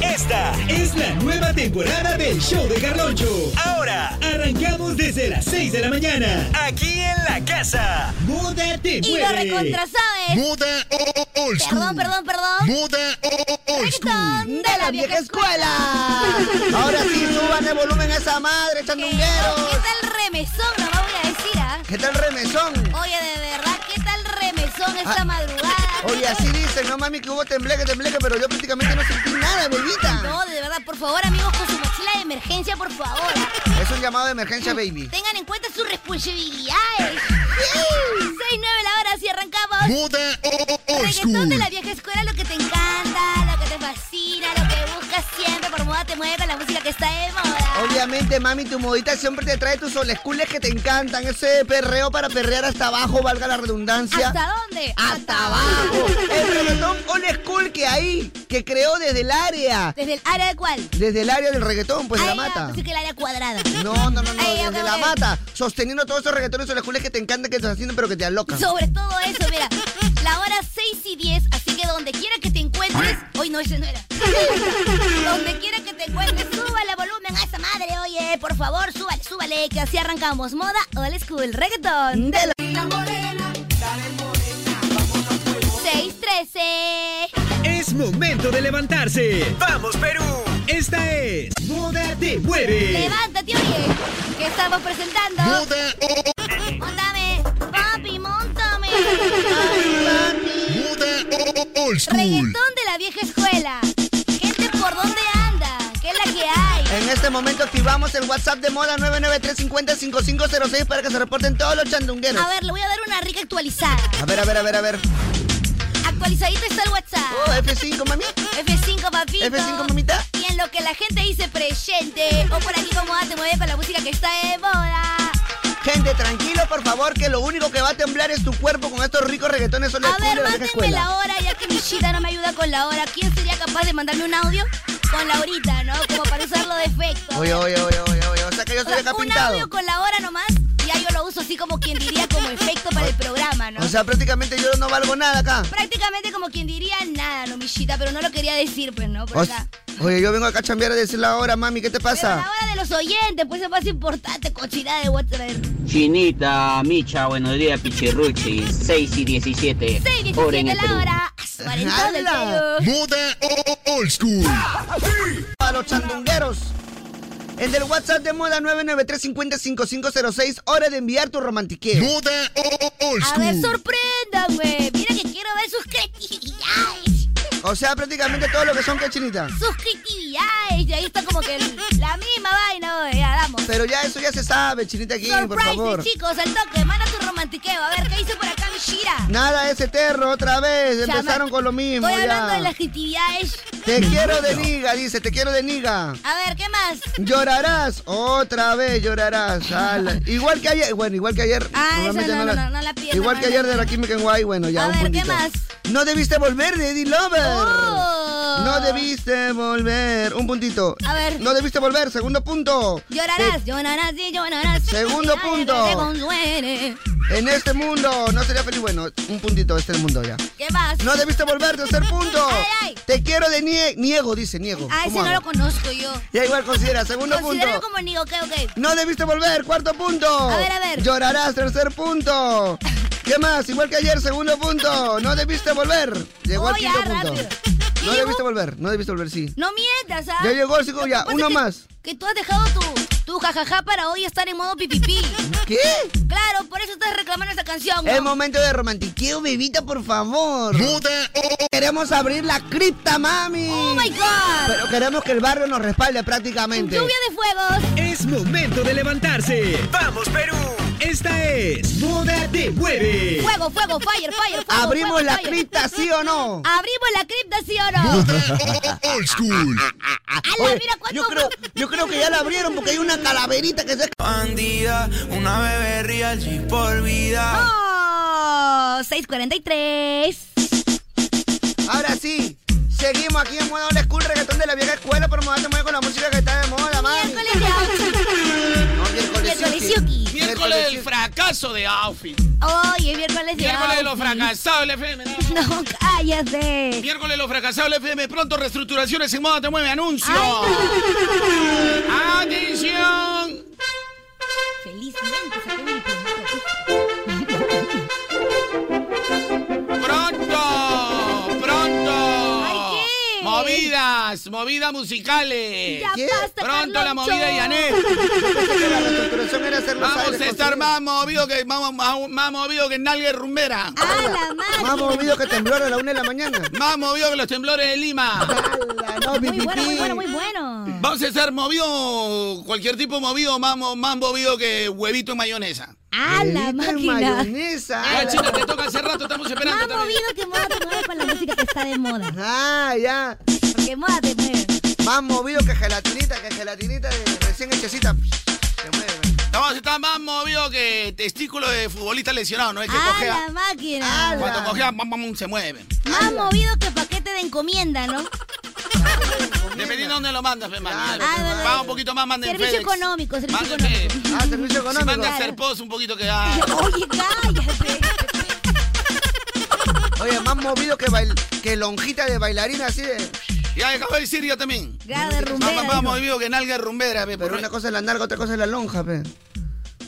Esta es la nueva temporada del show de Carloncho. Ahora, Arrancamos desde las 6 de la mañana. aquí en la casa. Moda te Y lo recontra sabes. Moda o- o- old school. Perdón, perdón, perdón. Moda o- o- old school. Reggaetón de la vieja escuela. Ahora sí, suban el volumen a esa madre, ¿Qué chandungueros. tal remesón? No voy a decir, ¿ah? ¿Qué tal remesón? Oye, de verdad, ¿qué tal remesón esta Ah. madrugada? Oye, así dicen, no mami, que hubo tembleque, tembleque, pero yo prácticamente no sentí nada, bebita. No, de verdad, por favor, amigos, con su mochila de emergencia, por favor. ¿ah? Es un llamado de emergencia, baby. Tengan en cuenta sus responsabilidades. 6-9 la hora, si arrancamos. Moda o- o- old Reggaetón de la school. vieja escuela, lo que te encanta, lo que te fascina, lo que buscas siempre por moda te mueve con la música que está de moda. Obviamente, mami, tu modita siempre te trae tus olescules que te encantan. Ese perreo para perrear hasta abajo, valga la redundancia. ¿Hasta dónde? ah. Hasta abajo. El reggaetón old school que hay, que creó desde el área. ¿Desde el área de cuál? Desde el área del reggaetón, pues de la Ah, ya, mata. pensé que el área cuadrada. No, no, no, no, Ay, ya, desde ok, la ok. mata. Sosteniendo todos esos reggaetones old school que te encantan, que te fascinan, pero que te alocan. Sobre todo eso, mira. La hora 6 y 10, así que donde quiera que te encuentres. Hoy no, ese no era. donde quiera que te encuentres, súbale volumen a esa madre, oye. Por favor, súbale, súbale, que así arrancamos. Moda, old school, reggaetón. De la 613. Es momento de levantarse. Vamos, Perú. Esta es Moda te mueve. Levántate, oye. Que estamos presentando. Moda o- o- Montame, papi, montame. moda o- o- old school. Reggaetón de la vieja escuela. Gente, ¿por dónde anda? ¿Qué es la que hay? En este momento activamos el WhatsApp de moda 993505506 para que se reporten todos los chandungueros. A ver, le voy a dar una rica actualizada. A ver, a ver, a ver, a ver. Actualizadito está el WhatsApp. Oh, F5, mami. F5, papito. F5, mamita. Y en lo que la gente dice presente. O por aquí como te mueve con la música que está de moda. Gente, tranquilo, por favor, que lo único que va a temblar es tu cuerpo con estos ricos reggaetones solo A cool ver, de la vieja mándenme la escuela. hora, ya que mi chita no me ayuda con la hora. ¿Quién sería capaz de mandarme un audio? Con la horita, ¿no? Como para usarlo de efecto. Oye, oye, oye, oye, oye. O sea que yo O soy sea, acá un pintado. audio con la hora nomás, ya yo lo uso así como quien diría como efecto para el programa, ¿no? O sea, prácticamente yo no valgo nada acá. Prácticamente como quien diría nada, no, Michita, pero no lo quería decir, pues, ¿no? Pero, O o sea, sea, Oye, yo vengo acá a chambear a decir la hora, mami, ¿qué te pero la pasa? hora de los oyentes, pues es más importante, cochina de WhatsApp. Chinita, Micha, buenos días, Pichirruchi, 6 y 17. 6, hora en 17 el la Perú. hora. a su cuarentón del ¡Hala! Perú. Moda o- o- old school. A los chandungueros. El del WhatsApp de moda 993505506, hora de enviar tu romantiqueo. Moda o- o- old A ver, school. sorpréndame. Mira que quiero ver sus creatividades. O sea, prácticamente todo lo que son cachinita. Sus creatividades. Y ahí está como que el- la misma vaina, oye, ya, vamos. Pero ya eso ya se sabe, chinita aquí, por favor. Surprise, chicos, al toque, manda tu romantiqueo. A ver, ¿qué hizo por acá, Michira? Nada es eterno, otra vez. Chama, Empezaron con lo mismo Estoy hablando ya. de eh. las actividades. Te quiero de niga, dice, te quiero de niga. A ver, ¿qué más? Llorarás, otra vez llorarás. ala. Igual que ayer, bueno, igual que ayer. Ah, esa normalmente no, no, no, no la pienso, Igual no, que no, ayer no. de la química en Guay, bueno, ya A un ver, ¿qué puntito. más? No debiste volver de Eddie Lover. Oh. No debiste volver. Un puntito. A ver. No debiste volver. Segundo punto. Llorarás, llorarás y llorarás. Segundo Ay, que punto. te consuele. En este mundo no sería feliz. Bueno, un puntito este mundo ya. ¿Qué más? No debiste volver, tercer punto. Ay, ay. Te quiero de nie- niego, dice niego. ah, ese ¿Cómo no hago? lo conozco yo. Ya igual considera, segundo punto. Considéralo como nigo, ok, ok. No debiste volver, cuarto punto. A ver, a ver. Llorarás, tercer punto. ¿Qué más? Igual que ayer, segundo punto. No debiste volver. Llegó Oh, el ya, quinto punto. rápido. ¿Ya No llegó? debiste volver, no debiste volver, sí. No mientas, ¿ah? Ya llegó el chico, Lo que ya, pasa uno es que- más. Que tú has dejado tu, tu jajaja para hoy estar en modo pipipi. ¿Qué? claro, por eso estás reclamando esa canción. Es ¿no? momento de romantiqueo, bebita, por favor. Moda o- Queremos abrir la cripta, mami. ¡Oh, my God! Pero queremos que el barrio nos respalde prácticamente. Lluvia de fuegos. Es momento de levantarse. Vamos, Perú. Esta es Moda Te Mueve. Fuego, fuego, fire, fire, fuego. ¿Abrimos fuego, la fire. cripta, sí o no? Abrimos la cripta, sí o no. Old school. Ala, Oye, mira cuánto. yo creo, yo creo que ya la abrieron porque hay una calaverita que se... bandida, una bebé real sin por vida. Oh, 643. Ahora sí, seguimos aquí en Moda Old School, reggaetón de la vieja escuela, pero Moda te mueve con la música que está de moda, mami. Miércoles No, de outfit. Miércoles Yuki. Yuki. Miércoles del fracaso de outfit. Oye, miércoles de Miércoles de los outfit. fracasados, el FM. ¿no? No, cállate. Miércoles de los fracasados, el FM. Pronto reestructuraciones en moda te mueve. Anuncio. Atención. Felizmente sacó mi primito. Pronto. Pronto. Ay, ¿qué? Movidas. Movidas musicales. Ya ¿Qué? basta, Pronto la Carloncho. movida de Yanet. Pensé que la reestructuración era hacer los Vamos aires a estar construidos. más movido que más, más- más movido que nalga rumbera. A la madre. Más movido que temblor a la una de la mañana. Más movido que los temblores de Lima. Ala, no, Muy pipipí. bueno, muy bueno, muy bueno. Vamos a estar movido, cualquier tipo movido, más, mo- más movido que huevito en mayonesa. A la Bebita máquina. mayonesa. Ya, ala. China, te toca hace rato, estamos Más esperando. también. movido que moda te mueve con la música que está de moda. Ah, ya. Porque moda te mueve. Más movido que gelatinita, que gelatinita de recién hechecita. Se mueve. Estamos, está más movido que testículo de futbolista lesionado, ¿no? Es que A la cogea. máquina. Ala. Cuando cogea, mam, mam, se mueve. Más movido que paquete de encomienda, ¿no? Dependiendo de dónde lo mandas, hermano. Claro, Ah, bueno. Va un poquito más, manda en Servicio FedEx. económico, servicio Manda en económico. FedEx. Ah, servicio Si económico. mandas Claro. Serpos, un poquito que... ah, Oye, cállate. Oye, más movido que, bail- que lonjita de bailarina así de... Ya acabo de decir yo también. Grada de Más, más, rumbera. más dijo. movido que nalga de rumbera, pe, Pero por, una cosa es la narga, otra cosa es la lonja, pe.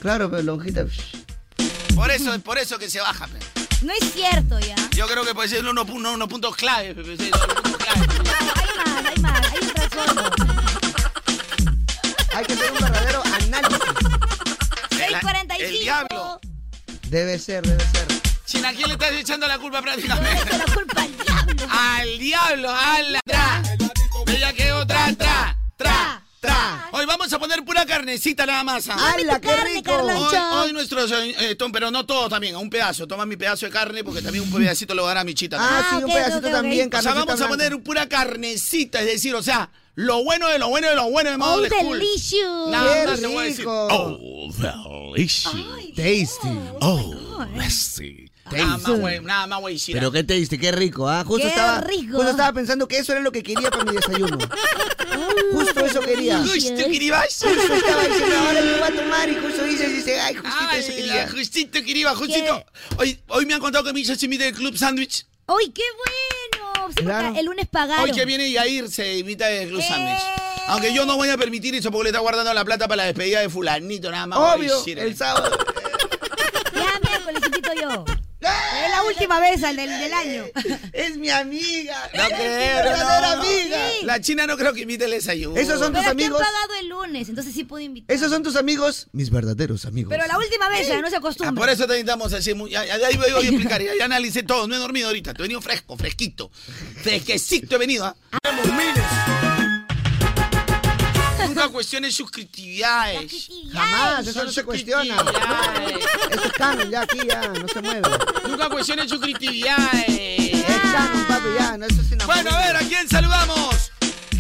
Claro, pero lonjita. por eso, por eso que se baja, pe. No es cierto ya. Yo creo que puede ser uno, uno- unos puntos clave, pe, pe, sí, unos puntos clave. Hay más, hay más, hay un trasfondo. Hay que hacer un verdadero análisis. El 645. diablo. Debe ser, debe ser. Sin a quién le estás echando la culpa Yo le echo prácticamente. la culpa al diablo. al diablo, a la tra. Ella quedó tra, tra, tra, tra. Hoy vamos a poner pura carnecita nada más. ¿ah? Dame ¡Hala, tu qué carne, rico! Carloncho. Hoy, hoy nuestros, eh, eh, tom- pero no todos también, a un pedazo. Toma mi pedazo de carne porque también un pedacito lo dará mi chita. Ah, Ah, sí, un ok, pedacito ok, ok. también, o sea, carnecita vamos a blanca. poner pura carnecita, es decir, o sea, lo bueno de lo bueno de lo bueno de Oh, Model School. delicious. Nada ¡Qué más te voy a decir. Oh, rico! Tasty. Oh, tasty. Ah, Nada más, güey, nada más, güey, chita. Pero qué tasty, qué rico, ¿ah? Justo Qué estaba, rico. justo estaba pensando que eso era lo que quería para mi desayuno. Justo eso quería. Uy, ¿tú ¿eh? queribas? Justo estaba diciendo, ahora me voy a tomar y justo dice, dice, ay, justito eso Ay, quería. Justito, querido, Justito. Hoy, hoy me han contado que me hizo chimita del Club Sandwich. ¡Ay, qué bueno! Sí, porque Claro. El lunes pagaron. Hoy que viene Yair se invita del Club ¡Eh! Sandwich. Aunque yo no voy a permitir eso porque le está guardando la plata para la despedida de fulanito, nada más. Obvio, Ay, shit, el sábado. Ya miércoles, chiquito yo. Es la última vez al del, del año. ¡Eh! Es mi amiga. No Es mi creo, verdadera no. amiga. Sí. La china no creo que invite el desayuno. Esos son Pero tus aquí amigos. han pagado el lunes, entonces sí puedo invitar. Esos son tus amigos, mis verdaderos amigos. Pero la última vez ya no se Ah, acostumbra. por eso te necesitamos así. muy- Ya, ya, ya voy voy a explicar, ya, ya analicé todo. No he dormido ahorita. Te he venido fresco, fresquito. Fresquecito he venido. ¿ah? Nunca cuestiones suscriptividades. Jamás, eso no se cuestiona. Suscriptividades. Eso es canon, ya aquí, ya, no se mueve. Nunca cuestiones suscriptividades. Es canon, papi, ya, no, eso es inamovible. Bueno, a ver, ¿a quién saludamos?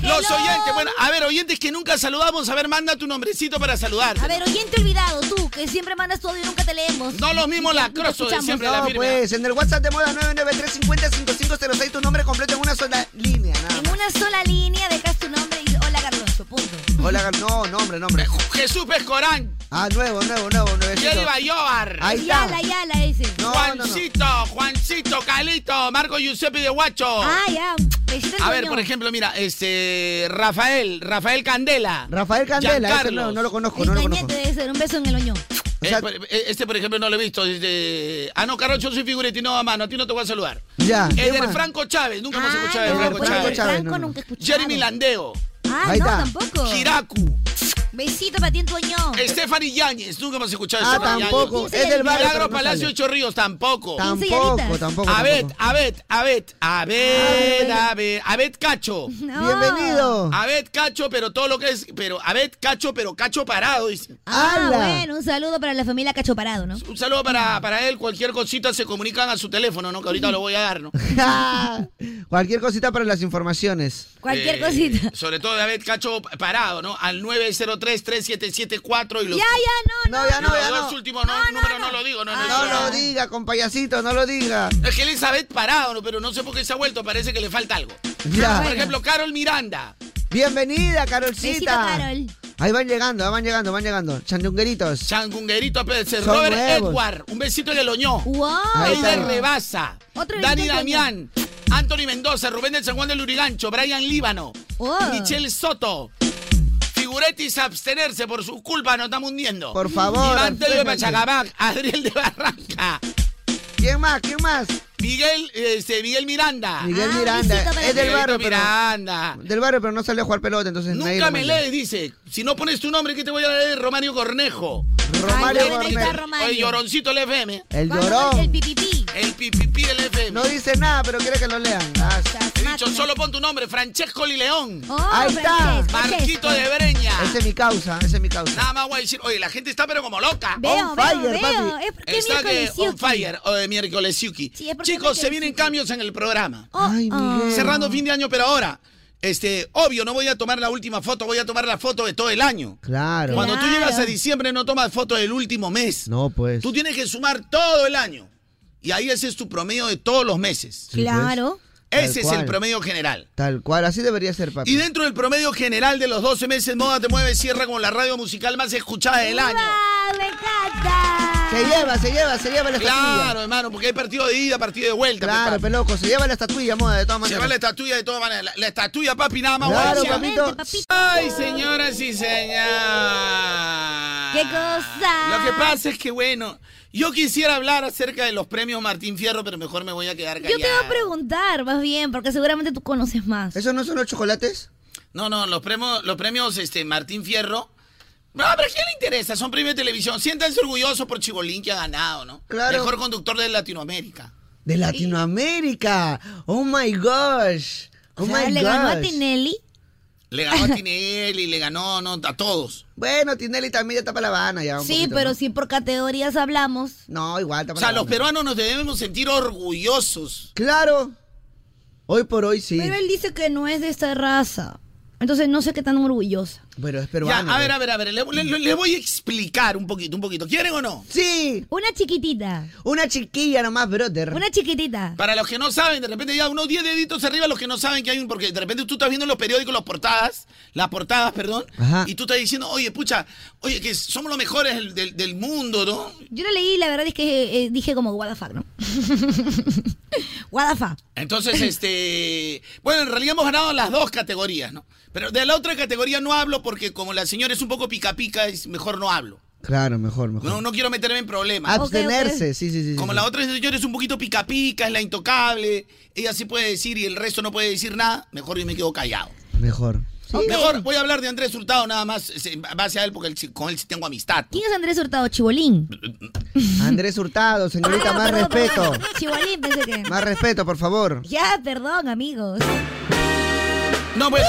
Los oyentes. Bueno, a ver, oyentes que nunca saludamos. A ver, manda tu nombrecito para saludar. A ver, oyente olvidado, tú, que siempre mandas todo y nunca te leemos. No los mismos lacrosos de Escuchamos. siempre, la No, firme. pues, en el WhatsApp de moda 993505506 tu nombre completo en una sola línea, nada. En una sola línea dejas tu nombre y hola, Carloncho, punto. Hola, gar- no, nombre, nombre. Jesús Pescorán, Ah, nuevo, nuevo, nuevo, nuevecito. Jerry Bayobar. Ahí Y está. ala, y ala ese. No, no, no. Juancito, Juancito, Calito, Marco Giuseppe de Guacho. Ah, ya. Besito en a el ver, coño. por ejemplo, mira, este Rafael, Rafael Candela. Rafael Candela, ese no, Giancarlos. no lo conozco, El no lo tañete conozco. debe ser, un beso en el oñón. O sea- Eh, por- eh, este, por ejemplo, no lo he visto. este, Ah, no, Carlos, yo soy figurete y no, mano, a ti no te voy a saludar. Ya, ¿qué Eder más? Franco Chávez, nunca hemos Ah, escuchado de no, Franco Franco Chávez. Chávez, Franco no, no. nunca escuchado. Jeremy Landeo, Ah, Ahí no, está. tampoco. Giraku, Este Besito para ti en tu oñón. Stephanie Yáñez, nunca hemos escuchado a Ah, Stephanie tampoco, Yáñez. es del barrio, Milagro pero no Palacio sale. de Chorrillos, tampoco. Quince Tampoco, llanitas. tampoco. Abet, tampoco. Abet, Abet, Abet, Abet, Abet Cacho. No. Bienvenido. Abet Cacho, pero todo lo que es, pero Abet Cacho, pero Cacho parado. dice. Ah, ¡Hala! bueno, un saludo para la familia Cacho Parado, ¿no? Un saludo para, para él, cualquier cosita se comunican a su teléfono, ¿no? Que ahorita lo voy a dar, ¿no? Ja. Cualquier cosita para las informaciones. Cualquier Eh, cosita. Sobre todo de Abet Cacho parado, ¿no? Al 903-3774 y Ya, los... ya, no, no. No, ya y los no, ya dos no. últimos no, números no, lo digo, no, no, No no. lo diga, compayacito, no lo diga. Es que él es Abet parado, ¿no? pero no sé por qué se ha vuelto, parece que le falta algo. Por Ya. ejemplo, Carol Miranda. Bienvenida, Besito, Carolcita. Carol. Ahí van llegando, ahí van llegando, van llegando. Chandungueritos. Changunguerito Pérez, Son Robert nuevos. Edward, un besito en el oñó. Wow. Ahí está. Eider Rebasa, Otro Dani besito en el Damián, Anthony Mendoza, Rubén del San Juan del Urigancho, Brian Líbano, Oh. Michelle Soto. Figuretis abstenerse por su culpa, nos estamos hundiendo. Por favor, Iván Tello de absténganse. Pachacabac, Ah, Adriel de Barranca, ¿Quién más? ¿Quién más? Miguel, este, Miguel Miranda. Miguel Ah, Miranda. besito para Es del Miguelito barrio, pero. Miranda. Del barrio, pero no salió a jugar pelota, entonces nadie Nunca lo me manda. lees, dice. Si no pones tu nombre, ¿qué te voy a leer? Romario Cornejo. Romario Ay, bueno, ahí está Bornet. Romario. El lloroncito del FM. El Vamos con El llorón. pipipí. El pipipi del FM. No dice nada, pero quiere que lo lean. Ah, He dicho, solo pon tu nombre, Francesco Lileón. Oh, Ahí está. Francesco, Marquito Francesco. de Breña. Ah, Ese es mi causa, ese es mi causa. Nada más voy a decir, oye, la gente está pero como loca. Veo, On veo, fire, veo. papi. Es porque Está que miércoles on Yuki. fire, o de miércoles Yuki. Sí, es Chicos, porque se miércoles vienen Yuki. cambios en el programa. Oh, Ay, oh. Miguel. Cerrando fin de año, pero ahora, este, obvio, no voy a tomar la última foto, voy a tomar la foto de todo el año. Claro. Cuando tú Claro. llegas a diciembre no tomas foto del último mes. No, pues. Tú tienes que sumar todo el año. Y ahí ese es tu promedio de todos los meses. Sí, pues. Claro. Tal Ese es cual. el promedio general. Tal cual, así debería ser, papi. Y dentro del promedio general de los 12 meses, Moda Te Mueve cierra con la radio musical más escuchada del año. ¡Guau, ¡Me encanta! Se lleva, se lleva, se lleva la Claro, estatuilla. hermano, porque hay partido de ida, partido de vuelta. Claro, pe, papi. peloco, se lleva la estatuilla, moda, de todas Se va maneras. la estatuilla de todas maneras. La, la estatuilla, papi, nada más. Claro, guay, decía. papito. Vente, papito. Ay, señoras y señores. ¿Qué cosa? Lo que pasa es que, bueno, yo quisiera hablar acerca de los premios Martín Fierro, pero mejor me voy a quedar callado. Yo te voy a preguntar, más bien, porque seguramente tú conoces más. ¿Esos no son los chocolates? No, no, los premios, los premios este, Martín Fierro. No, pero ¿a quién le interesa? Son premios de televisión. Siéntanse orgullosos por Chibolín que ha ganado, ¿no? Claro. Mejor conductor de Latinoamérica. De Latinoamérica. Oh my gosh. Oh O sea, my le gosh. ganó a Tinelli. Le ganó a Tinelli, le ganó no, a todos. Bueno, Tinelli también ya está para La Habana ya. Ah, un Sí, poquito, pero ¿no? si por categorías hablamos. No, igual está O para sea, La los Habana. peruanos nos debemos sentir orgullosos. Claro. Hoy por hoy sí. Pero él dice que no es de esta raza. Entonces no sé qué tan orgullosa. Pero es Ya, peruano. a ver, pues. a ver, a ver, le, le- le voy a explicar un poquito, un poquito. ¿Quieren o no? Sí. Una chiquitita. Una chiquilla nomás, brother. Una chiquitita. Para los que no saben, de repente ya unos 10 deditos arriba los que no saben que hay un... Porque de repente tú estás viendo en los periódicos las portadas, las portadas, perdón, Ajá. y tú estás diciendo, oye, pucha, oye, que somos los mejores del, del- del mundo, ¿no? Yo la leí y la verdad es que eh, dije como what the fuck, ¿no? what the fuck. Entonces, este... Bueno, en realidad hemos ganado las dos categorías, ¿no? Pero de la otra categoría no hablo porque como la señora es un poco pica pica, es mejor no hablo. Claro, mejor, mejor. No, no quiero meterme en Ah, problemas. pues, Abstenerse, Ok, ok. sí, sí, sí. sí, Como sí. la otra señora es un poquito pica pica, es la intocable, ella sí puede decir y el resto no puede decir nada, mejor yo me quedo callado. Mejor. Sí. Mejor voy a hablar de Andrés Hurtado nada más, es, en base a él, porque él sí- con él sí tengo amistad. ¿Quién es Andrés Hurtado? Chibolín. Andrés Hurtado, señorita, Ah, más perdón, respeto. perdón. Chibolín, pensé que. Más respeto, por favor. Ya, perdón, amigos. No, bueno,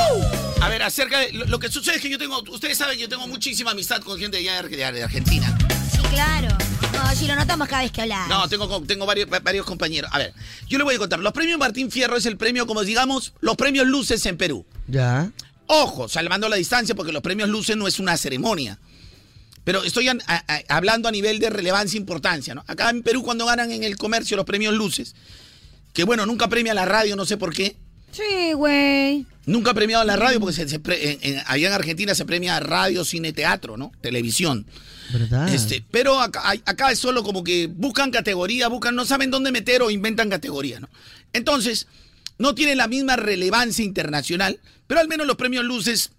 a ver, acerca de... Lo, lo que sucede es que yo tengo... Ustedes saben que yo tengo muchísima amistad con gente de, allá de, Ar- de Argentina. Sí, claro. No, si lo notamos cada vez que hablas. No, tengo, con- tengo varios, va- varios compañeros. A ver, yo les voy a contar. Los premios Martín Fierro es el premio, como digamos, los premios Luces en Perú. Ya. Ojo, salvando la distancia, porque los premios Luces no es una ceremonia. Pero estoy an- a- a- hablando a nivel de relevancia e importancia, ¿no? Acá en Perú, cuando ganan en el comercio los premios Luces, que bueno, nunca premia la radio, no sé por qué. Sí, güey. Nunca ha premiado la radio, porque se- se pre- en- en- allá en Argentina se premia radio, cine, teatro, ¿no? Televisión. ¿Verdad? Este, pero acá, hay- acá es solo como que buscan categoría, buscan, no saben dónde meter o inventan categoría, ¿no? Entonces, no tiene la misma relevancia internacional, pero al menos los premios Luces,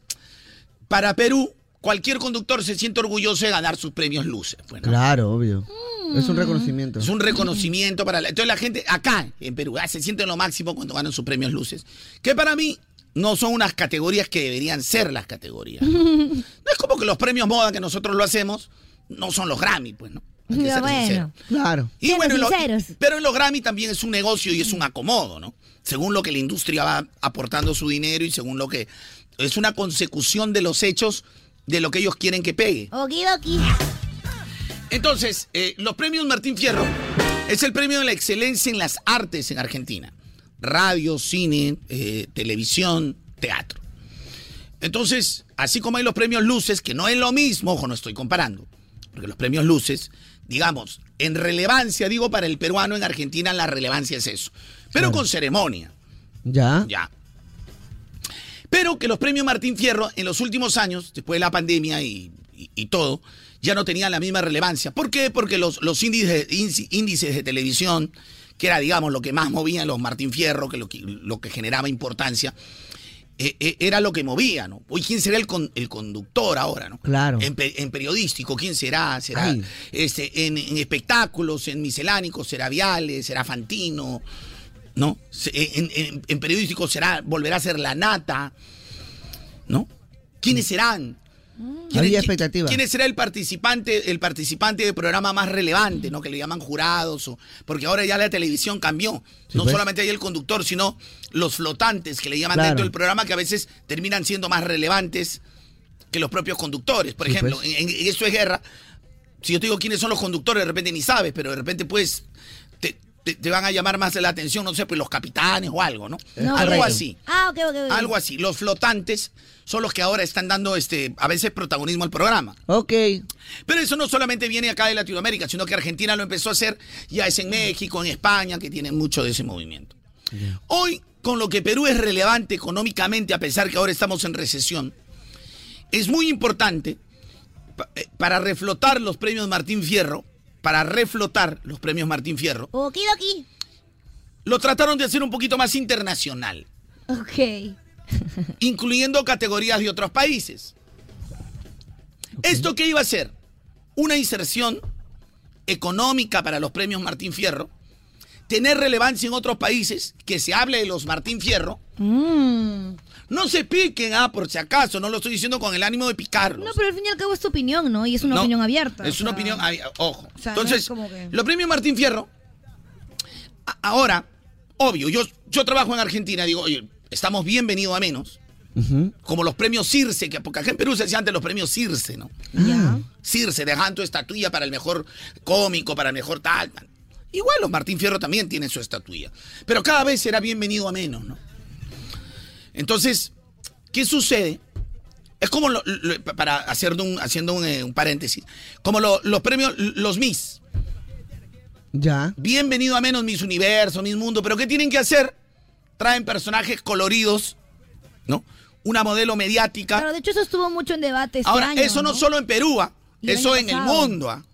para Perú, cualquier conductor se siente orgulloso de ganar sus premios Luces. pues, ¿no? Claro, obvio. Mm. Es un reconocimiento. Es un reconocimiento para la. Entonces la gente acá en Perú ah, se siente en lo máximo cuando ganan sus premios luces. Que para mí no son unas categorías que deberían ser las categorías. ¿no? No es como que los premios moda que nosotros lo hacemos no son los Grammy, pues, ¿no? Hay que Ya, ser bueno. sincero. Claro. Y Sean bueno, y lo- sinceros. pero en los Grammy también es un negocio y es un acomodo, ¿no? Según lo que la industria va aportando su dinero y según lo que es una consecución de los hechos de lo que ellos quieren que pegue. Okidoki. Entonces, eh, los premios Martín Fierro es el premio de la excelencia en las artes en Argentina. Radio, cine, eh, televisión, teatro. Entonces, así como hay los premios Luces, que no es lo mismo, ojo, no estoy comparando, porque los premios Luces, digamos, en relevancia, digo, para el peruano en Argentina la relevancia es eso, pero con ceremonia. Ya. Ya. Pero que los premios Martín Fierro en los últimos años, después de la pandemia y, y- y todo, ya no tenían la misma relevancia. ¿Por qué? Porque los, los índices, ínci- índices de televisión, que era, digamos, lo que más movían los Martín Fierro, que lo que, lo que generaba importancia, eh, eh, era lo que movía, ¿no? Hoy, ¿quién será el, con- el conductor ahora, no? Claro. En, pe- en periodístico, ¿quién será? ¿Será Ay. este, en, en espectáculos, en miscelánicos, será Viales, será Fantino? ¿no? Se- En, en- en periodístico será, volverá a ser la nata, ¿no? ¿Quiénes serán? qui- Había expectativa. ¿Quién será el participante, el participante de programa más relevante, ¿no? Que le llaman jurados, o, porque ahora ya la televisión cambió. Sí, no pues. solamente hay el conductor, sino los flotantes que le llaman Claro. dentro del programa, que a veces terminan siendo más relevantes que los propios conductores. Por Sí, ejemplo, pues. en, en Eso es Guerra, si yo te digo quiénes son los conductores, de repente ni sabes, pero de repente pues te, te- te van a llamar más la atención, no sé, pues los capitanes o algo, ¿no? No, algo correcto. así. Ah, ok, ok, ok. Algo así. Los flotantes son los que ahora están dando este a veces protagonismo al programa. Ok. Pero eso no solamente viene acá de Latinoamérica, sino que Argentina lo empezó a hacer, ya es en México, en España, que tienen mucho de ese movimiento. Hoy, con lo que Perú es relevante económicamente, a pesar que ahora estamos en recesión, es muy importante pa- eh, para reflotar los premios Martín Fierro, para reflotar los premios Martín Fierro, Okidoki. lo trataron de hacer un poquito más internacional, Ok. incluyendo categorías de otros países. ¿Esto qué iba a ser? Una inserción económica para los premios Martín Fierro, tener relevancia en otros países, que se hable de los Martín Fierro. Mm. No se piquen, ah, por si acaso, no lo estoy diciendo con el ánimo de picarlos. No, pero al fin y al cabo es tu opinión, ¿no? Y es una No, opinión abierta. Es o una sea, opinión, ay, ojo. sea, no Entonces, es como que- los premios Martín Fierro, a- ahora, obvio, yo, yo trabajo en Argentina, digo, oye, estamos bienvenidos a menos. Como los premios Circe, que porque acá en Perú se hacían antes los premios Circe, ¿no? Ah. Ya. Circe, dejando estatuilla para el mejor cómico, para el mejor tal. man. Igual los Martín Fierro también tienen su estatuilla. Pero cada vez será bienvenido a menos, ¿no? Entonces, ¿qué sucede? Es como, lo- lo- para hacer un, haciendo un, eh, un paréntesis, como lo- los premios, los Miss. Ya. Bienvenido a menos Miss Universo, Miss Mundo, pero ¿qué tienen que hacer? Traen personajes coloridos, ¿no? Una modelo mediática. Claro, de hecho eso estuvo mucho en debate este Ahora, año, eso no, solo en Perú, ah, Y el eso año en el pasado. mundo. ah.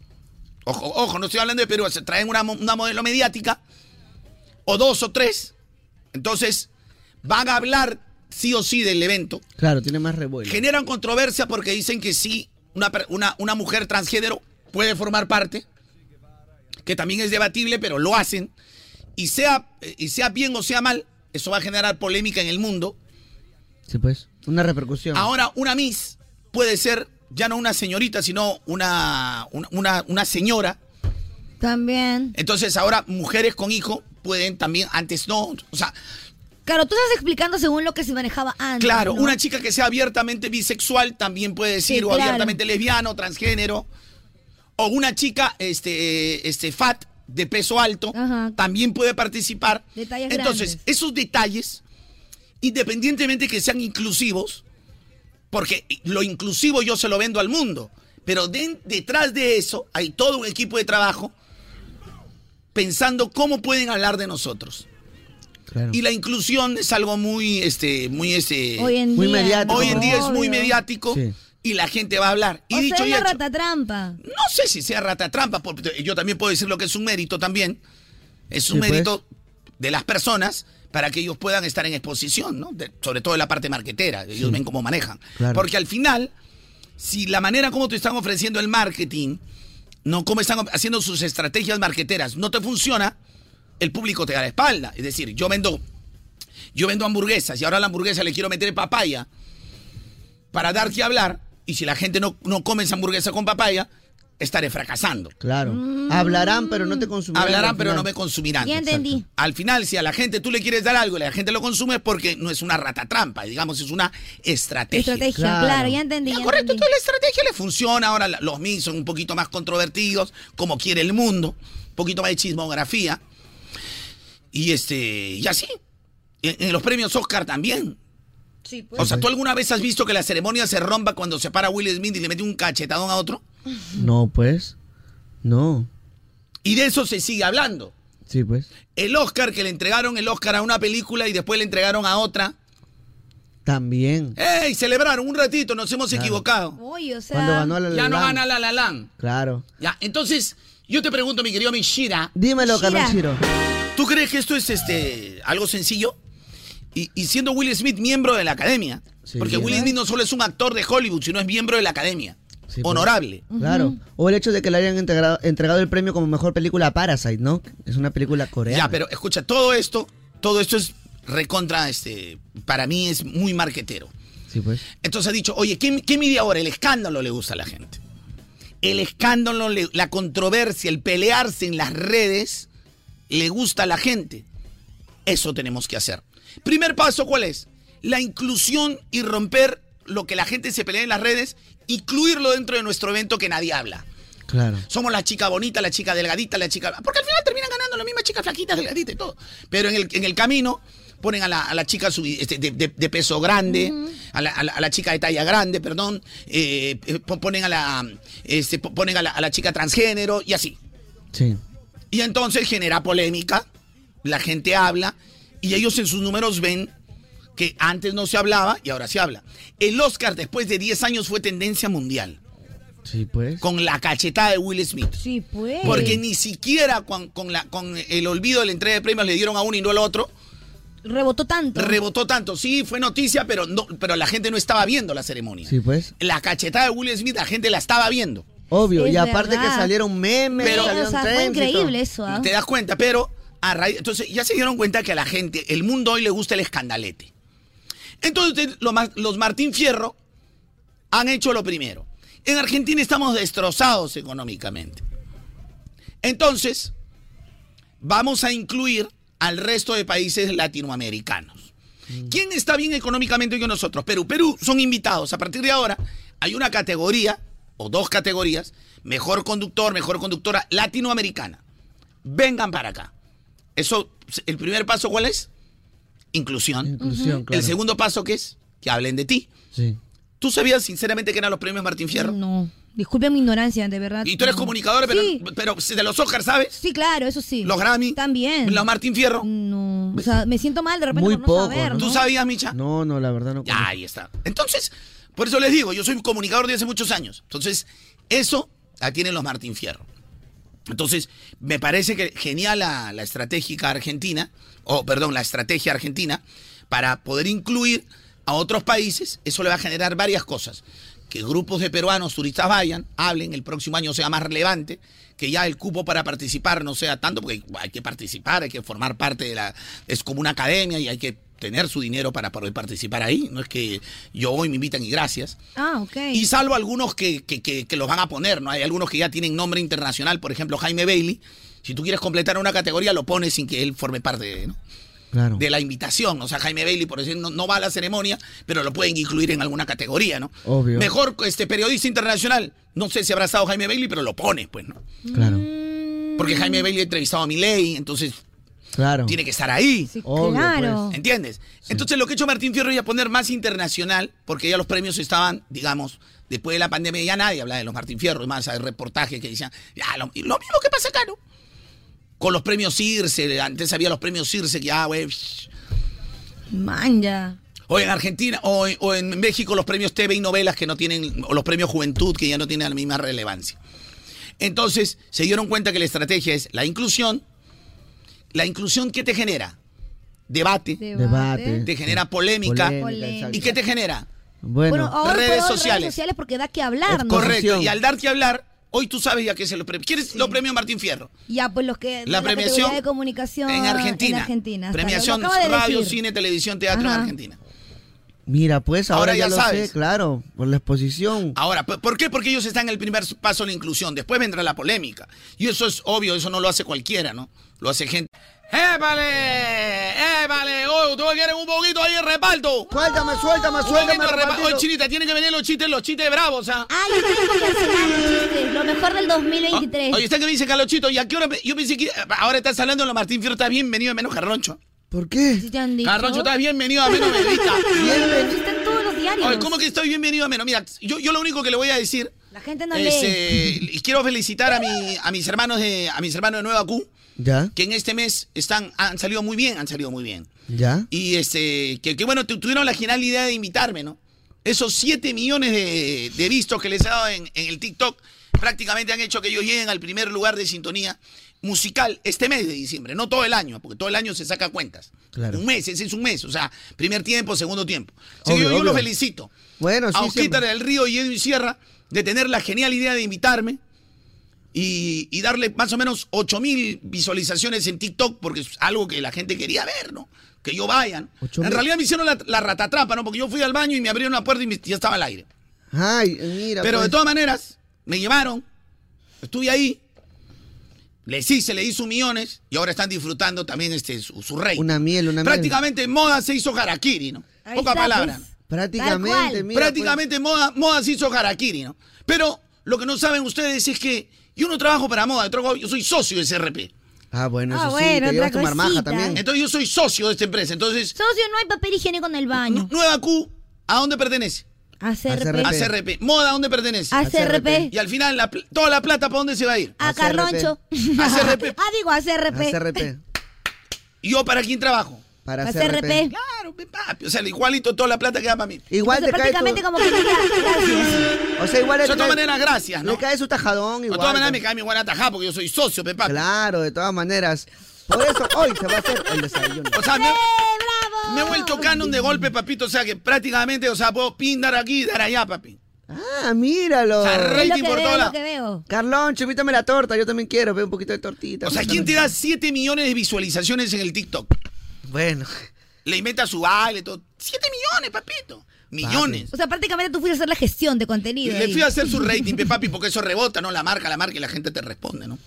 Ojo, ojo, no estoy hablando de Perú, se traen una, mo- una modelo mediática, o dos o tres. Entonces, van a hablar sí o sí del evento. Claro, tiene más revuelo. Generan controversia porque dicen que sí, una, per- una, una mujer transgénero puede formar parte, que también es debatible, pero lo hacen. Y sea, eh, y sea bien o sea mal, eso va a generar polémica en el mundo. Sí, pues. Una repercusión. Ah. Ahora, una Miss puede ser ya no una señorita, sino una, una, una- una señora. También. Entonces, ahora mujeres con hijo pueden también, antes no. O sea, Claro, tú estás explicando según lo que se manejaba antes. claro, ¿no? una chica que sea abiertamente bisexual también puede decir, Sí, o claro. abiertamente lesbiano, transgénero. O una chica este, este, fat, de peso alto, Ajá. también puede participar. Detalles Entonces, grandes. esos detalles, independientemente que sean inclusivos, porque lo inclusivo yo se lo vendo al mundo, pero den- detrás de eso hay todo un equipo de trabajo pensando cómo pueden hablar de nosotros. Claro. Y la inclusión es algo muy, este, muy, este, Hoy en Muy día. mediático, hoy en día es muy Obvio. mediático Sí. y la gente va a hablar. Y o dicho sea, y una hecho. ratatrampa. No sé si sea rata trampa, porque yo también puedo decir lo que es un mérito también. Es un Sí, pues. mérito de las personas para que ellos puedan estar en exposición, ¿no? De- sobre todo en la parte marquetera, ellos ven cómo manejan. Claro. Porque al final, si la manera como te están ofreciendo el marketing, no cómo están haciendo sus estrategias marqueteras, no te funciona, el público te da la espalda. Es decir, yo vendo yo vendo hamburguesas y ahora a la hamburguesa le quiero meter papaya para dar que hablar, y si la gente no, no come esa hamburguesa con papaya, estaré fracasando. Claro. Mm. Hablarán, pero no te consumirán. Hablarán, al pero no final. me consumirán. Ya entendí. Exacto. Al final, si a la gente tú le quieres dar algo y la gente lo consume, es porque no es una rata trampa, digamos, es una estrategia. Estrategia, claro, ya entendí. ya correcto, toda la estrategia le funciona. Ahora la- los mil son un poquito más controvertidos, como quiere el mundo, un poquito más de chismografía. Y este, y así. En, en los premios Oscar también. Sí, pues. O sea, ¿tú alguna vez has visto que la ceremonia se rompa cuando se para Will Smith y le mete un cachetadón a otro? No, pues. No. Y de eso se sigue hablando. Sí, pues. El Oscar que le entregaron el Oscar a una película y después le entregaron a otra. También. ¡Ey! Celebraron un ratito, nos hemos equivocado. Uy, o sea. Cuando ganó la La ya no Land. gana la La Land. Claro. Ya, entonces, yo te pregunto, mi querido Mishira. Dímelo, Shira. Carlos Chiro. ¿Tú crees que esto es este algo sencillo? Y, y siendo Will Smith miembro de la academia. porque Will Smith no solo es un actor de Hollywood, sino es miembro de la academia. Sí, pues. Honorable. Claro. O el hecho de que le hayan entregado, entregado el premio como mejor película a Parasite, ¿no? Es una película coreana. Ya, pero escucha, todo esto, todo esto es recontra, este, para mí es muy marquetero. Sí, pues. Entonces ha dicho, oye, ¿qué, qué mide ahora? El escándalo le gusta a la gente. El escándalo, le- la controversia, el pelearse en las redes, le gusta a la gente. Eso tenemos que hacer. Primer paso, ¿cuál es? La inclusión y romper lo que la gente se pelea en las redes, incluirlo dentro de nuestro evento que nadie habla. Claro. Somos la chica bonita, la chica delgadita, la chica... Porque al final terminan ganando las mismas chicas flaquitas, delgaditas y todo. Pero en el, en el camino ponen a la, a la chica subi- este, de, de- de peso grande, a, la, a la- a la chica de talla grande, perdón, eh, eh, po- ponen, a la, este, po- ponen a, la, a la chica transgénero y así. Sí. Y entonces genera polémica, la gente habla y ellos en sus números ven que antes no se hablaba y ahora se habla. El Oscar después de 10 años fue tendencia mundial Sí, pues. con la cachetada de Will Smith. Sí, pues. Porque ni siquiera con, con la, con el olvido de la entrega de premios le dieron a uno y no al otro. Rebotó tanto. Rebotó tanto. Sí, fue noticia, pero, no, pero la gente no estaba viendo la ceremonia. Sí, pues. La cachetada de Will Smith, la gente la estaba viendo. Obvio. Es y aparte verdad. que salieron memes, Pero- salieron o sea, fue trends y todo. increíble eso, ¿ah? Te das cuenta, pero a raíz- entonces ya se dieron cuenta que a la gente, el mundo hoy le gusta el escandalete. Entonces lo ma- los Martín Fierro han hecho lo primero. En Argentina estamos destrozados económicamente. Entonces, vamos a incluir al resto de países latinoamericanos. ¿Quién está bien económicamente que nosotros? Perú. Perú son invitados. A partir de ahora hay una categoría o dos categorías, mejor conductor, mejor conductora latinoamericana. Vengan para acá. Eso, el primer paso, ¿cuál es? Inclusión. Inclusión, Ujú. claro. El segundo paso, ¿qué es? Que hablen de ti. Sí. ¿Tú sabías sinceramente que eran los premios Martín Fierro? No. Disculpen mi ignorancia, de verdad. Y tú eres No. comunicadora, pero, Sí, pero de los Oscars, ¿sabes? sí, claro, eso sí. Los Grammy. También. Los Martín Fierro. No. O sea, me siento mal de repente Muy por no poco. saber, ¿no? ¿no? sabías, Micha? No, no, la verdad no. Ya, ahí está. Entonces, por eso les digo, yo soy comunicador de hace muchos años. Entonces, eso la tienen los Martín Fierro. Entonces, me parece que genial la, la estratégica argentina, o perdón, la estrategia argentina, para poder incluir a otros países, eso le va a generar varias cosas. Que grupos de peruanos turistas vayan, hablen, el próximo año sea más relevante, que ya el cupo para participar no sea tanto, porque hay que participar, hay que formar parte de la... Es como una academia y hay que tener su dinero para poder participar ahí, no es que yo hoy me invitan y gracias. Ah, ok. Y salvo algunos que, que- que- que los van a poner, ¿no? Hay algunos que ya tienen nombre internacional, por ejemplo, Jaime Bailey. Si tú quieres completar una categoría, lo pones sin que él forme parte de, ¿no? Claro. de la invitación. O sea, Jaime Bailey, por decir, no, no va a la ceremonia, pero lo pueden incluir en alguna categoría, ¿no? Obvio. Mejor este periodista internacional. No sé si habrá estado Jaime Bailey, pero lo pones, pues, ¿no? Claro. Mm. Porque Jaime Bailey ha entrevistado a Milei, entonces Claro. tiene que estar ahí. Obvio, claro. pues. ¿Entiendes? Entonces lo que ha hecho Martín Fierro es poner más internacional, porque ya los premios estaban, digamos, después de la pandemia, ya nadie hablaba de los Martín Fierro, es más hay reportajes que decían, ya, lo, y lo mismo que pasa acá, ¿no? Con los premios Circe, antes había los premios Circe, que ya, güey, shh. Man, ya. o en Argentina, o, en- o en México los premios TV y novelas que no tienen, o los premios Juventud que ya no tienen la misma relevancia. Entonces se dieron cuenta que la estrategia es la inclusión. ¿La inclusión qué te genera? Debate. Debate. Te genera polémica. Polémica, exacto. ¿Y qué te genera? Bueno, ahora redes puedo- sociales. redes sociales porque da que hablar, ¿no? Correcto. Y al dar que hablar, Hoy tú sabes ya qué es los premios. ¿Quieres los premios Martín Fierro? Ya, pues los que. La premiación categoría de comunicación. en Argentina. En Argentina. está, lo- lo Premiación, acaba de radio, decir. cine, televisión, teatro en Ajá. Argentina. Mira, pues Ahora ahora, ya, ya lo sabes. sé, claro, por la exposición. Ahora, ¿por por qué? Porque ellos están en el primer paso de la inclusión. Después vendrá la polémica. Y eso es obvio, eso no lo hace cualquiera, ¿no? Lo hace gente. ¡Épale! ¡Épale! ¡Oh, ustedes quieren un poquito ahí de reparto! Suéltame, suéltame, Un suéltame. poquito de reparto. repartido. Oye, chinita, tienen que venir los chistes, los chistes bravos, ¿ah? Ah, yo tengo que hacer algo, chistes. Lo mejor del 2023. Oye, está que me dice Carlochito, ¿y a qué hora? me- Yo pensé que ahora estás hablando de lo Martín Fierro, estás bienvenido a menos Carroncho. ¿Por qué? Sí, te han dicho. Carroncho, estás bienvenido a menos Melita. Está en todos los diarios. Oye, ¿cómo que estoy bienvenido a menos? Mira, yo, yo lo único que le voy a decir La gente no es, lee. eh, y quiero felicitar a, mi- a mis hermanos de a mis hermanos de Nueva Q, ¿Ya? que en este mes están han salido muy bien, han salido muy bien. ¿Ya? Y este que, que bueno, tu- tuvieron la genial idea de invitarme, ¿no? Esos 7 millones de, de vistos que les he dado en, en el TikTok prácticamente han hecho que ellos lleguen al primer lugar de sintonía musical este mes de diciembre, no todo el año, porque todo el año se saca cuentas. Claro. Un mes, ese es un mes, o sea, primer tiempo, segundo tiempo. Así que Obvio, yo, yo obvio. los felicito Bueno, sí, pues. a Osquita siempre. del Río y Edwin Sierra de tener la genial idea de invitarme y, y darle más o menos 8 mil visualizaciones en TikTok porque es algo que la gente quería ver, ¿no? Que yo vayan. Ocho En mil. realidad me hicieron la, la ratatrapa, ¿no? Porque yo fui al baño y me abrieron la puerta y me- ya estaba al aire. Ay, mira. Pero de pues. todas maneras, me llevaron, estuve ahí, les hice, le hice millones y ahora están disfrutando también este, su, su rey. Una miel, una miel. Prácticamente moda se hizo harakiri, ¿no? Ahí Poca está, palabra. pues. Tal Prácticamente, cual. mira. pues. Prácticamente moda, moda se hizo harakiri, ¿no? Pero lo que no saben ustedes es que yo no trabajo para moda, yo, trabajo- yo soy socio de CRP. pues. Ah, bueno, eso Ah, sí, bueno, te llevas otra tu marmaja cosita. también. Entonces yo soy socio de esta empresa. Entonces, Socio, no hay papel higiénico en el baño. Nueva Q, ¿a dónde pertenece? A ACRP. ACRP. CRP. Moda, ¿a dónde pertenece? ACRP. Y al final, la pl- toda la plata, ¿para dónde se va a ir? A ACRP. Carroncho. ACRP. Ah, digo ACRP. CRP. ¿Y yo para quién trabajo? Para CRP. ACRP. Claro, pe, papi. Ah, O sea, igualito toda la plata queda para mí. Igual te Entonces, cae prácticamente tu... como que no queda- gracias. O sea, igual De le todas cae- maneras, gracias, ¿no? le cae su tajadón De igual. todas maneras, me pues. cae mi buena tajada porque yo soy socio, pe, papi. Claro, de todas maneras. Por eso hoy se va a hacer el desayuno. O sea, me, ¡Eh, bravo! me he vuelto canon de golpe, papito. O sea, que prácticamente, o sea, puedo pindar aquí y dar allá, papi. Ah, míralo. O sea, re- Es lo Rating que por todo veo, es lado. lo que veo. Carlón, chupítame la torta, yo también quiero, ve un poquito de tortita. O sea, ¿quién te da 7 millones de visualizaciones en el TikTok? Bueno, Le inventa su baile, todo. 7 millones, papito. Millones. O sea, prácticamente tú fuiste a hacer la gestión de contenido. Le ahí. fui a hacer su rating, pe, papi, porque eso rebota, ¿no? La marca, la marca y la gente te responde, ¿no?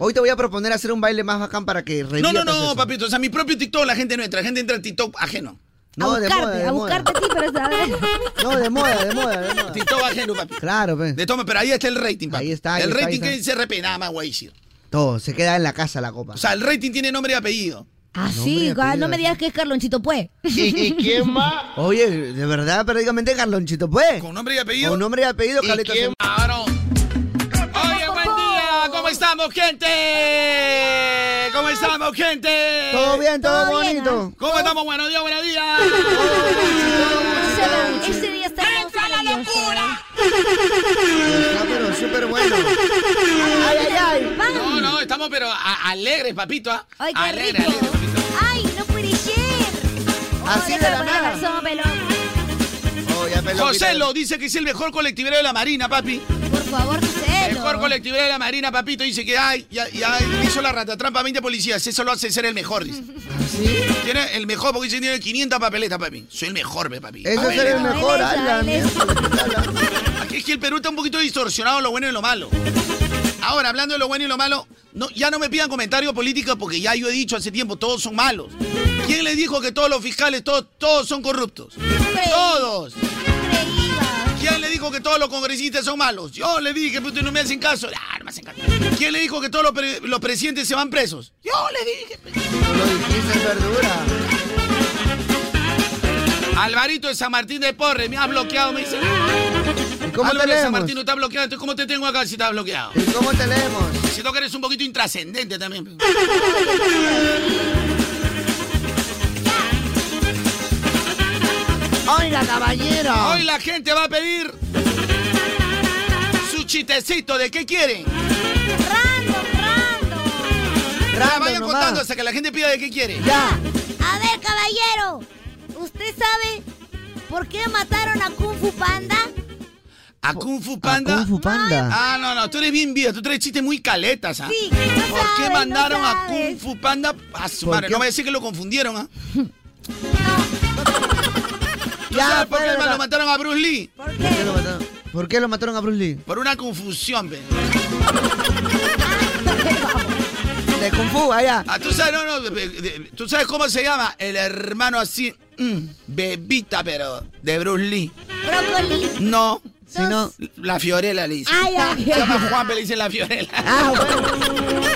hoy te voy a proponer hacer un baile más bacán para que No, revivas no, no, eso. papito. O sea, mi propio TikTok, la gente no entra. La gente entra al TikTok ajeno. No, a de buscarte, moda, de a moda. buscarte a ti para saber. No, de moda, de moda, de moda. TikTok ajeno, papi. Claro, ve. De toma, pero ahí está el rating, papi. Ahí está, ahí El está, ahí rating que está. dice RP, nada más, güey. sí. Todo, se queda en la casa la copa. O sea, el rating tiene nombre y apellido. Ah, Nombre y sí, ah, apellido. no me digas que es Carlonchito, pues. Oye, de verdad, prácticamente Carlonchito, pues. Con nombre y apellido. Con nombre y apellido, Carlitos. Claro. Oye, buen día. ¿Cómo estamos, gente? ¿Cómo estamos, gente? Todo bien, todo, Eh, Todo bien, bonito. ¿Cómo estamos? Buenos días, buenos días. Ese- Ese día está ¡Entra la locura! Está, Ah, pero súper bueno. Ay, ay, ay. No, no, estamos pero a- alegres, papito. ¿ah? ¡Ay, qué Alegres, rico! alegres, papito. ¡Ay, no puede ser! Así de la nada. Oh, ya, pelón, José mira. lo dice que es el mejor colectivero de la Marina, papi. Por favor, Joselo. Mejor colectivero de la Marina, papito. Dice que ay, ya, ya hizo la ratatrampa a 20 policías. Eso lo hace ser el mejor, dice. ¿Ah, Tiene el mejor porque dice que tiene 500 papeletas, papi. Soy el mejor, ve, papi. Eso es Papeleta. el mejor. Él es, ay, la él es. mierda. Es que el Perú está un poquito distorsionado lo bueno y lo malo. Ahora, hablando de lo bueno y lo malo, no, ya no me pidan comentarios políticos porque ya yo he dicho hace tiempo, todos son malos. ¿Quién les dijo que todos los fiscales, todos, todos son corruptos? ¡Todos! ¿Quién le dijo que todos los congresistas son malos? Yo le dije, pero ustedes no me hacen caso. Ah, no me hacen caso. ¿Quién le dijo que todos los, pre- los presidentes se van presos? Yo le ¿eh? dije. pe- Lo dijiste, verdura. Alvarito de San Martín de Porres me has bloqueado, me dice. ¿Y cómo Álvaro te de San leemos? Martín no está bloqueado, entonces ¿cómo te tengo acá si estás bloqueado? ¿Y cómo te leemos? Siento que eres un poquito intrascendente también. pe. ¡Oiga, caballero! Hoy la gente va a pedir su chistecito de qué quieren. ¡Random, random! Ya Random vayan nomás. contando hasta que la gente pida de qué quiere. ¡Ya! A ver, caballero, ¿usted sabe por qué mataron a Kung Fu Panda? ¿A Kung Fu Panda? Kung Fu Panda. Ah, no, no, tú eres bien vieja, tú traes chistes muy caletas, ¿ah? Sí, que no ¿Por qué sabes, mandaron no a Kung Fu Panda a su ¿Por madre? qué? No va a decir que lo confundieron, ¿ah? Ya, Ya, ¿Por qué pero hermano, la- lo mataron a Bruce Lee? ¿Por qué lo mataron? ¿Por qué lo mataron a Bruce Lee? Por una confusión, ve. De Kung Fu, allá. Ah, tú sabes, no, no, de- de- tú sabes cómo se llama el hermano así, mm, bebita, pero de Bruce Lee. Brócoli. No, Si no, la Fiorella le dice. Ay, Se llama ay. Juan, pero le dice la Fiorella. Ah, bueno.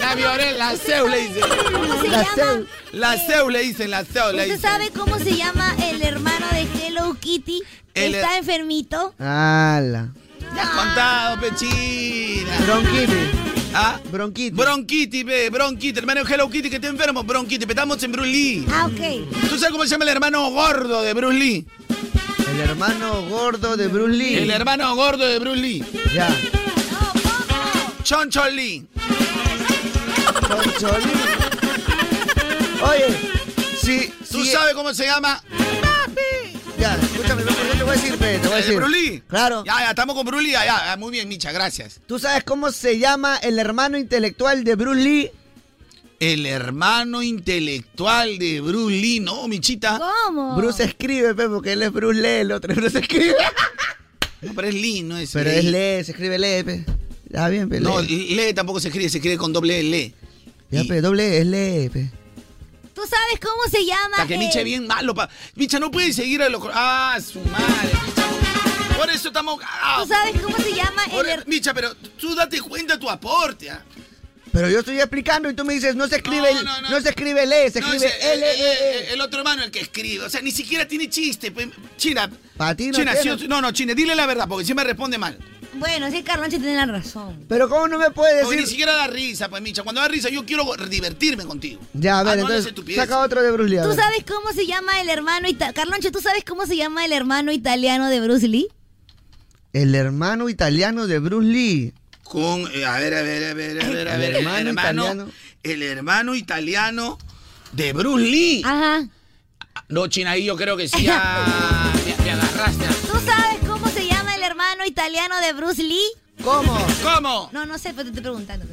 La Fiorella, la Zeus le dice. ¿Cómo se La llama? Zeus. La Zeus le dicen, la Zeus le ¿Usted dicen. sabe cómo se llama el hermano de Hello Kitty? que El- Está enfermito. Ala. Ya has contado, pechina. Bronquitis. ¿Ah? Bronquitis. Bronquitis, ve, bronquitis. Hermano Hello Kitty que está enfermo, bronquitis. pero Estamos en Bruce Lee. Ah, ok. ¿Tú sabes cómo se llama el hermano gordo de Bruce Lee? el hermano gordo de Bruce Lee. El hermano gordo de Bruce Lee. Ya. Choncho Lee. Choncho Lee. Oye, si. ¿Tú si- sabes cómo se llama? Ya, escúchame, loco, yo te voy a decir, pe, te ¿El voy a de decir. Bruce Lee? Claro. Ya, ya, estamos con Bruce Lee. Ya, ya, Ah, muy bien, Micha, gracias. ¿Tú sabes cómo se llama el hermano intelectual de Bruce Lee? El hermano intelectual de Bruce Lee, ¿no, Michita? ¿Cómo? Bruce escribe, pe, porque él es Bruce Lee, el otro es Bruce escribe. No, pero es Lee, no es Pero Lee. es Lee, se escribe Lee, pe. Ya Ah, bien, pe. No, Lee. Lee tampoco se escribe, se escribe con doble L. Ya, y- pe, doble E, es Lee, pe. ¿Tú sabes cómo se llama? Para que el- Micha es bien malo. Pa... Micha no puede seguir a los... Ah, su madre. Micha. Por eso estamos... Ah, ¿Tú sabes cómo se llama el por- her- Micha, pero tú date cuenta de tu aporte. ah. Pero yo estoy explicando y tú me dices, no se escribe, No, no, no, no. se escribe Lee, se No, eh, escribe ese- L, el, E, E. el- el otro hermano el que escribe. O sea, ni siquiera tiene chiste. pues, China. Pa' ti no China, tiene. sí o- no, no, China, dile la verdad, porque siempre responde mal. Bueno, sí, Carlonche tiene la razón. Pero ¿cómo no me puedes Porque ni decir? siquiera da risa, pues, Micha. Cuando da risa, yo quiero divertirme contigo. Ya, a Ah, ver, no hables entonces, estupideces. saca otro de Bruce Lee. a ¿Tú ver. sabes cómo se llama el hermano italiano? Carlonche, ¿tú sabes cómo se llama el hermano italiano de Bruce Lee? El hermano italiano de Bruce Lee. Con, eh, a ver, a ver, a ver, a ver, a El ver. hermano italiano. El hermano italiano de Bruce Lee. Ajá. No, China, ahí yo creo que sí. ah, me, me agarraste. ¿Tú sabes cómo se llama el hermano italiano de Bruce Lee? ¿Cómo? ¿Cómo? No, no sé, pero te estoy preguntando.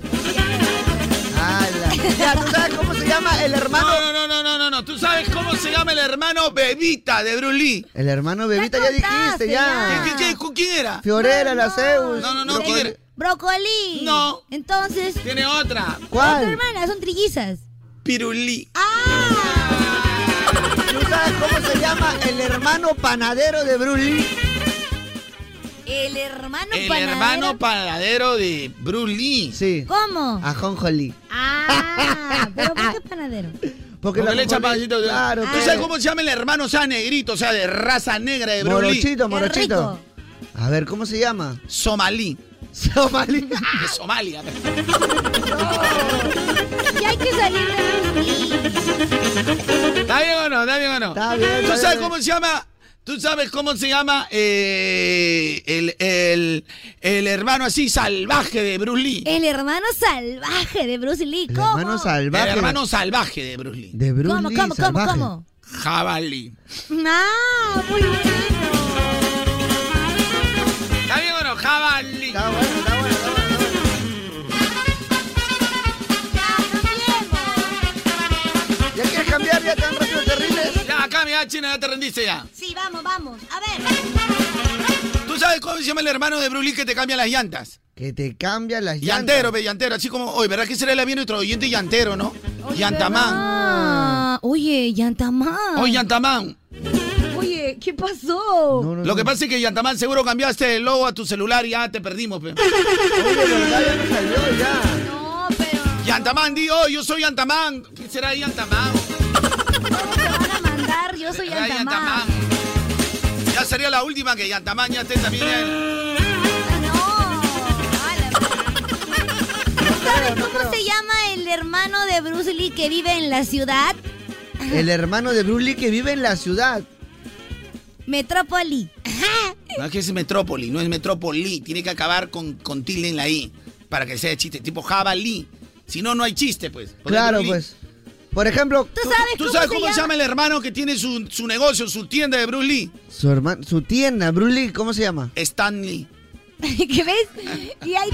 Ala. Ya, ¿tú sabes cómo se llama el hermano? No, no, no, no, no, no, no. ¿Tú sabes cómo se llama el hermano Bebita de Bruce Lee? El hermano Bebita ya dijiste, contaste, ya. ya. ¿Qué, qué, qué, con quién era? Fiorella, la Zeus. No, no, no, Pero- ¿quién era? ¡Brócoli! No. Entonces, Tiene otra. otra ¿Cuál? hermana, son trillizas. Pirulí. ¡Ah! ¿Tú sabes cómo se llama el hermano panadero de Bruce Lee? El hermano El panadero. hermano panadero de Bruce Lee. Sí. ¿Cómo? A Jonjolí. Ah, pero ¿por qué panadero? Porque, Porque la le echa ajonjolí- pedacito de- Claro. ¿Tú pe. sabes cómo se llama el hermano? O sea, negrito, o sea, de raza negra de Eh, Bruce Lee. Morochito, Qué morochito. rico. A ver, ¿cómo se llama? Somalí. Somalí. De Somalia. Y hay que salir de Bruce Lee. ¿Está bien o no? ¿Está bien o no? Está bien, ¿Tú está sabes bien. cómo se llama? ¿Tú sabes cómo se llama eh, el, el, el hermano así salvaje de Bruce Lee? El hermano salvaje de Bruce Lee. El ¿Cómo? hermano salvaje. El hermano salvaje de Bruce Lee. De Bruce ¿Cómo, Lee, cómo, cómo, salvaje. cómo? Jabalí. Ah, muy bueno. ¿Está bien o no? Jabalí. Está bueno, está bueno, está bueno, está bueno. ¿Ya quieres cambiar ya tan rápido terribles? Ya, acá, mira, China, ya te rendiste ya. Sí, vamos, vamos. A ver. ¿Tú sabes cómo se llama el hermano de Bruce Lee que te cambia las llantas? Que te cambia las Llantero, llantas. pe, llantero. Así como, oye, ¿verdad que será el avión nuestro oyente llantero, no? Llantamán. Ah, oye, Yantamán. Oye, Llantamán. Oye, ¿qué pasó? No, no, Lo no. que pasa es que Yantamán seguro cambiaste el logo a tu celular y ya te perdimos, pe. Oye, ¿verdad? Ya no salió ya. No, pero Yantamán, di, oh, yo soy Yantamán. ¿Qué será de Yantamán? ¿cómo te van a mandar? Yo soy Será de Yantamán. Yantamán. Ya sería la última que Yantamán ya esté también. en- Ah, No. ¿Tú sabes cómo se llama el hermano de Bruce Lee que vive en la ciudad? El hermano de Bruce Lee que vive en la ciudad. Metrópoli. Ajá. No es que es Metrópoli, no es Metrópoli. Tiene que acabar con, con tilde en la I para que sea chiste, tipo jabalí. Si no, no hay chiste, pues. Porque claro, Bruce Lee- pues. Por ejemplo, ¿Tú sabes, ¿tú sabes cómo, se, llama? el hermano que tiene su, su negocio, su tienda de Bruce Lee? su hermano, su tienda, Bruce Lee, ¿cómo se llama? Stanley. ¿Qué ves? Y hay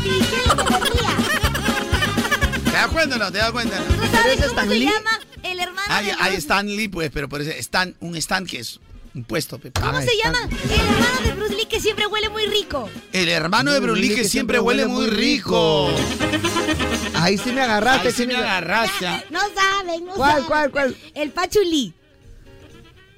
¿Te das cuenta o no? ¿Te das cuenta? ¿Tú sabes cómo se llama el hermano Hay, de hay Bruce Stanley, pues, pero por eso, Stan, un stand que es un puesto. Pepe. Ah, ¿Cómo se llama? El hermano de Bruce Lee que siempre huele muy rico. El hermano de Bruce Lee que, siempre huele muy rico. Ahí sí me agarraste. Ahí sí me agarraste. ah. No saben, no ¿Cuál, saben. cuál, cuál? El Pachulí.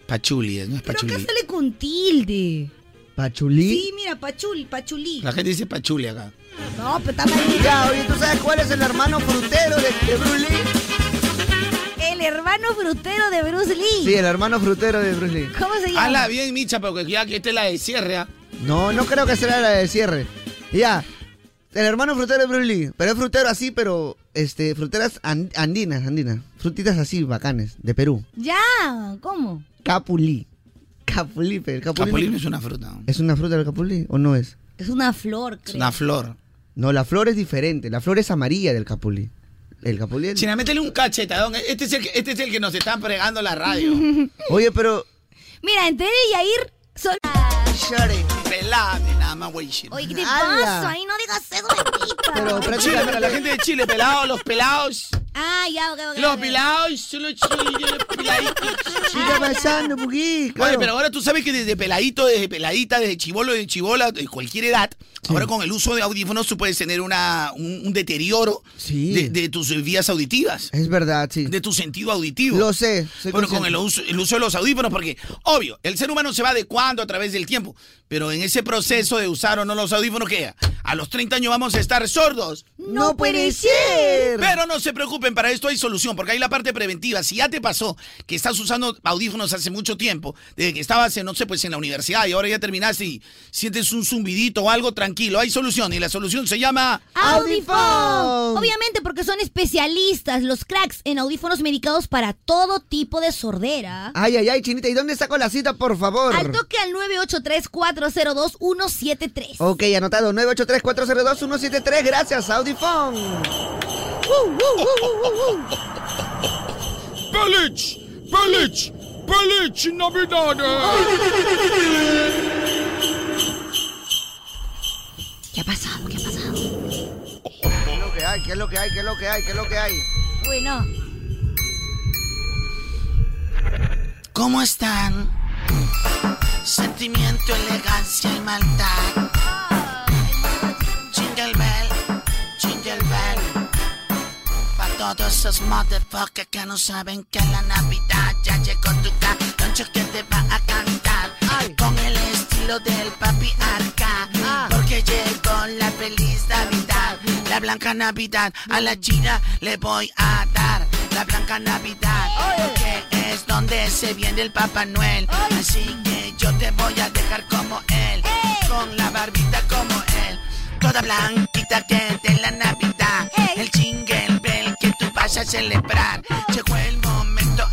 Pachuli, ¿eh? no es Pero acá Pachuli. sale con tilde. ¿Pachulí? Sí, mira, Pachul, Pachulí. La gente dice Pachuli acá. No, pero está mal. Ya, oye, ¿tú sabes cuál es el hermano frutero de, de Bruce Lee? El hermano frutero de Bruce Lee. Sí, el hermano frutero de Bruce Lee. ¿Cómo se llama? Hala bien, Micha, porque ya que esta es la de cierre, ¿ah? No, no creo que sea la de cierre. Ya, el hermano frutero de Bruce Lee. Pero es frutero así, pero este, fruteras an- andinas, andinas. Frutitas así, bacanes, de Perú. Ya, ¿cómo? Capulí. Capulí, pero el capulí. Capulín no es una fruta, ¿no? ¿Es una fruta el capulí o no es? Es una flor, creo. es una flor. No, la flor es diferente. La flor es amarilla del capulí. El capulí es... China, métele un cachetadón. Este es, el que, este es el que nos está fregando la radio. Oye, pero... Mira, entre él y Yair son... Pelame, nada más, güey. China. Oye, ¿qué te ¡Hala! pasa? Ay, no digas eso, Betita. Chile, Pero para la prácticamente... gente de Chile, pelados, los pelados. Ah, ya, ok, ok. Los ok. pelados son los chillos, los peladitos. Sigue avanzando, Pugui, Oye, claro. pero ahora tú sabes que desde peladito, desde peladita, desde chivolo, desde chivola, de cualquier edad, ahora con el uso de audífonos tú puedes tener una, un, un deterioro Sí. de, de tus vías auditivas, Es verdad, sí. de tu sentido auditivo. Lo sé. soy Bueno, con consciente. el uso, el uso de los audífonos, porque, obvio, el ser humano se va adecuando a través del tiempo, pero en ese proceso de usar o no los audífonos, ¿qué? A los 30 años vamos a estar sordos. No puede ser. Pero no se preocupen, para esto hay solución, porque hay la parte preventiva. Si ya te pasó que estás usando audífonos hace mucho tiempo, desde que estabas, en, no sé, pues en la universidad y ahora ya terminaste y sientes un zumbidito o algo, tranquilo, hay solución. Y la solución se llama... Audifón. Audifón. Obviamente porque son especialistas, los cracks en audífonos medicados para todo tipo de sordera. Ay, ay, ay, chinita, ¿y dónde saco la cita, por favor? Al toque al 983-402-173. Ok, anotado 983-402-173, gracias, Audifone. ¡Pelich! ¡Pelich! ¡Pelich Navidad! ¿Qué ha pasado? ¿Qué ha pasado? ¿Qué es lo que hay? ¿Qué es lo que hay? ¿Qué es lo que hay? ¿Qué es lo que hay? Uy, no. ¿Cómo están? Sentimiento, elegancia y maldad. Jingle bell, jingle bell. Pa' todos esos motherfuckers que no saben que la Navidad ya llegó tu cancho que te va a cantar. Con el estilo del papi arca. Porque llegó la feliz Navidad. La blanca Navidad a la china le voy a dar. La blanca Navidad. Porque es donde se viene el Papá Noel. Así que yo te voy a dejar como él. Con la barbita como él. Toda blanquita que de la Navidad. El jingle bell que tú vas a celebrar. Llegó el momento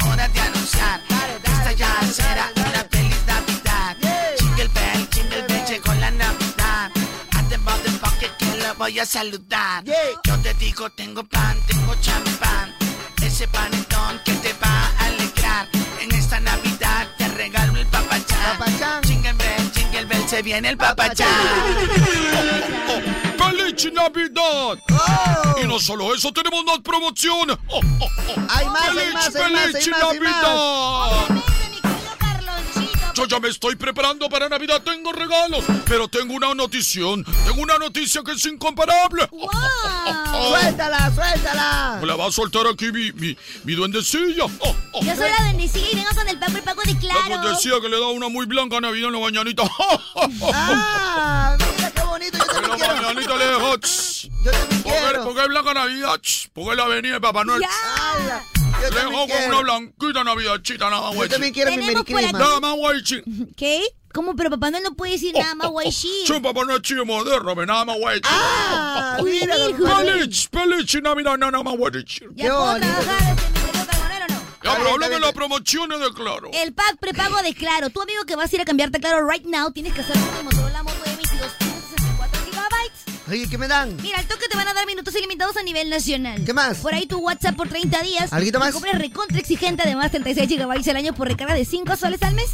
ahora de anunciar. Esta ya será una feliz Navidad. Jingle bell, jingle bell, llegó la Navidad. A the motherfucker que lo voy a saludar. Yo te digo, tengo pan, tengo champán. Ese panetón que te va a alegrar. En esta Navidad te regalo el papachán. Papachán. Jingle bell, jingle bell, se viene el papachán. ¡Feliz Oh, Navidad! Oh. Y no solo eso, tenemos más promoción. ¡Oh, oh, oh! Hay más, hay más, hay más, hay más, hay más. Navidad! Vente, mi querido Carlonchito. Yo ya me estoy preparando para Navidad, tengo regalos, pero tengo una notición, tengo una noticia que es incomparable. Oh, ¡Wow! ¡Suéltala, suéltala! Me la va a soltar aquí mi, mi, mi duendecilla. Oh, oh. Yo soy la bendecida y vengo con el pago y pago de La claro. duendecilla que le da una muy blanca Navidad en la mañanita. Oh, ¡Ah! ¡Mira qué bonito! Yo En también la quiero. mañanita le dejo. tss. Yo también Porque, quiero. porque es blanca Navidad, tss. porque es la avenida de Papá Noel. ¡Hala! Le dejo Yo también con una quiero. blanquita Navidadchita nada más, Yo güey. también quiero mi Tenemos Merry por aquí- Christmas. Nada más, güey. chi. ¿Qué? ¿Cómo? Pero papá Noel no puede Oh, decir nada más guay shit. Soy Papá Noel chido moderno, ve, nada más, güey. chi. ¡Ah! Uy, ¡Mira! Virgo. Pelich, pelich, Navidad, nada más, güey. chi. ¿Ya qué puedo bonito. trabajar este, mi querido Paco Noel, o no? Ya, pero Ay, háblame de Navidad. las promociones de Claro. El pack prepago de Claro. Tu amigo que vas a ir a cambiarte a Claro right now, tienes que hacer un Motorola Moto M22 64 GB. Oye, ¿qué me dan? Mira, al toque te van a dar minutos ilimitados a nivel nacional. ¿Qué más? Por ahí tu WhatsApp por 30 días. ¿Alguito más? Te compras recontra exigente, además 36 GB al año por recarga de 5 soles al mes.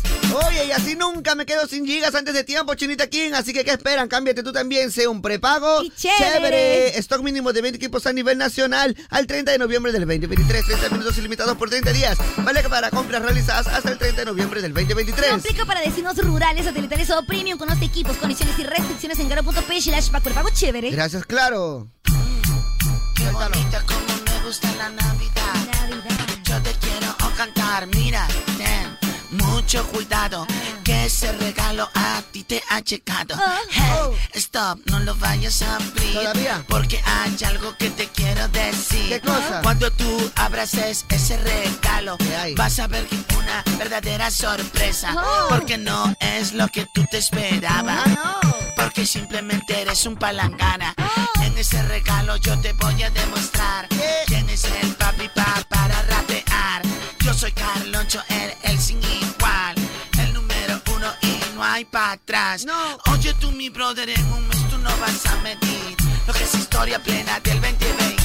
Oye, y así nunca me quedo sin gigas antes de tiempo, Chinita King. Así que, ¿qué esperan? Cámbiate tú también. Sé un prepago. chévere. Stock mínimo de 20 equipos a nivel nacional al 30 de noviembre del 2023. 30 minutos ilimitados por 30 días. Vale que para compras realizadas hasta el 30 de noviembre del No 2023. aplica para destinos rurales, satelitales o premium. Conoce equipos, condiciones y restricciones en garo.p slash pago pago chévere. Gracias, claro. Qué bonita como me gusta la Navidad. Yo te quiero oh, cantar, mira, ten mucho cuidado que ese regalo a ti te ha llegado. Ah. Oh. Hey, stop, no lo vayas a abrir. Porque hay algo que te quiero decir. ¿Qué cosa? Cuando tú abraces ese regalo, vas a ver que es una verdadera sorpresa. Oh. Ah, Porque no es lo que tú te esperabas. Porque simplemente eres un palangana. En ese regalo yo te voy a demostrar quién es el papi pa para rapear. Yo soy Carloncho, el, el sin igual. El número uno y no hay para atrás. Oye tú, mi brother, en un mes tú no vas a medir lo que es historia plena del 2023.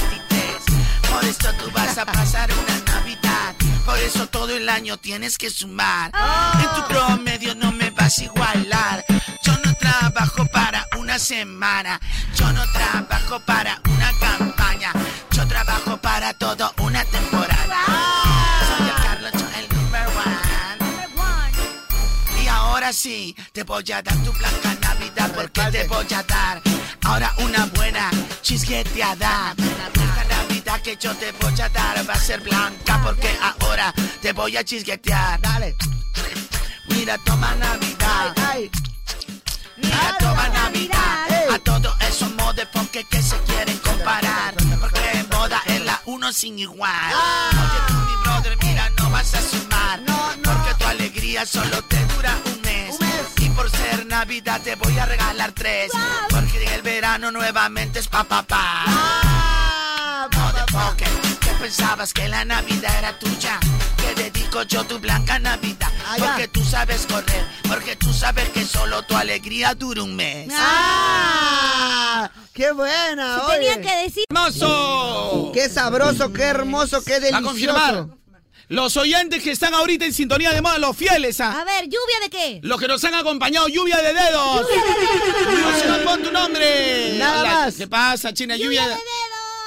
Por eso tú vas a pasar una Navidad. Por eso todo el año tienes que sumar. En tu promedio no me vas a igualar. Yo no trabajo para una semana. Yo no trabajo para una campaña. Yo trabajo para toda una temporada. Soy el Carloncho, el number one. Y ahora sí, te voy a dar tu blanca Navidad porque te voy a dar ahora una buena chisqueteada. La Navidad que yo te voy a dar va a ser blanca porque ahora te voy a chisquetear. Dale. Mira, toma Navidad. Mira, toma Navidad. A todos esos modefonques que se quieren comparar. Porque en moda es la uno sin igual. Oye, tú, mi brother, mira, no vas a sumar. Porque tu alegría solo te dura un mes. Y por ser Navidad te voy a regalar tres. Porque en el verano nuevamente es pa pa pa. Motherfucker, que pensabas que la Navidad era tuya. Te dedico yo tu blanca Navidad. Porque tú sabes correr, porque tú sabes que solo tu alegría dura un mes. ¡Ah! ¡Qué buena! Se tenía que decir. ¡Hermoso! ¡Qué sabroso, qué hermoso, qué A delicioso! confirmar. Los oyentes que están ahorita en sintonía de moda, los fieles, ¿ah? A ver, ¿lluvia de qué? Los que nos han acompañado, lluvia de dedos. Música con tu nombre. Nada Hola, más. ¿Qué pasa, China? Lluvia, de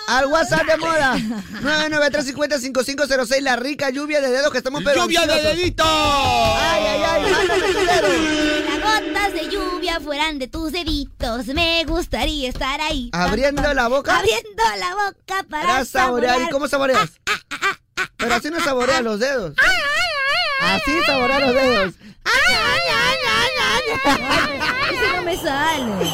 Al WhatsApp de moda. 993505506 La rica lluvia de dedos que estamos pero ¡Lluvia de ansiosos. deditos! ¡Ay, ay, ay! ¡Mándame tu dedo! Si las gotas de lluvia fueran de tus deditos, me gustaría estar ahí. ¿Abriendo la boca? Abriendo la boca para, Para saborear. ¿Y saborear. cómo saboreas? Pero así no saboreas los dedos. Así saboreas los dedos. Ese no me sale.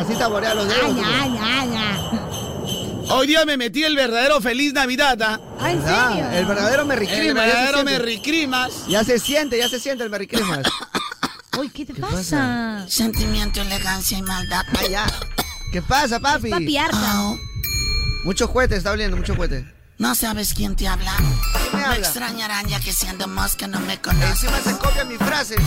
Así saborea los dedos. Ay, ay, ay. Hoy día me metí el verdadero feliz Navidad, ¿ah? ¿en Ah, serio? el verdadero merricrima, El ya se verdadero siente. merricrimas. Ya se siente, ya se siente el merricrimas. Uy, ¿qué te pasa? Sentimiento, elegancia y maldad. Allá. ¿Qué pasa, papi? papi harta. Muchos juguetes, está oliendo, muchos juguetes. No sabes quién te habla. Me extrañarán ya que siendo mosca no me conoces. Encima se copian mis frases.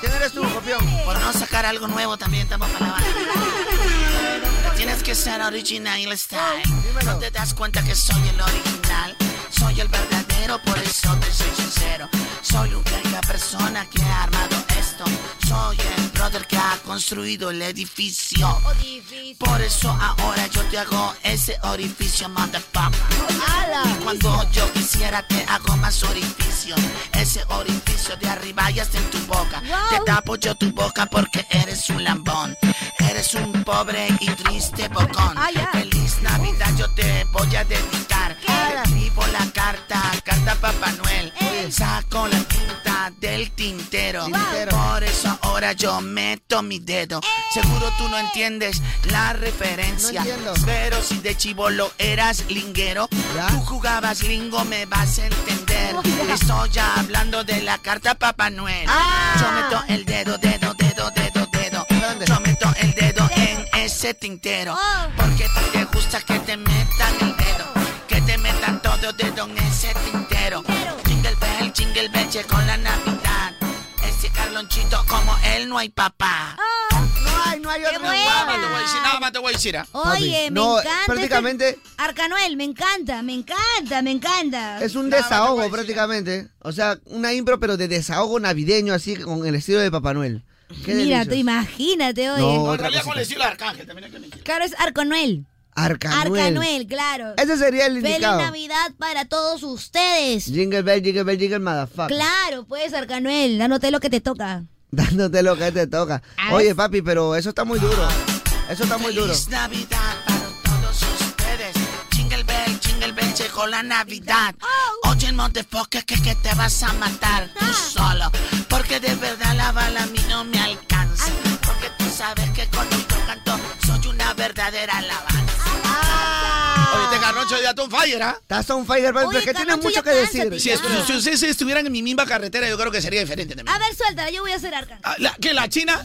¿Quién eres tú, copión? Por no sacar algo nuevo también estamos para la banda. Pero Tienes que ser original style. No te das cuenta que soy el original. Soy el verdadero, por eso te soy sincero. Soy la única persona que ha armado esto. Soy el brother que ha construido el edificio. Por eso ahora yo te hago ese orificio, motherfucker. Y cuando yo quisiera te hago más orificio. Ese orificio de arriba y hasta en tu boca. Te tapo yo tu boca porque eres un lambón. Eres un pobre y triste bocón. Feliz Navidad yo te voy a dedicar. Te escribo la carta, carta a Papá Noel. Saco la tinta del tintero. ¡Eh! Por eso ahora yo meto mi dedo. Seguro tú no entiendes la referencia. Pero si de chivolo eras linguero, tú jugabas lingo, me vas a entender. Estoy Oh, ya hablando de la carta a Papá Noel. Yo meto el dedo, dedo, dedo, dedo, dedo. Yo meto el dedo en ese tintero. Porque a ti te gusta que te metan el dedo. Que te metan todo dedo en ese tintero. Jingle bell, jingle bell, llegó la Navidad. Ese Carlonchito como él no hay papá. No hay, no hay otro bueno. Nada más te voy a decir, nada más te voy a decir. ¿ah? Oye, me no, encanta. prácticamente- este- Arcanuel, me encanta, me encanta, me encanta. Es un desahogo prácticamente. O sea, una impro, pero de desahogo navideño, así con el estilo de Papá Noel. Qué Mira, delicioso. tú imagínate, oye. No, En otra realidad, cosita. con el estilo de Arcángel también hay que Claro, es Arcanuel. Arcanuel. Arcanuel, claro. Ese sería el Feliz indicado. Navidad para todos ustedes. Jingle bell, jingle bell, jingle motherfucker. Claro, pues, Arcanuel, dándote lo que te toca. Dándote lo que te toca. Oye, papi, pero eso está muy duro. Eso está muy duro. Feliz Navidad para todos ustedes. Jingle bell, jingle bell, llegó la Navidad. Oye, no te enfoques que, que te vas a matar tú solo. Porque de verdad la bala a mí no me alcanza. Porque tú sabes que cuando yo canto soy una verdadera alabanza. Ah. Oye, te Carnocho ya está on fire, ¿ah? Estás on fire, papi, porque que tienes mucho que decir. Si, estu- si ustedes estuvieran en mi misma carretera, yo creo que sería diferente también. A ver, suéltala, yo voy a ser Arca. Ah, la- ¿Qué, la china?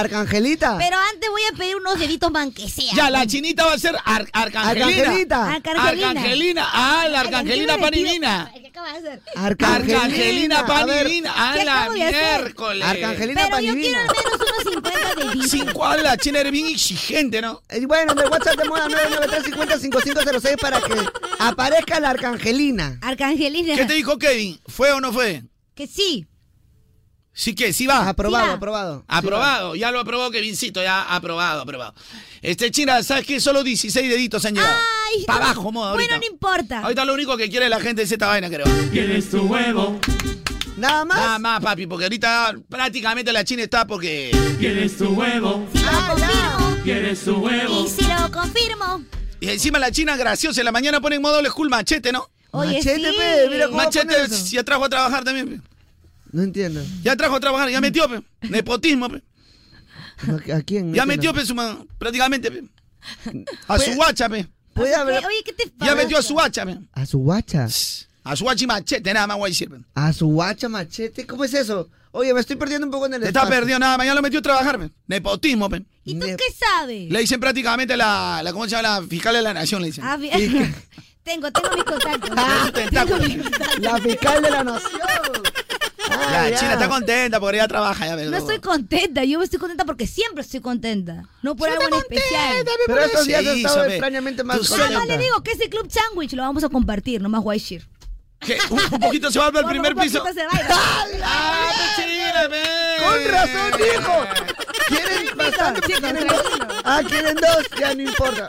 arcangelita. Pero antes voy a pedir unos deditos manqueseas. Ya, la chinita va a ser Ar- Arcangelina. Arcangelita. Arcangelina. Arcangelina. Ah, la Arcangelina Arcangelina Panivina. ¿Qué acabas de hacer? Arcangelina. Arcangelina Panivina. A A ver, ¿qué la acabo de hacer? miércoles. Arcangelina Pero yo quiero Panivina. al menos unos 50 deditos. Cinco, ah, la china eres bien exigente, ¿no? Eh, Bueno, en el WhatsApp de moda 993505506 para que aparezca la arcangelina. Arcangelina. ¿Qué te dijo Kevin? ¿Fue o no fue? Que sí. Sí que, sí va. Aprobado, Sí va. aprobado. Aprobado, ya lo aprobó Kevincito, ya aprobado, aprobado. Este China, ¿sabes qué? Solo 16 deditos han llegado. Para abajo, moda, Bueno, ahorita. no importa. Ahorita lo único que quiere la gente es esta vaina, creo. ¿Quieres tu huevo? Nada más. Nada más, papi, porque ahorita prácticamente la China está porque. ¿Quieres tu huevo? Si lo confirmo. ¿Quieres tu huevo? Y si lo confirmo. Y encima la China, graciosa, en la mañana pone en modo old school machete, ¿no? Oye, Machete, sí. pe, mira cómo Machete pone eso. ya trajo a trabajar también, pe. No entiendo. Ya trajo a trabajar, ya metió, pe. Nepotismo, pe. No, ¿A quién? No Ya entiendo. metió, pe, su ma- prácticamente, pe. A su guacha, pe. Puede haber- Oye, ¿qué te Ya metió a su guacha, pe. A su guacha. A su guacha y machete, nada más voy a decir, pe. A su guacha machete. ¿Cómo es eso? Oye, me estoy perdiendo un poco en el Te está espacio. perdido nada, mañana lo metió a trabajar, pe. Nepotismo, pe. ¿Y tú qué sabes? Le dicen prácticamente la, la, ¿cómo se llama? La fiscal de la nación, le dicen. Ah, bien. Tengo, tengo mis contactos. La fiscal de la nación. Ah, La China está contenta porque ella trabaja, ya, pe. No estoy contenta, yo estoy contenta porque siempre estoy contenta. No por Sí, algo en está especial. contenta, Pero pero estos días se ha hizo, estado ve. extrañamente más Nada contenta. más le digo que ese club sandwich lo vamos a compartir, nomás Guayshir. ¿Qué? Un, un poquito se va al Por primer un piso. poquito se Ah, baila. Con razón, dijo. Quieren bastante. quieren dos. Ah, quieren dos. Ya no importa.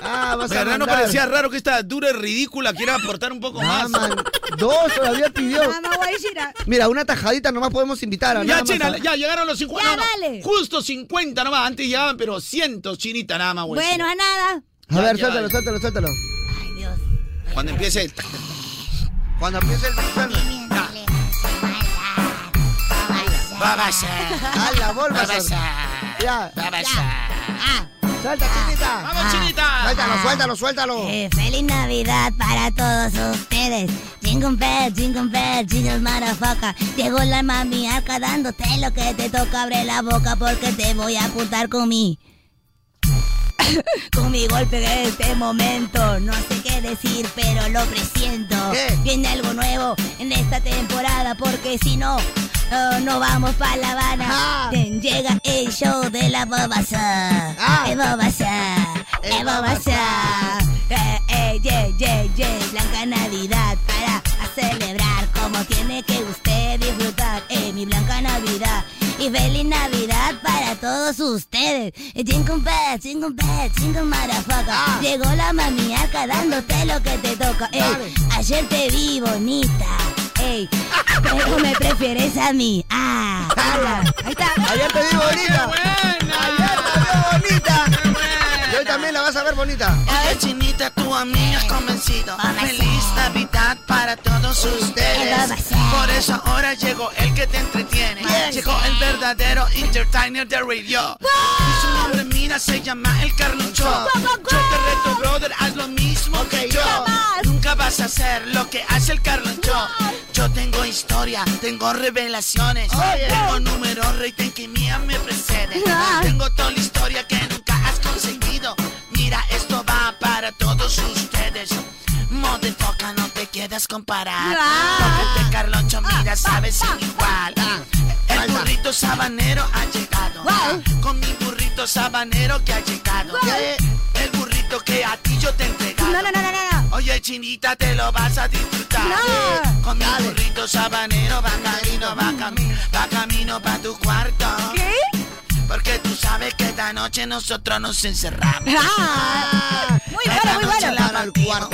Ah, vas a ¿Verdad no mandar. parecía raro que esta dura y ridícula quiera aportar un poco Ah, más? man, Dos todavía pidió. Nada más Guayshira. Mira, una tajadita nomás podemos invitar. a Ya, nada más, China, ¿ah? ya llegaron los 50. no, no, Justo 50 nomás. Antes llegaban, pero cientos chinita nada más, güey. Bueno, a nada. A ver, ya, suéltalo, ya. suéltalo, suéltalo. Cuando empiece el. Cuando empiece el. Va a pasar. A la bolsa. Va a pasar. Ya. Va a pasar. Suelta, chinita. Ah, Ah. Vamos, chinita. Suéltalo, suéltalo, suéltalo. Eh, feliz Navidad para todos ustedes. Jingle bell, jingle bell, jingle marafaca. Llegó la mami arca dándote lo que te toca. Abre la boca porque te voy a apuntar con mi... con mi golpe de este momento. No sé qué decir, pero lo presiento. Viene algo nuevo en esta temporada porque si no... eh, no vamos para La Habana. Ah. Ten- Llega el show de la babasa. Ah. El babasa. El babasa. Eh, eh, ye, ye, ye. Blanca Navidad para a celebrar como tiene que usted disfrutar. Eh, mi Blanca Navidad. Y feliz Navidad para todos ustedes. Eh, Jingle bell, jingle bell, jingle marafaca. Ah. Llegó la mamiaca dándote lo que te toca. Eh, ayer te vi bonita. Ey, pero me prefieres a mí. Ah, ah. ahí está. Ayer te vi bonita. Ayer te vi bonita. Y hoy también la vas a ver bonita. Oye, chinita, tú a mí has convencido. Feliz Navidad para todos ustedes. Por eso ahora llegó el que te entretiene. Llegó el verdadero entertainer de radio. Y su nombre, mira, se llama el Carlucho. Yo te reto, brother, haz lo mismo que yo. Nunca vas a hacer lo que hace el Carlucho. Yo tengo historia, tengo revelaciones. Tengo números, rating que mía me precede. Tengo toda la historia que nunca has conseguido. Mira, esto va para todos ustedes. Modefoca, no te quiedas comparar. Porque este Carloncho, mira, sabes sin igual. El El burrito sabanero ha llegado. Con mi burrito sabanero que ha llegado. El burrito que a ti yo te he entregado. No, no, no, no, Oye, chinita, te lo vas a disfrutar. Con mi burrito sabanero va camino, va camino, va camino pa' tu cuarto. ¿Qué? Porque tú sabes que esta noche nosotros nos encerramos. Ah, muy bueno, muy bueno. La partimos.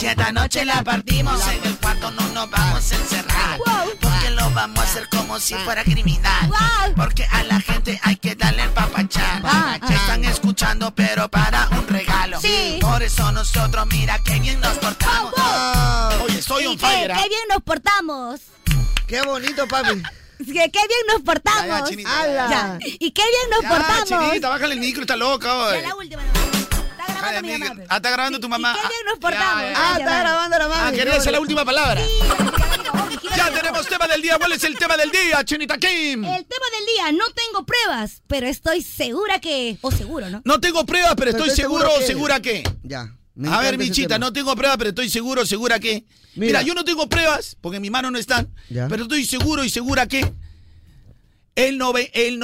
Y esta noche la partimos en el cuarto, no nos vamos a encerrar. Porque lo vamos a hacer como si fuera criminal. Porque a la gente hay que darle el papachán. Ya están escuchando, pero para un regalo. Por eso nosotros, mira que bien nos portamos. Oye, estoy Y qué, qué bien nos portamos. Qué bonito, papi. Que qué bien nos portamos. Ya, ya, chinita, ya, Ya. ya. Y qué bien nos Ya, portamos. Ah, chinita, bájale el micro, está loca. oye. Bájale el mi micro. Ah, está grabando tu mamá. qué bien nos Ah, portamos. ya, ya. Ah, está grabando la mami. Ah, quería decir la última palabra. Ya tenemos tema del día. ¿Cuál es el tema del día, Chinita Kim? Eh, El tema del día, no tengo pruebas, pero estoy segura que. O seguro, ¿no? No tengo pruebas, pero estoy seguro o segura que. Ya. A ver, encanta ese bichita, tema. no tengo pruebas, pero estoy seguro o segura que. Mira, Mira. yo no tengo pruebas porque mis manos no están, Ya. pero estoy seguro y segura que. El, nove- el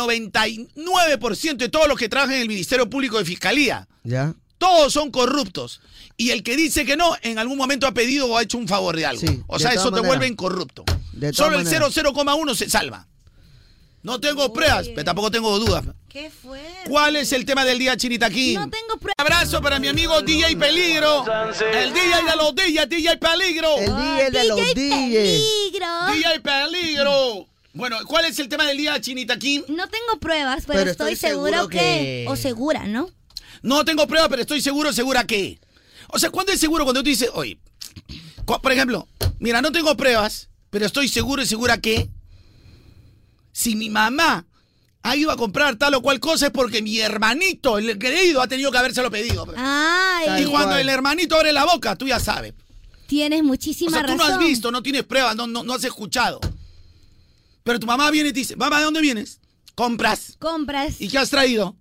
99% de todos los que trabajan en el Ministerio Público de Fiscalía, Ya. todos son corruptos. Y el que dice que no, en algún momento ha pedido o ha hecho un favor de algo. o de sea, todas eso te maneras. vuelve incorrupto. De todas Solo el maneras. 0,01 se salva. No tengo pruebas, pero tampoco tengo dudas. ¿Qué fue? ¿Cuál es el tema del día, Chinita aquí? No tengo pruebas. Abrazo para mi amigo DJ Peligro. El DJ de los DJ, DJ Peligro. El DJ de los DJs. Peligro. DJ Peligro. Bueno, ¿cuál es el tema del día, Chinita Kim? No tengo pruebas, pero, Pero estoy, estoy seguro, seguro que... que- O segura, ¿no? No tengo pruebas, pero estoy seguro, segura que. O sea, ¿cuándo es seguro? Cuando tú dices, oye, cu- por ejemplo, mira, no tengo pruebas, pero estoy seguro y segura que. Si mi mamá ha ido a comprar tal o cual cosa es porque mi hermanito, el querido, ha tenido que habérselo pedido. Ay, y cuando el hermanito abre la boca, tú ya sabes. Tienes O muchísima sea, tú razón. no has visto, no tienes pruebas, no, no, no has escuchado. Pero tu mamá viene y te dice, mamá, ¿de dónde vienes? Compras. Compras. ¿Y qué has traído?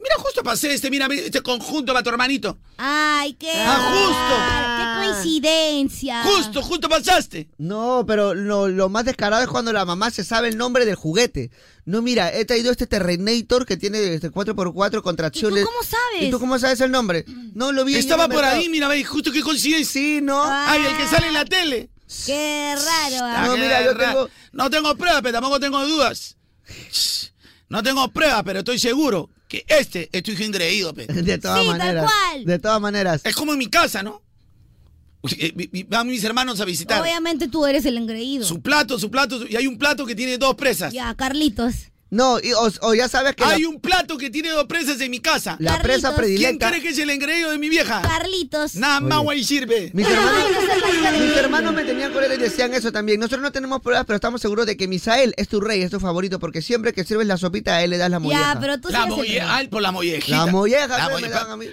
Mira, justo pasé este, mira, este conjunto para tu hermanito. Ay, qué. Ah, ¡Qué coincidencia! Justo, justo pasaste. No, pero lo, lo más descarado es cuando la mamá se sabe el nombre del juguete. No, mira, he traído este Terrenator que tiene este 4x4 con tracciones. cómo sabes? ¿Y tú cómo sabes el nombre? No lo vi. en Estaba el por mercado. ahí, mira, ve, justo qué coincidencia. Sí, ¿no? Ah, Ay, el que sale en la tele. Qué raro. Ah, No, qué mira, yo ra- tengo- No tengo pruebas, pero tampoco tengo dudas. No tengo pruebas, pero estoy seguro que este es tu hijo engreído, pe. De todas maneras. De todas maneras. Es como en mi casa, ¿no? Eh, mi- mi- Van mis hermanos a visitar. Obviamente tú eres el engreído. Su plato, su plato, su- y hay un plato que tiene dos presas. Ya, Carlitos. No, y- o, o ya sabes que. Hay la- un plato que tiene dos presas en mi casa. La Carlitos. presa ¿Quién predilecta- cree que es el engreído de mi vieja? Carlitos. Nada más Oye. guay sirve. Mis hermanos, mis hermanos me tenían con él y decían eso también. Nosotros no tenemos pruebas, pero estamos seguros de que Misael es tu rey, es tu favorito, porque siempre que sirves la sopita a él le das la molleja. la molle- Ay, por la mollejita. La molleja, La pe, me molle- daban a mí.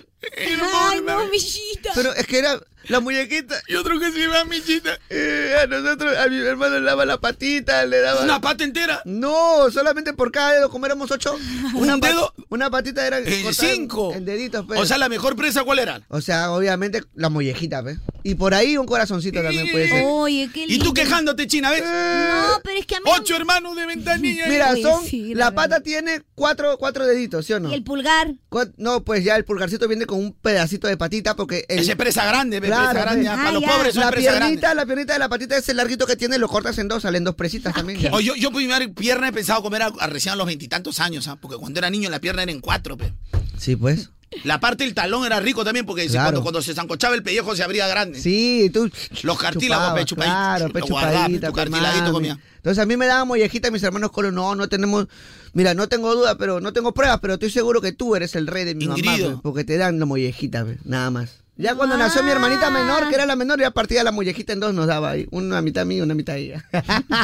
Ay, no, mijita. Pero es que era la muñequita. Y otro que se va, michita. Eh, a nosotros, a mi hermano le daba la patita, le daba. ¿Una pata entera? No, solamente por cada dedo, como éramos ocho. Una ¿Un pa- dedo? Una patita era. Eh, cortada en- cinco. En deditos, pe. O sea, la mejor presa, ¿cuál era? O sea, obviamente la mollejita, ¿ves? Y por ahí un corazoncito también puede ser. Oye, qué Y lindo. tú quejándote, China, ¿ves? No, pero es que a mí. Ocho hermanos de ventanilla. Mira, Oye, son. sí, la pata tiene cuatro, cuatro deditos, ¿sí o no? Y el pulgar. Cua- No, pues ya el pulgarcito viene con un pedacito de patita porque. El... Esa es presa grande, ve, presa grande, pe. ya, para Ah, los ya. pobres es la presa piernita, la piernita de la patita ese larguito que tiene, lo cortas en dos, salen dos presitas también. ya. Oh, yo, yo primero pierna he pensado comer a, a recién a los veintitantos años, ¿ah? porque cuando era niño la pierna era en cuatro. Pe. Sí, pues. La parte del talón era rico también, porque si- Claro. cuando, cuando se zancochaba el pellejo se abría grande. Sí, tú. Los cartílagos, chupabas, pe, chupa ahí, Claro, lo pe, guardaba, pe, chupadita, tu pe, cartilaguito mami. comía. Entonces a mí me daban mollejita mis hermanos colos. No, no tenemos. Mira, no tengo duda, pero no tengo pruebas, pero estoy seguro que tú eres el rey de mi Ingrido. mamá. pe, porque te dan la mollejita, pe, nada más. Ya Ah. cuando nació mi hermanita menor, que era la menor, ya partida la mollejita en dos nos daba ahí. Una mitad mía, una mitad ella. Ah.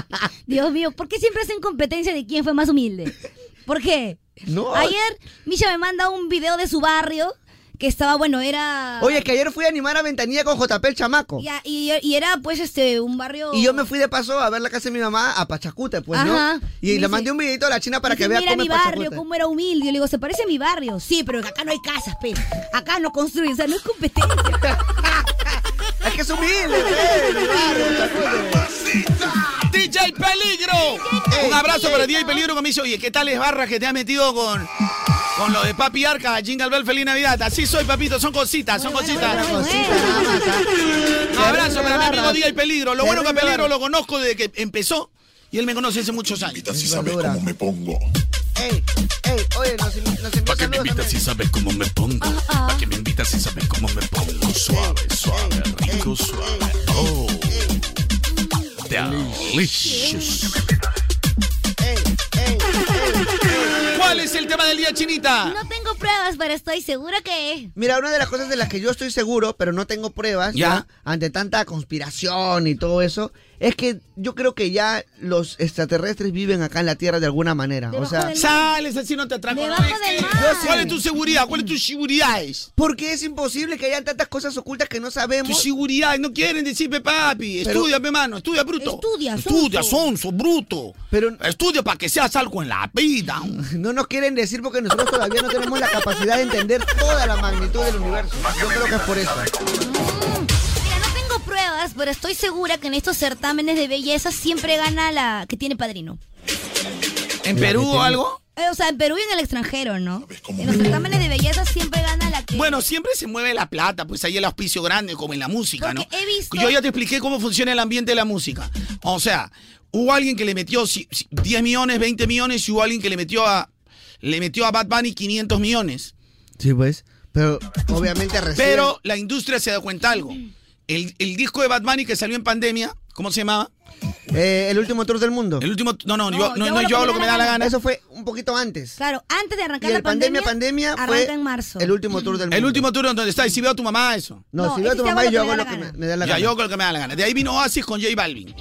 Dios mío, ¿por qué siempre hacen competencia de quién fue más humilde? ¿Por qué? No. Ayer Misha me manda un video de su barrio que estaba, bueno, era. Oye, que ayer fui a animar a Ventanilla con JP el chamaco. Ya, y, y era pues este un barrio. Y yo me fui de paso a ver la casa de mi mamá a Pachacute, pues, Ajá. ¿no? Me Y dice- le mandé un videito a la china para Dice, que vea Mira cómo mi es barrio, Pachacute. cómo era humilde. Yo le digo, se parece a mi barrio. Sí, pero acá no hay casas, pe. Acá no construyen, o sea, no es competencia. Es que es humilde, pe, mi barrio, Pachacute. ¡DJ Peligro! abrazo para DJ Peligro que me dice, oye, ¿qué tales barras que te has metido con, con lo de Papi Arca, Jingle Bell, Feliz Navidad? Así soy, papito, son cositas, son cositas. ¿eh? Abrazo para mi amigo DJ Peligro. Lo bueno que a Peligro lo conozco desde que empezó y él me conoce hace muchos años. Si sabes cómo me pongo. Ey, ey, oye, nos, nos ¿Para qué me invitas si sabes cómo me pongo? Ah, ¿Para qué me invitas si sabes cómo me pongo? Suave, suave, rico, suave. Oh. Delicious. ¿Cuál es el tema del día, Chinita? No tengo pruebas, pero estoy segura que. Mira, una de las cosas de las que yo estoy seguro, pero no tengo pruebas, Ya. ante tanta conspiración y todo eso, es que yo creo que ya los extraterrestres viven acá en la Tierra de alguna manera. o sea, sales así no te atraco. ¿no? ¿Cuál es tu seguridad? ¿Cuál es tu seguridad? Porque es imposible que hayan tantas cosas ocultas que no sabemos. Tu seguridad, no quieren decir, pe, papi, Pero- estudia, pe, mano, estudia, bruto. Estudia, Estudia, sonso, bruto. Pero... Estudia para que seas algo en la vida. No nos quieren decir porque nosotros todavía no tenemos la capacidad de entender toda la magnitud del universo. Yo creo que es por eso. No tengo pruebas, pero estoy segura que en estos certámenes de belleza siempre gana la que tiene padrino. ¿En Perú o algo? Eh, o sea, en Perú y en el extranjero, ¿no? pues, En los certámenes de belleza siempre gana la que. Bueno, siempre se mueve la plata, pues ahí el auspicio grande, como en la música, ¿no? he visto- Yo ya te expliqué cómo funciona el ambiente de la música. O sea, hubo alguien que le metió si- si- 10 millones, 20 millones, y hubo alguien que le metió a, le metió a Bad Bunny 500 millones. Sí, pues. Pero obviamente recién. Pero la industria se da cuenta algo. El, el disco de Bad Bunny que salió en pandemia, ¿cómo se llamaba? Eh, el último tour del mundo. El último. No, no, yo, no, no, yo hago lo que me da la gana. Eso fue un poquito antes. Claro, antes de arrancar Y el la pandemia. pandemia, pandemia fue arranca en marzo. El último tour del mundo. El último turno donde está, y si veo a tu mamá, eso. No, si veo a tu mamá y yo hago lo que me, me da la ya, gana. yo hago lo que me da la gana. De ahí vino Oasis con J Balvin.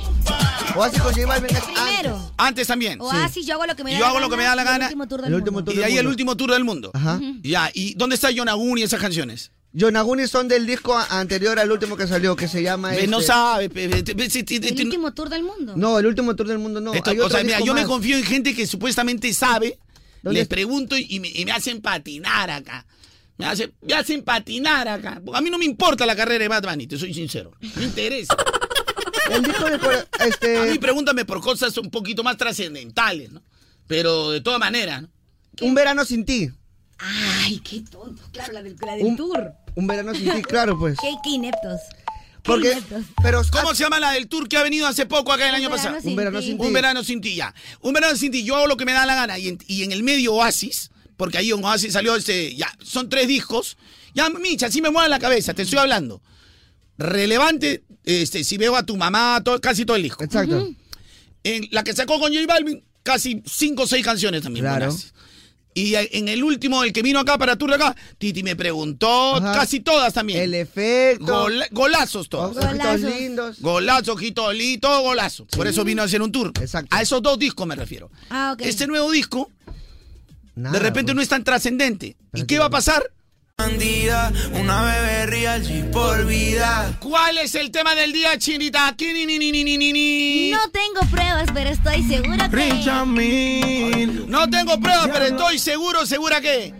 Oasis con J Balvin Primero. Antes también. Oasis, yo hago lo que me Y da yo la hago lo que me da la y gana. El último tour El del mundo. último tour Y de del ahí el mundo. último tour del mundo. Ajá. Este. Ya, ¿y dónde está Yonaguni y esas canciones? Yonaguni son del disco a- anterior al último que salió, que se llama. Ve, No este- sabe. pe- pe- te- pe- si- ti- ti- El ti- último tour del mundo. No, el último tour del mundo no. esto- hay o otro sea, mira, disco yo me más. confío en gente que supuestamente sabe. ¿Dónde Les está? pregunto y y me, y me hacen patinar acá. Me, hace- me hacen patinar acá. Porque A mí no me importa la carrera de Bad Bunny, te soy sincero. Me interesa. El disco de cora- este... A mí pregúntame por cosas un poquito más trascendentales, ¿no? Pero de todas maneras, ¿no? Un verano sin ti. Ay, qué tonto. Claro, la del, la del Un- tour. Un verano sin ti, claro, pues. Qué, qué ineptos. Porque. Pero. ¿Cómo se llama la del tour que ha venido hace poco acá el año pasado? sin Un verano ti. sin ti. Un verano sin ti, ya. Un verano sin ti, yo hago lo que me da la gana. Y en, y en el medio Oasis, porque ahí en Oasis salió este, ya, son tres discos. Ya, Micha, así me mueve la cabeza, te estoy hablando. Relevante, este, si veo a tu mamá, todo- casi todo el disco. Exacto. En la que sacó con J Balvin, casi cinco o seis canciones también. Claro. buenas. Y a- en el último, el que vino acá para tour de acá, Titi me preguntó, Ajá. casi todas también. El efecto. Gola- golazos todos. Ojitos Golazos. lindos. Golazo, ojito lindo, golazo. Por eso vino a hacer un tour. A esos dos discos me refiero. Ah, ok. Este nuevo disco, de pues. repente no es tan trascendente. ¿Y qué va a pasar? una bebé real por vida. ¿Cuál es el tema del día, chinita? Quininininininini. No tengo pruebas, pero estoy segura que. No tengo pruebas, pero estoy seguro, segura que.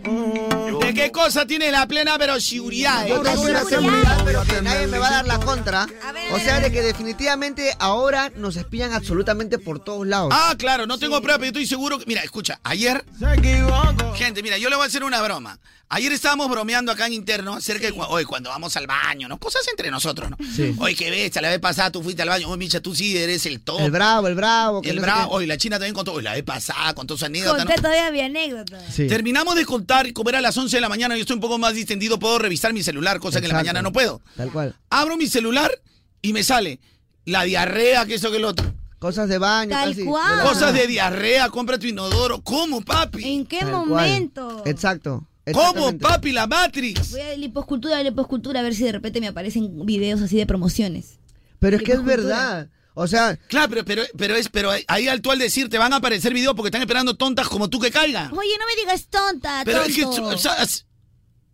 ¿De qué cosa tiene la plena eh. pero seguridad? Yo tengo una seguridad, pero que nadie me va a dar la contra. O sea, de que definitivamente ahora nos espían absolutamente por todos lados. Ah, claro, no tengo pruebas, pero estoy seguro que. Mira, escucha, ayer. Gente, mira, yo le voy a hacer una broma. Ayer estábamos bromeando acá en interno acerca de. cua- Oye, cuando vamos al baño, ¿no? Cosas entre nosotros, ¿no? Sí. Oye, qué bestia, la vez pasada tú fuiste al baño. Oye, Micha, tú sí eres el top. El bravo, el bravo. que El no sé bravo. Oye, la china también contó. Oye, la vez pasada contó su anécdota, ¿no? Conté todavía mi anécdota. Terminamos de contar y comer a las 11 de la mañana. Yo estoy un poco más distendido, puedo revisar mi celular, cosa que en la Exacto. mañana no puedo. qué. Tal cual. Abro mi celular y me sale la diarrea, que eso, que el otro. Cosas de baño. Tal casi, cual. la- Cosas de diarrea, compra tu inodoro. ¿Cómo, papi? ¿En qué Tal cual. momento? Exacto. ¿Cómo, exactamente. papi, la Matrix? Voy a liposcultura, a liposcultura, a ver si de repente me aparecen videos así de promociones. Pero es que es Liposcultura. verdad. O sea. Claro, pero, pero, pero, es, pero ahí al tú al decir te van a aparecer videos porque están esperando tontas como tú que caigan. Oye, no me digas tonta, Pero es que. tonto. o sea, es-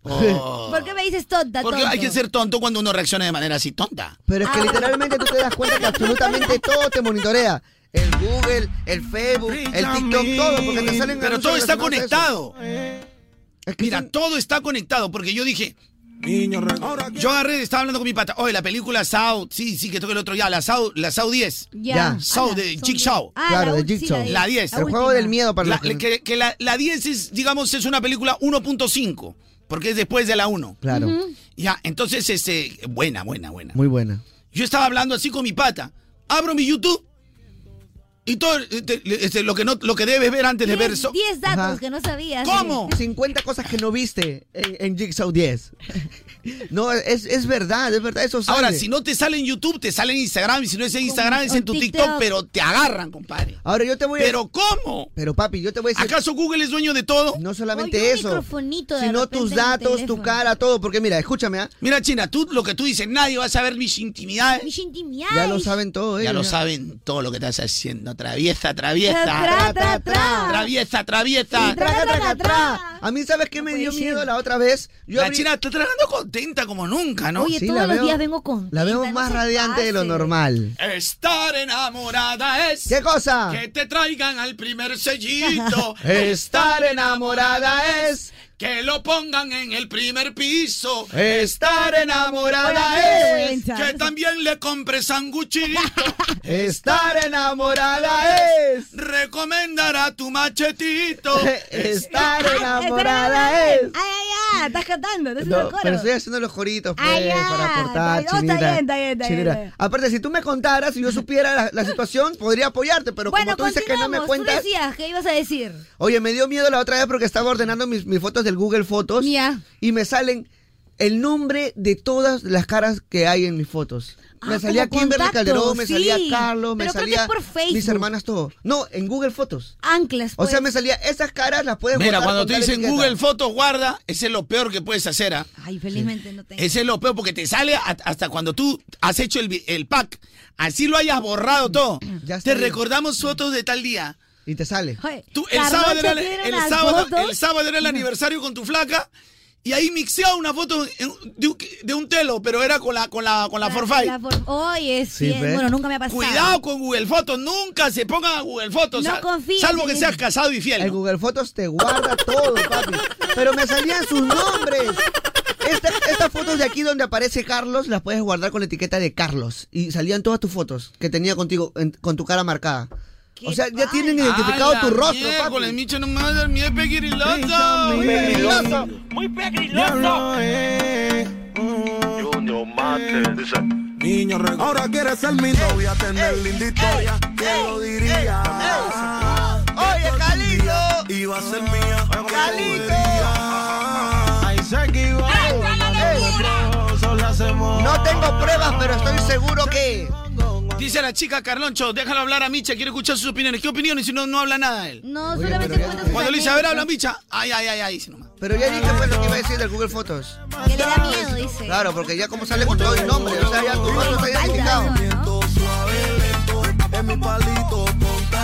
Oh. ¿Por qué me dices tonta, Porque tonto? Ah. hay que ser tonto cuando uno reacciona de manera así tonta. Pero es que literalmente tú te das cuenta que absolutamente todo te monitorea. El Google, el Facebook, el TikTok, todo, porque te salen Pero anuncios todo está relacionados a eso. conectado. Mira, todo está conectado porque yo dije, Niño, yo agarré, estaba hablando con mi pata. Oye, la película Sao, sí, sí, que toque el otro ya, la Sao, la Sao 10. Ya. Ah, Ya. Sao de Jigsaw. Ah, Claro, la de ul- sí, Jigsaw. la de- La 10. la El juego última. del miedo para la, los que- que, que la, la 10 es, digamos, es una película 1.5, porque es después de la 1. Claro. Ya, entonces, este, buena, buena, buena. Muy buena. Yo estaba hablando así con mi pata. Abro mi YouTube y todo este, este, lo que no lo que debes ver antes de ver so- 10 datos Ajá. que no sabías. ¿Cómo? 50 cosas que no viste en, en Jigsaw 10. No, es, es verdad, es verdad, eso sale. Ahora, si no te sale en YouTube, te sale en Instagram. Y si no es en Instagram, es en tu TikTok, pero te agarran, compadre. Ahora yo te voy a... ¿Pero cómo? Pero papi, yo te voy a decir... ¿Acaso Google es dueño de todo? No solamente Oye, un eso, microfonito de sino repente tus en el datos, tu teléfono. cara, todo. Porque mira, escúchame, ¿ah? Mira, China, tú lo que tú dices, nadie va a saber mis intimidades. Mis intimidades. Ya lo saben ¿eh? todo, Ya ellos, lo ya. saben todo lo que estás haciendo. Traviesa, traviesa. Tra, tra, Traviesa, traviesa. Traga, traga, tra. A mí, ¿sabes qué me dio miedo la otra vez? Yo la abrí- China está tragando contenta como nunca, ¿no? Ah, Sí, la veo- La veo más radiante de lo normal. Estar enamorada es. ¿Qué cosa? Que te traigan al primer sellito. Estar enamorada es. Que lo pongan en el primer piso. Eh, Estar enamorada es. Que también le compre sanguchito. Estar enamorada es. Recomendar a tu machetito. Estar enamorada es. Ay, ay, ay, estás cantando, estás haciendo No, coro. pero estoy haciendo los joritos pues, Ah, ya. para Está aportar, bien, está chinita. bien, está bien, está bien, Chinita. está bien. Aparte, si tú me contaras, si yo supiera la, la situación, podría apoyarte, pero Bueno, como tú dices que no me continuamos. cuentas. Tú decías que ibas a decir. Oye, me dio miedo la otra vez porque estaba ordenando mis, mis fotos del Google Fotos y me salen el nombre de todas las caras que hay en mis fotos. Me Ah, salía como Kimberly contactos, Calderón, me sí. salía Carlos, me Pero creo que salía es por Facebook. mis hermanas, todo. No, en Google Fotos. Anclas. O pues. sea, me salía, esas caras las puedes Mira, borrar cuando con te tal dicen etiqueta. Google Fotos, guarda, ese es lo peor que puedes hacer, ¿ah? Ay, felizmente no tengo. Ese es lo peor porque te sale a- hasta cuando tú has hecho el, vi- el pack. Así lo hayas borrado todo. te recordamos fotos de tal día. Y te sale. Tú, el, Carlota sábado era, tiene el, unas sábado, fotos. el sábado era el aniversario con tu flaca y ahí mixeaba una foto en- de, un- de un telo, pero era con la, con la, con la, Forfait. La for- Oye, es Sí, bien. ve. Bueno, nunca me ha pasado. Cuidado con Google Fotos, nunca se pongan a Google Fotos. No sal- confíes Salvo en que él. seas casado y fiel. El Google Fotos te guarda todo, papi. Pero me salían sus nombres. Esta- estas fotos de aquí donde aparece Carlos las puedes guardar con la etiqueta de Carlos. Y salían todas tus fotos que tenía contigo, en- con tu cara marcada. O sea, ya tienen identificado tu rostro, papi. Con el micho no me va a dar miedo, Pegiriloso. Muy pegriloso. Muy pegriloso. Junior Mate, dice. Niño regalo. Ahora quiere ser mi novia, tener lindito. Ya te lo diría. Oye, Calito. Iba a ser mía. Calito. Ahí se equivoca. Solo hacemos- No tengo pruebas, pero estoy seguro que. Dice la chica Carloncho, déjalo hablar a Micha, quiere escuchar sus opiniones. ¿Qué opiniones si no, no habla nada él? No, solamente cuenta sus Cuando le dice, a ver, habla anécdotas. Micha. Ay, ay, ay, ay. dice nomás. Pero ya dije pues lo que iba a decir del Google Fotos. Que le da miedo, dice. Claro, porque ya como sale con todo el nombre, o sea, ya tu rostro está identificado.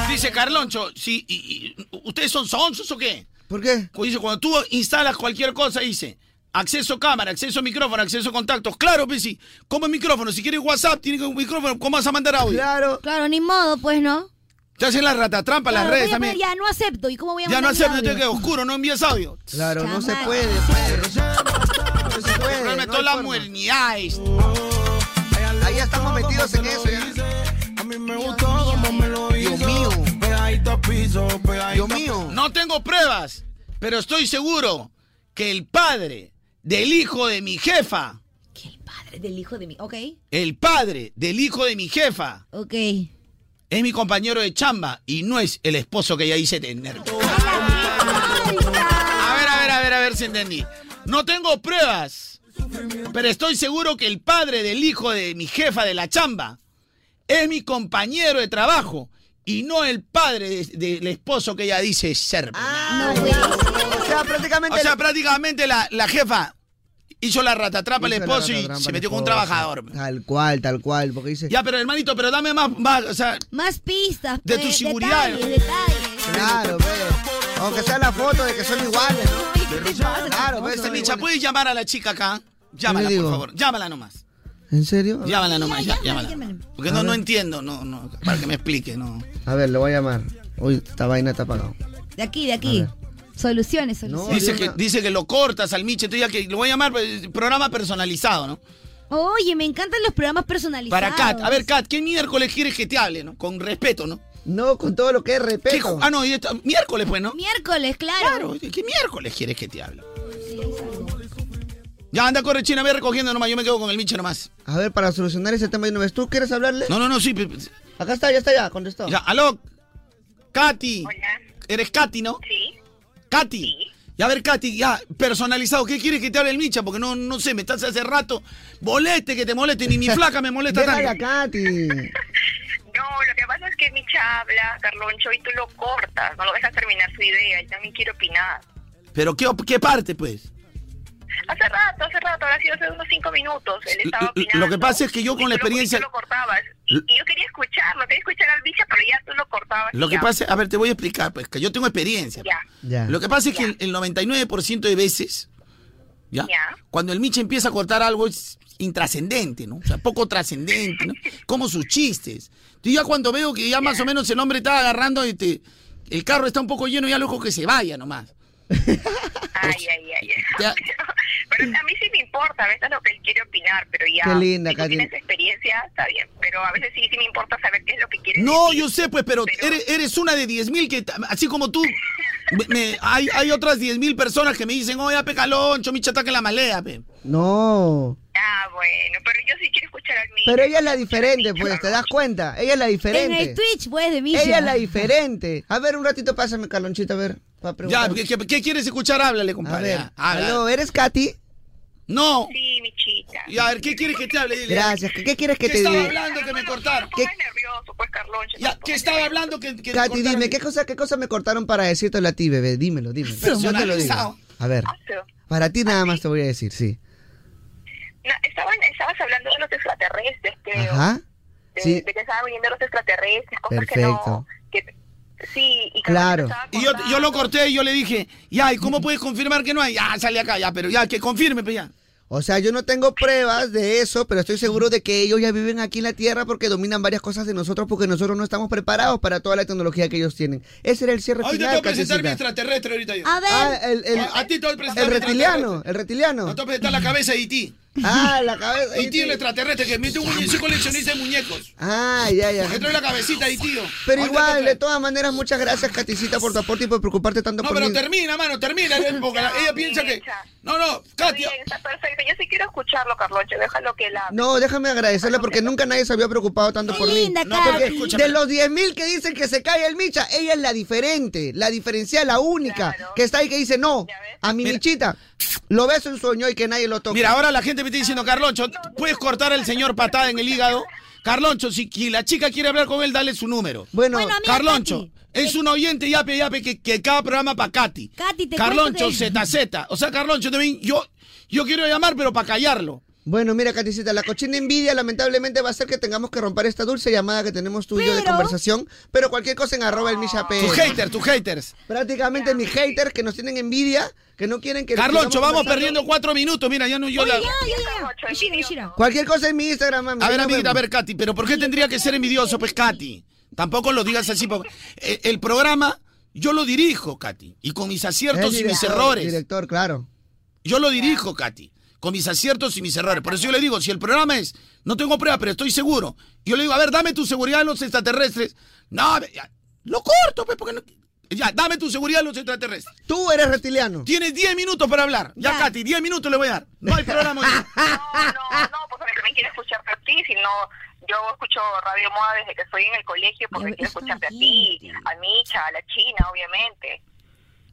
Dice Carloncho, sí, y- y- ¿ustedes son sonsos o qué? Pues ¿Por qué? Dice, cuando tú instalas cualquier cosa, dice, acceso cámara, acceso micrófono, acceso contactos. Claro, pues sí, ¿cómo es micrófono? Si quieres WhatsApp, tiene que un micrófono, ¿cómo vas a mandar audio? Claro. Claro, ni modo, pues, ¿no? Te hacen las ratatrampa las Claro, redes voy a también. poner, Ya no acepto. ¿Y cómo voy a Ya no mandar mi acepto, audio? te que oscuro, no envías audio. Claro, no se puede. Problema de toda la modernidad. Ahí estamos metidos en eso ¿eh? A mí me gustó como me lo hizo. Dios mío. Pegadito a piso, pegadito. Dios mío. No tengo pruebas, pero estoy seguro que el padre del hijo de mi jefa, Padre del hijo de mi. Ok. el padre del hijo de mi jefa, Ok. es mi compañero de chamba y no es el esposo que ella dice tener. A ver, a ver, a ver, a ver si entendí. No tengo pruebas, pero estoy seguro que el padre del hijo de mi jefa de la chamba es mi compañero de trabajo y no el padre de- del esposo que ella dice ser. O sea, prácticamente. Ah, O sea, prácticamente la, la jefa hizo la ratatrapa al Hizo la esposo ratatrampa y se al metió con un esposo. trabajador. Tal cual, tal cual, porque dice. Ya, pero hermanito, pero dame más, más, o sea, Más pistas. De pues, tu seguridad. detalles, detalles. Claro, ve. Aunque sea la foto de que son iguales, ¿no? Claro, ve. Este, son Micha, iguales. ¿puedes llamar a la chica acá? Llámala, digo? por favor. Llámala nomás. ¿En serio? Llámala nomás, ya, llámala. Porque A no, no ver. entiendo, no, no, para que me explique, no. A ver, lo voy a llamar. Uy, esta vaina está apagada. De aquí, de aquí. Soluciones, soluciones. dice, que, dice que lo cortas al Miche, entonces ya que lo voy a llamar pues, programa personalizado, ¿no? Oye, me encantan los programas personalizados. Para Kat. A ver, Kat, ¿qué miércoles quieres que te hable, no? Con respeto, ¿no? No, con todo lo que es respeto. Ah, no, y esta- miércoles, pues, ¿no? Miércoles, claro. Claro, ¿qué miércoles quieres que te hable? Ya, anda, corre, China, ve recogiendo nomás, yo me quedo con el Miche nomás. A ver, para solucionar ese tema de una vez, ¿tú quieres hablarle? No, no, no, sí. pe- pe- Acá está, ya está, ya, contestó. Ya, aló, Katy. Eres Katy, ¿no? Sí. Katy. Ya, a ver, Katy, ya, personalizado, ¿qué quieres que te hable el Micha? Porque no, no sé, me estás hace rato. Moleste que te moleste, ni mi flaca me molesta tanto. Déjala, Katy. No, lo que pasa es que Micha habla, Carloncho, y tú lo cortas, no lo dejas terminar su idea, y también quiero opinar. Pero, ¿qué, op- qué parte, pues? Hace rato, hace rato, ahora sido hace unos cinco minutos, él estaba L- opinando. Lo que pasa es que yo con la experiencia... Tú lo cortabas, y, y yo quería escucharlo, quería escuchar al Micha, pero ya tú lo cortabas. Lo y que ya. pasa, a ver, te voy a explicar, pues, que yo tengo experiencia. pues. Ya. Lo que pasa es que el, el 99% de veces, ¿ya? Cuando el Micha empieza a cortar algo es intrascendente, ¿no? O sea, poco trascendente, ¿no? Como sus chistes. Yo ya cuando veo que ya más o menos el hombre está agarrando, este, el carro está un poco lleno, ya lo dejo que se vaya nomás. Ay, ay, ay, ay. Pero a mí sí me importa, a veces lo que él quiere opinar, pero ya. Qué linda, si tú Katy. tienes experiencia, está bien, pero a veces sí, sí me importa saber qué es lo que quiere No, yo sé, pues, pero, eres, eres una de 10.000 que, ta- así como tú, me- me- hay, hay otras 10.000 personas que me dicen, oye, pecalón, chomicha, ataque la malea, pe. No. Ah, bueno, pero yo sí quiero escuchar al Micha. Pero ella es la diferente, pues, ¿te das cuenta? Ella es la diferente. En el Twitch, pues, de Misha. Ella es la diferente. A ver, un ratito pásame, Carlonchito, a ver. Para Ya, preguntar. ¿qué, qué- qué quieres escuchar? Ah, Háblale, compadre. ver, ya, habla. aló, ¿eres Katy? No. Sí, mi chica. Y a ver, ¿qué quieres que te hable? Dile. Gracias, ¿qué- qué quieres que te ¿Qué diga? estaba hablando que me cortaron? ¿Qué? Ya, ¿qué estaba hablando que, que Katy, dime, ¿qué cosa, ¿qué cosa me cortaron para decírtelo a ti, bebé? Dímelo, dímelo. Yo te lo digo. Personalizado. A ver, para ti nada más te voy a decir, sí. No, estaban, estabas hablando de los extraterrestres, creo. Ajá. De, Sí. de que estaban viniendo los extraterrestres, cosas Perfecto. que no. Que, sí, y Claro. Y yo, yo lo corté y yo le dije, ya, ¿y cómo puedes confirmar que no hay? Ya, sale acá, ya, pero ya, que confirme, pues ya. O sea, yo no tengo pruebas de eso, pero estoy seguro de que ellos ya viven aquí en la Tierra porque dominan varias cosas de nosotros porque nosotros no estamos preparados para toda la tecnología que ellos tienen. Ese era el cierre Hoy te final, tengo que presentar mi Katycita. extraterrestre ahorita yo. A ver. Ah, el- el- a ti te voy a presentar El mi reptiliano, el extraterrestre. reptiliano. No te voy a presentar la cabeza de E Iti. Ah, la cabeza de Iti el extraterrestre, que mete un muñeco, soy coleccionista de muñecos. Ah, ya, ya. Me trae la cabecita de E tío. Pero igual, de todas maneras, muchas gracias, Katicita, por tu aporte y por preocuparte tanto No, por pero mí. termina, mano, termina. eh, Porque la- ella piensa que. No, no, Katia. Está perfecto, yo sí quiero escucharlo, Carloncho, déjalo que la... No, déjame agradecerle porque nunca nadie se había preocupado tanto por mí. linda, No, Katy. porque Escúchame. de los 10.000 que dicen que se cae el Micha, ella es la diferente, la diferencial, la única, que está ahí que dice, no, a mi Michita, lo ves en sueño y que nadie lo toca. Mira, ahora la gente me está diciendo, Carloncho, ¿puedes cortar al señor patada en el hígado? Carloncho, si qui- la chica quiere hablar con él, dale su número. Bueno, Bueno, amiga, Carloncho, es un oyente yape yape que, que cada programa para Katy. Katy, te Carloncho, cuento que- ZZ. O sea, Carloncho, también yo, yo quiero llamar, pero para callarlo. Bueno, mira, Katicita, la cochina envidia lamentablemente va a hacer que tengamos que romper esta dulce llamada que tenemos tú y yo de conversación, pero cualquier cosa en arroba el Micha P. Tus haters, tus haters. Prácticamente mis haters que nos tienen envidia, que no quieren que... Carloncho, sigamos vamos conversando. perdiendo cuatro minutos. Mira, ya no yo Oye, la. ya, ya, ya. Shira, Shira. Cualquier cosa en mi Instagram, mami. A ver, Ahí nos amiguita, a vemos. ver, Katy, pero ¿por qué tendría que ser envidioso, pues, Katy? Tampoco lo digas así, porque eh, el programa yo lo dirijo, Katy, y con mis aciertos Es y mis director, errores. Eh, oh, Director, claro. Yo lo dirijo, Katy, con mis aciertos y mis errores. Por eso yo le digo, si el programa es, no tengo prueba, pero estoy seguro. Yo le digo, a ver, dame tu seguridad a los extraterrestres. No, ya, lo corto, pues, porque no... Ya, dame tu seguridad a los extraterrestres. Tú eres reptiliano. Tienes 10 minutos para hablar. Ya, Katy, 10 minutos le voy a dar. No hay programa. hoy día. No, no, porque también quiero escucharte a ti, si no, yo escucho Radio Moda desde que estoy en el colegio porque quiero escucharte a ti, a Micha, a la China, obviamente.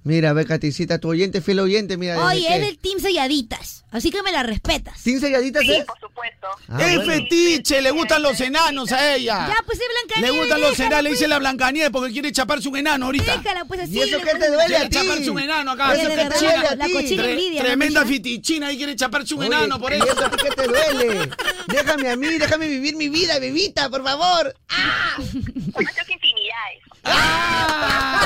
Mira, ve, Katicita, tu oyente, fiel oyente, mira. desde Oye, que- es del Team Selladitas, así que me la respetas. ¿Team Selladitas sí, es? por supuesto. Ah, es bueno. fetiche, le gustan los enanos a ella. Ya, pues es Blanca Le gustan los enanos, le dice la Blanca. Blancanieves porque quiere chaparse un enano ahorita. pues. Déjala, pues así. ¿Y eso le qué te pones- duele a ti? Quiere chaparse un enano acá. Eso que te duele a La ti. cochina Tre- envidia. ¿no, Tremenda Micha? fetichina ahí quiere chaparse un Oye, enano por ¿y eso. eso a ti qué te duele? Déjame a mí, déjame vivir mi vida, bebita, por favor. ¡Ah! Ah.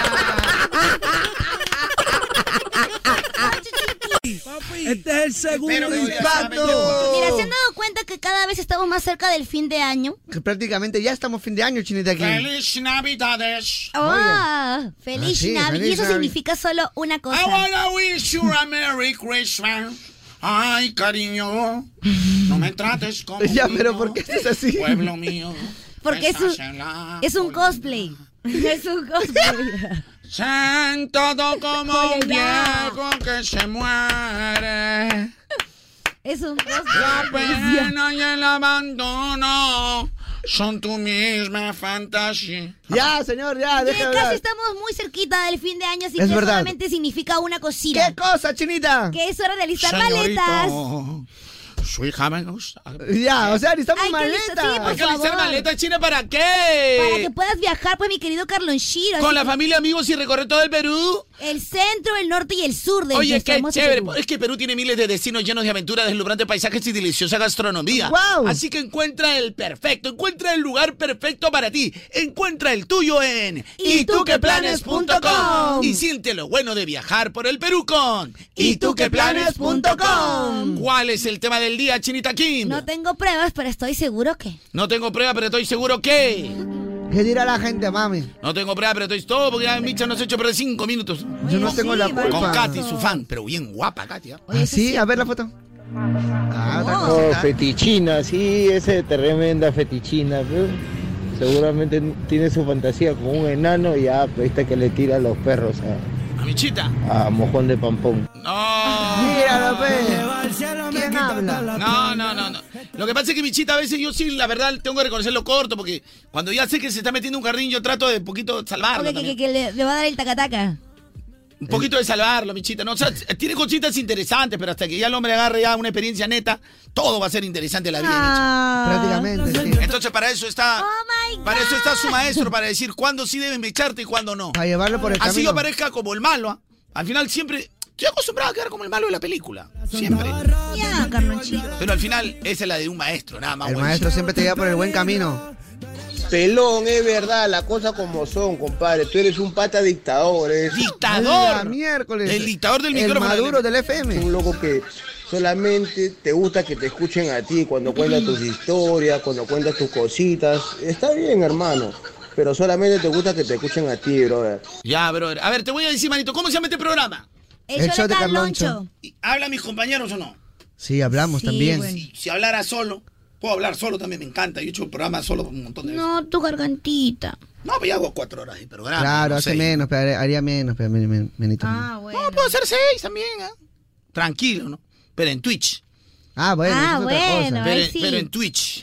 Papi, Este es el segundo Espero que ya impacto. Mira, ¿se han dado cuenta que cada vez estamos más cerca del fin de año? Que prácticamente ya estamos fin de año, chinita aquí. ¡Feliz Navidades! ¡Ah! ¡Feliz Ah, sí, Navidad! feliz y eso Navi. significa solo una cosa. I wanna wish you a Merry Christmas. Ay, cariño, no me trates como Ya, un pero ¿por qué es así? pueblo mío. Porque es un, Estás en la es un cosplay. Es un cosplay. San todo como un Oye, ya. viejo que se muere. Es un La cosplay. pena y el abandono son tu misma fantasía. Ya, señor, ya, Ya casi estamos muy cerquita del fin de año, así Es que verdad. solamente significa una cosita. ¿Qué cosa, chinita? Que es hora de alistar Señorito, maletas. Su hija me gusta. Ya, o sea, necesitamos Hay que maletas. listar- sí, por Hay que alistar favor. maletas, China, ¿para qué? Para que puedas viajar, pues, mi querido Carlon Shiro. Con así la que familia, amigos, y recorrer todo el Perú. El centro, el norte y el sur de Oye, qué chévere. Es que Perú tiene miles de destinos llenos de aventuras, deslumbrantes paisajes y deliciosa gastronomía. ¡Guau! Así que encuentra el perfecto, encuentra el lugar perfecto para ti. Encuentra el tuyo en ituqueplanes.com y siente lo bueno de viajar por el Perú con ituqueplanes.com. ¿Cuál es el tema del día, Chinita Kim? No tengo pruebas, pero estoy seguro que. No tengo prueba, pero estoy seguro que. ¿Qué dirá la gente, mami? No tengo prueba, pero estoy todo porque ya Micha nos ha hecho perder cinco minutos. Yo no tengo la culpa. Con Katy, su fan, pero bien guapa, Katy. ¿ah? Ah, sí, a ver la foto. Ah, Oh, fetichina, sí, esa es tremenda fetichina, pero Ah, seguramente tiene su fantasía con un enano y ah, pues, esta que le tira a los ¿ah? perros a- A Michita. a, mojón de pampón. Míralo, ¿Quién habla? No, no, no, no. Lo que pasa es que Michita a veces yo sí, la verdad, tengo que reconocerlo corto, porque cuando ya sé que se está metiendo en un jardín, yo trato de poquito salvarlo. Porque que, que- también. que le, le va a dar el tacataca. Un poquito de salvarlo, Michita. No, o sea, tiene cositas interesantes, pero hasta que ya el hombre agarre ya una experiencia neta, todo va a ser interesante en la vida. Prácticamente. Michita. Entonces para eso está, para eso está su maestro, para decir cuándo sí debes mecharte y cuándo no. Para llevarlo por el Así camino. yo parezca como el malo. ¿ah? Al final siempre estoy acostumbrado a quedar como el malo de la película. Siempre. Ya, Carlon Shiro. Pero al final esa es la de un maestro, nada más. El güey. maestro siempre te lleva por el buen camino. Pelón, es verdad, las cosas como son, compadre. Tú eres un pata dictador. ¡Dictador! La miércoles. El dictador del El micrófono. maduro del FM. Un loco que solamente te gusta que te escuchen a ti cuando cuentas tus historias, cuando cuentas tus cositas. Está bien, hermano. Pero solamente te gusta que te escuchen a ti, brother. Ya, brother. A ver, te voy a decir, manito, ¿cómo se llama este programa? El El show show de de Carloncho. Carloncho. ¿Y ¿Hablan mis compañeros o no? Sí, hablamos también. Si, si hablara solo, puedo hablar solo también, me encanta. Yo he hecho programas solo un montón de veces. No, tu gargantita. No, pues ya hago cuatro horas de programa. Claro, no hace sé. Ah. menos, pero haría- haría menos, pero men- men- menito. Ah, No, puedo hacer seis también, ¿ah? Tranquilo, ¿no? Pero en Twitch. Ah, bueno, Ah, eso es otra bueno, cosa. ahí Pero- sí. pero en Twitch.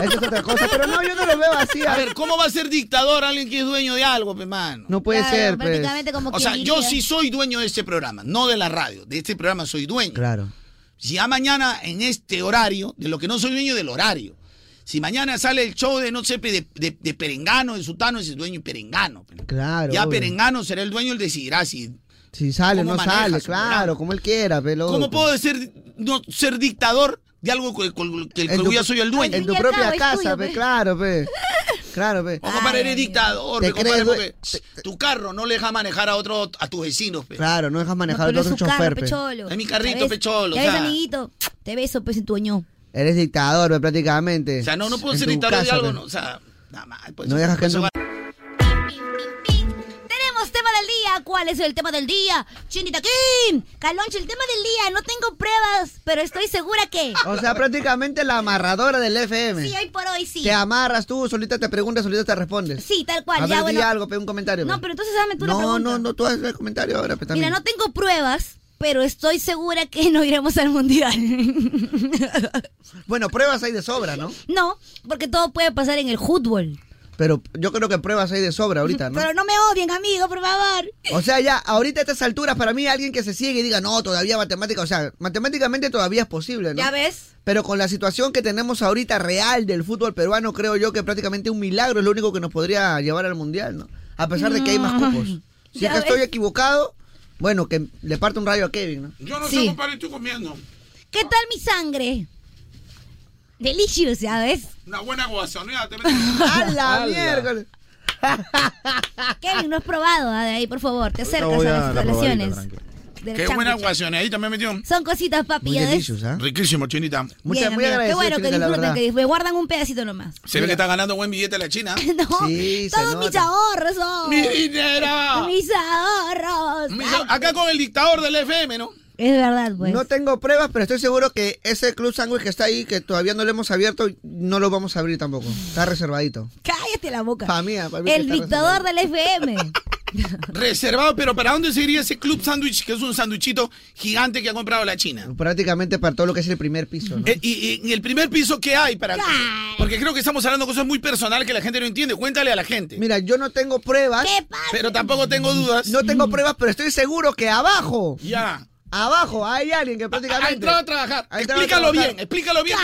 Eso es otra cosa, pero no, yo no lo veo así. A ver, ¿cómo va a ser dictador alguien que es dueño de algo, pe, mano? No puede Claro, ser, pues. prácticamente como O quien sea, yo diría. sí soy dueño de este programa, no de la radio. De este programa soy dueño. Claro. Si ya mañana en este horario, de lo que no soy dueño del horario. Si mañana sale el show de, no sé, pe, de, de, de Perengano, de Sutano, ese es dueño Perengano. pe. Claro. ya obvio. Perengano será el dueño, él decidirá si... Si sale, ¿Cómo no maneja sale, su claro, como él quiera, pero. ¿Cómo puedo ser, no, ser dictador de algo que, que- que yo soy el dueño? En tu propia casa, pues. pe, claro, pe. Claro, pe. O compadre, eres dictador, Te pe, compadre, crees porque tu carro no le deja manejar a otro, a tus vecinos, pe. Claro, no dejas manejar al otro chofer, pe. Eh, Es mi carrito, Ya ves- pecholo. ya o ves, sea. amiguito. Te beso, pues, en tu oño. Eres dictador, pe, prácticamente. O sea, no, no puedo En ser tu dictador de casa, algo, pe. no, o sea, nada más. pues, No dejas que pues, entre un- Tenemos tema del día. ¿Cuál es el tema del día? Chinita Kim. Caloncho, el tema del día. No tengo pruebas, pero estoy segura que. O sea, prácticamente la amarradora del FM. Sí, hoy por hoy sí. Te amarras tú, solita te preguntas, solita te respondes. Sí, tal A cual. ver, ya, di bueno. algo, pe, un comentario. pe. No, pero entonces dame tú la no, pregunta. no, no, tú haces el comentario ahora, pe, también. Mira, no tengo pruebas, pero estoy segura que no iremos al mundial. Bueno, pruebas hay de sobra, ¿no? no, porque todo puede pasar en el fútbol. Pero yo creo que pruebas hay de sobra ahorita, ¿no? Pero no me odien, amigo, por favor. O sea, ya, ahorita a estas alturas, para mí, alguien que se sigue y diga, no, todavía matemática, o sea, matemáticamente todavía es posible, ¿no? ¿Ya ves? Pero con la situación que tenemos ahorita real del fútbol peruano, creo yo que prácticamente un milagro es lo único que nos podría llevar al mundial, ¿no? A pesar de que hay más No. cupos. Si Ya es que estoy ves. equivocado, bueno, que le parto un rayo a Kevin, ¿no? Yo no sé, compadre, estoy comiendo ¿Qué tal mi sangre? Delicious, ¿ya ves? una buena guasonera. Te ¡A la miércoles! Kevin, no has probado, ah, de ahí, por favor, te acercas voy a a las la probadita, instalaciones. del Qué buena changucho. guasoneadita me metió. Son cositas, papi. ¿ya ves? Riquísimo, chinita. ¿eh? Bien, amigo, Qué bueno que disfruten, que me guardan un pedacito nomás. Se ve que está ganando buen billete la China. No, todos mis ahorros son. Mi dinero. Mis ahorros. Mis ahor- Acá con el dictador del FM, ¿no? Es verdad, pues. No tengo pruebas, pero estoy seguro que ese club sándwich que está ahí, que todavía no lo hemos abierto, no lo vamos a abrir tampoco. Está reservadito. Cállate la boca. Pa' mí, ah, pa' mí el que está dictador del FM. Reservado, pero ¿para dónde se iría ese club sándwich que es un sándwichito gigante que ha comprado la China? Prácticamente para todo lo que es el primer piso, ¿no? Eh, y, y en el primer piso, ¿qué hay para Porque creo que estamos hablando de cosas muy personales que la gente no entiende. Cuéntale a la gente. Mira, yo no tengo pruebas. Pero tampoco tengo dudas. No tengo pruebas, pero estoy seguro que abajo. Mm. Ya. Abajo hay alguien que prácticamente. Ha entrado a trabajar. Ha entrado a explícalo trabajar. bien, explícalo bien.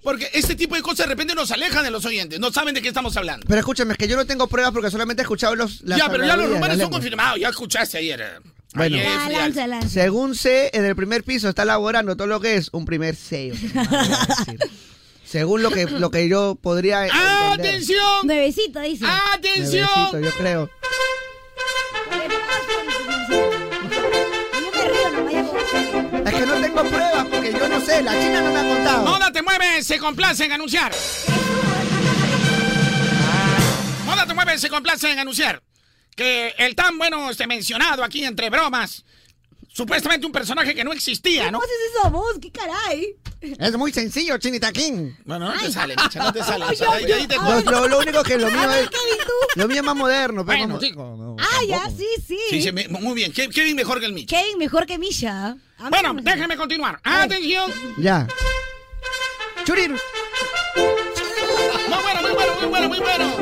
Porque, porque este tipo de cosas de repente nos alejan de los oyentes. No saben de qué estamos hablando. Pero escúchame, es que yo no tengo pruebas porque solamente he escuchado los. las ya, pero ya los habladurías, rumores las son lenguas. confirmados. Ya escuchaste ayer. eh. Bueno. Ayer, Ya, Frial. Según sé, en el primer piso está elaborando todo lo que es un primer sello. voy a decir. Según lo que, lo que yo podría. entender. Ah, ¡Atención! Nuevecito, dice. ¡Atención! Bebecito, yo creo. Es que no tengo pruebas porque yo no sé, la China no me ha contado. Moda te mueve, se complace en anunciar. Ah, Moda te mueve, se complace en anunciar que el tan bueno este mencionado aquí entre bromas, supuestamente un personaje que no existía, ¿no? ¿Cómo haces eso vos? ¿Qué caray? Es muy sencillo, Chinita King. Bueno, no te sale, Micha, no te sale. Ay, O sea, yo- ahí- ahí te- Lo, lo- lo único que lo mío A ver, es. Lo mío es más moderno, pero. Bueno, digo, como- Ah, ya, sí, sí. Sí, sí, me- muy bien. Ke- Kevin mejor que el Micha. Kevin mejor que ¿ah? Misha. Bueno, déjame continuar. Atención. Ya. Churir. Muy bueno, muy bueno, muy bueno, muy bueno.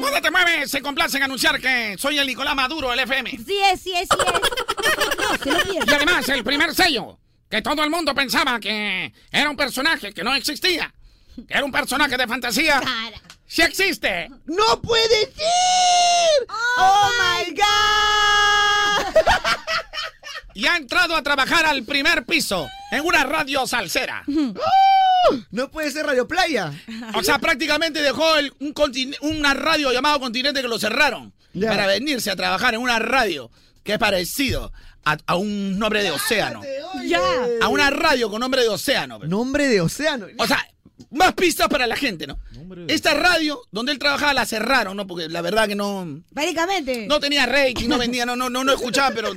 Moda te mueve, se complace en anunciar que soy el Nicolás Maduro del FM. Sí es, sí es, sí es. No, se lo Y además, el primer sello, que todo el mundo pensaba que era un personaje que no existía, que era un personaje de fantasía, sí existe. ¡No puede ser! ¡Oh, my God! Y ha entrado a trabajar al primer piso en una radio salsera. ¡Oh! No puede ser Radio Playa. O sea, prácticamente dejó el- un contin- una radio llamado Continente que lo cerraron Ya. para venirse a trabajar en una radio que es parecido a, a un nombre de océano. Ya. A una radio con nombre de océano. pues. Nombre de océano. O sea, más pistas para la gente, ¿no? Esta radio donde él trabajaba la cerraron, ¿no? Porque la verdad que no. Básicamente. No tenía rating, no vendía, no, no, no, no escuchaba, pero.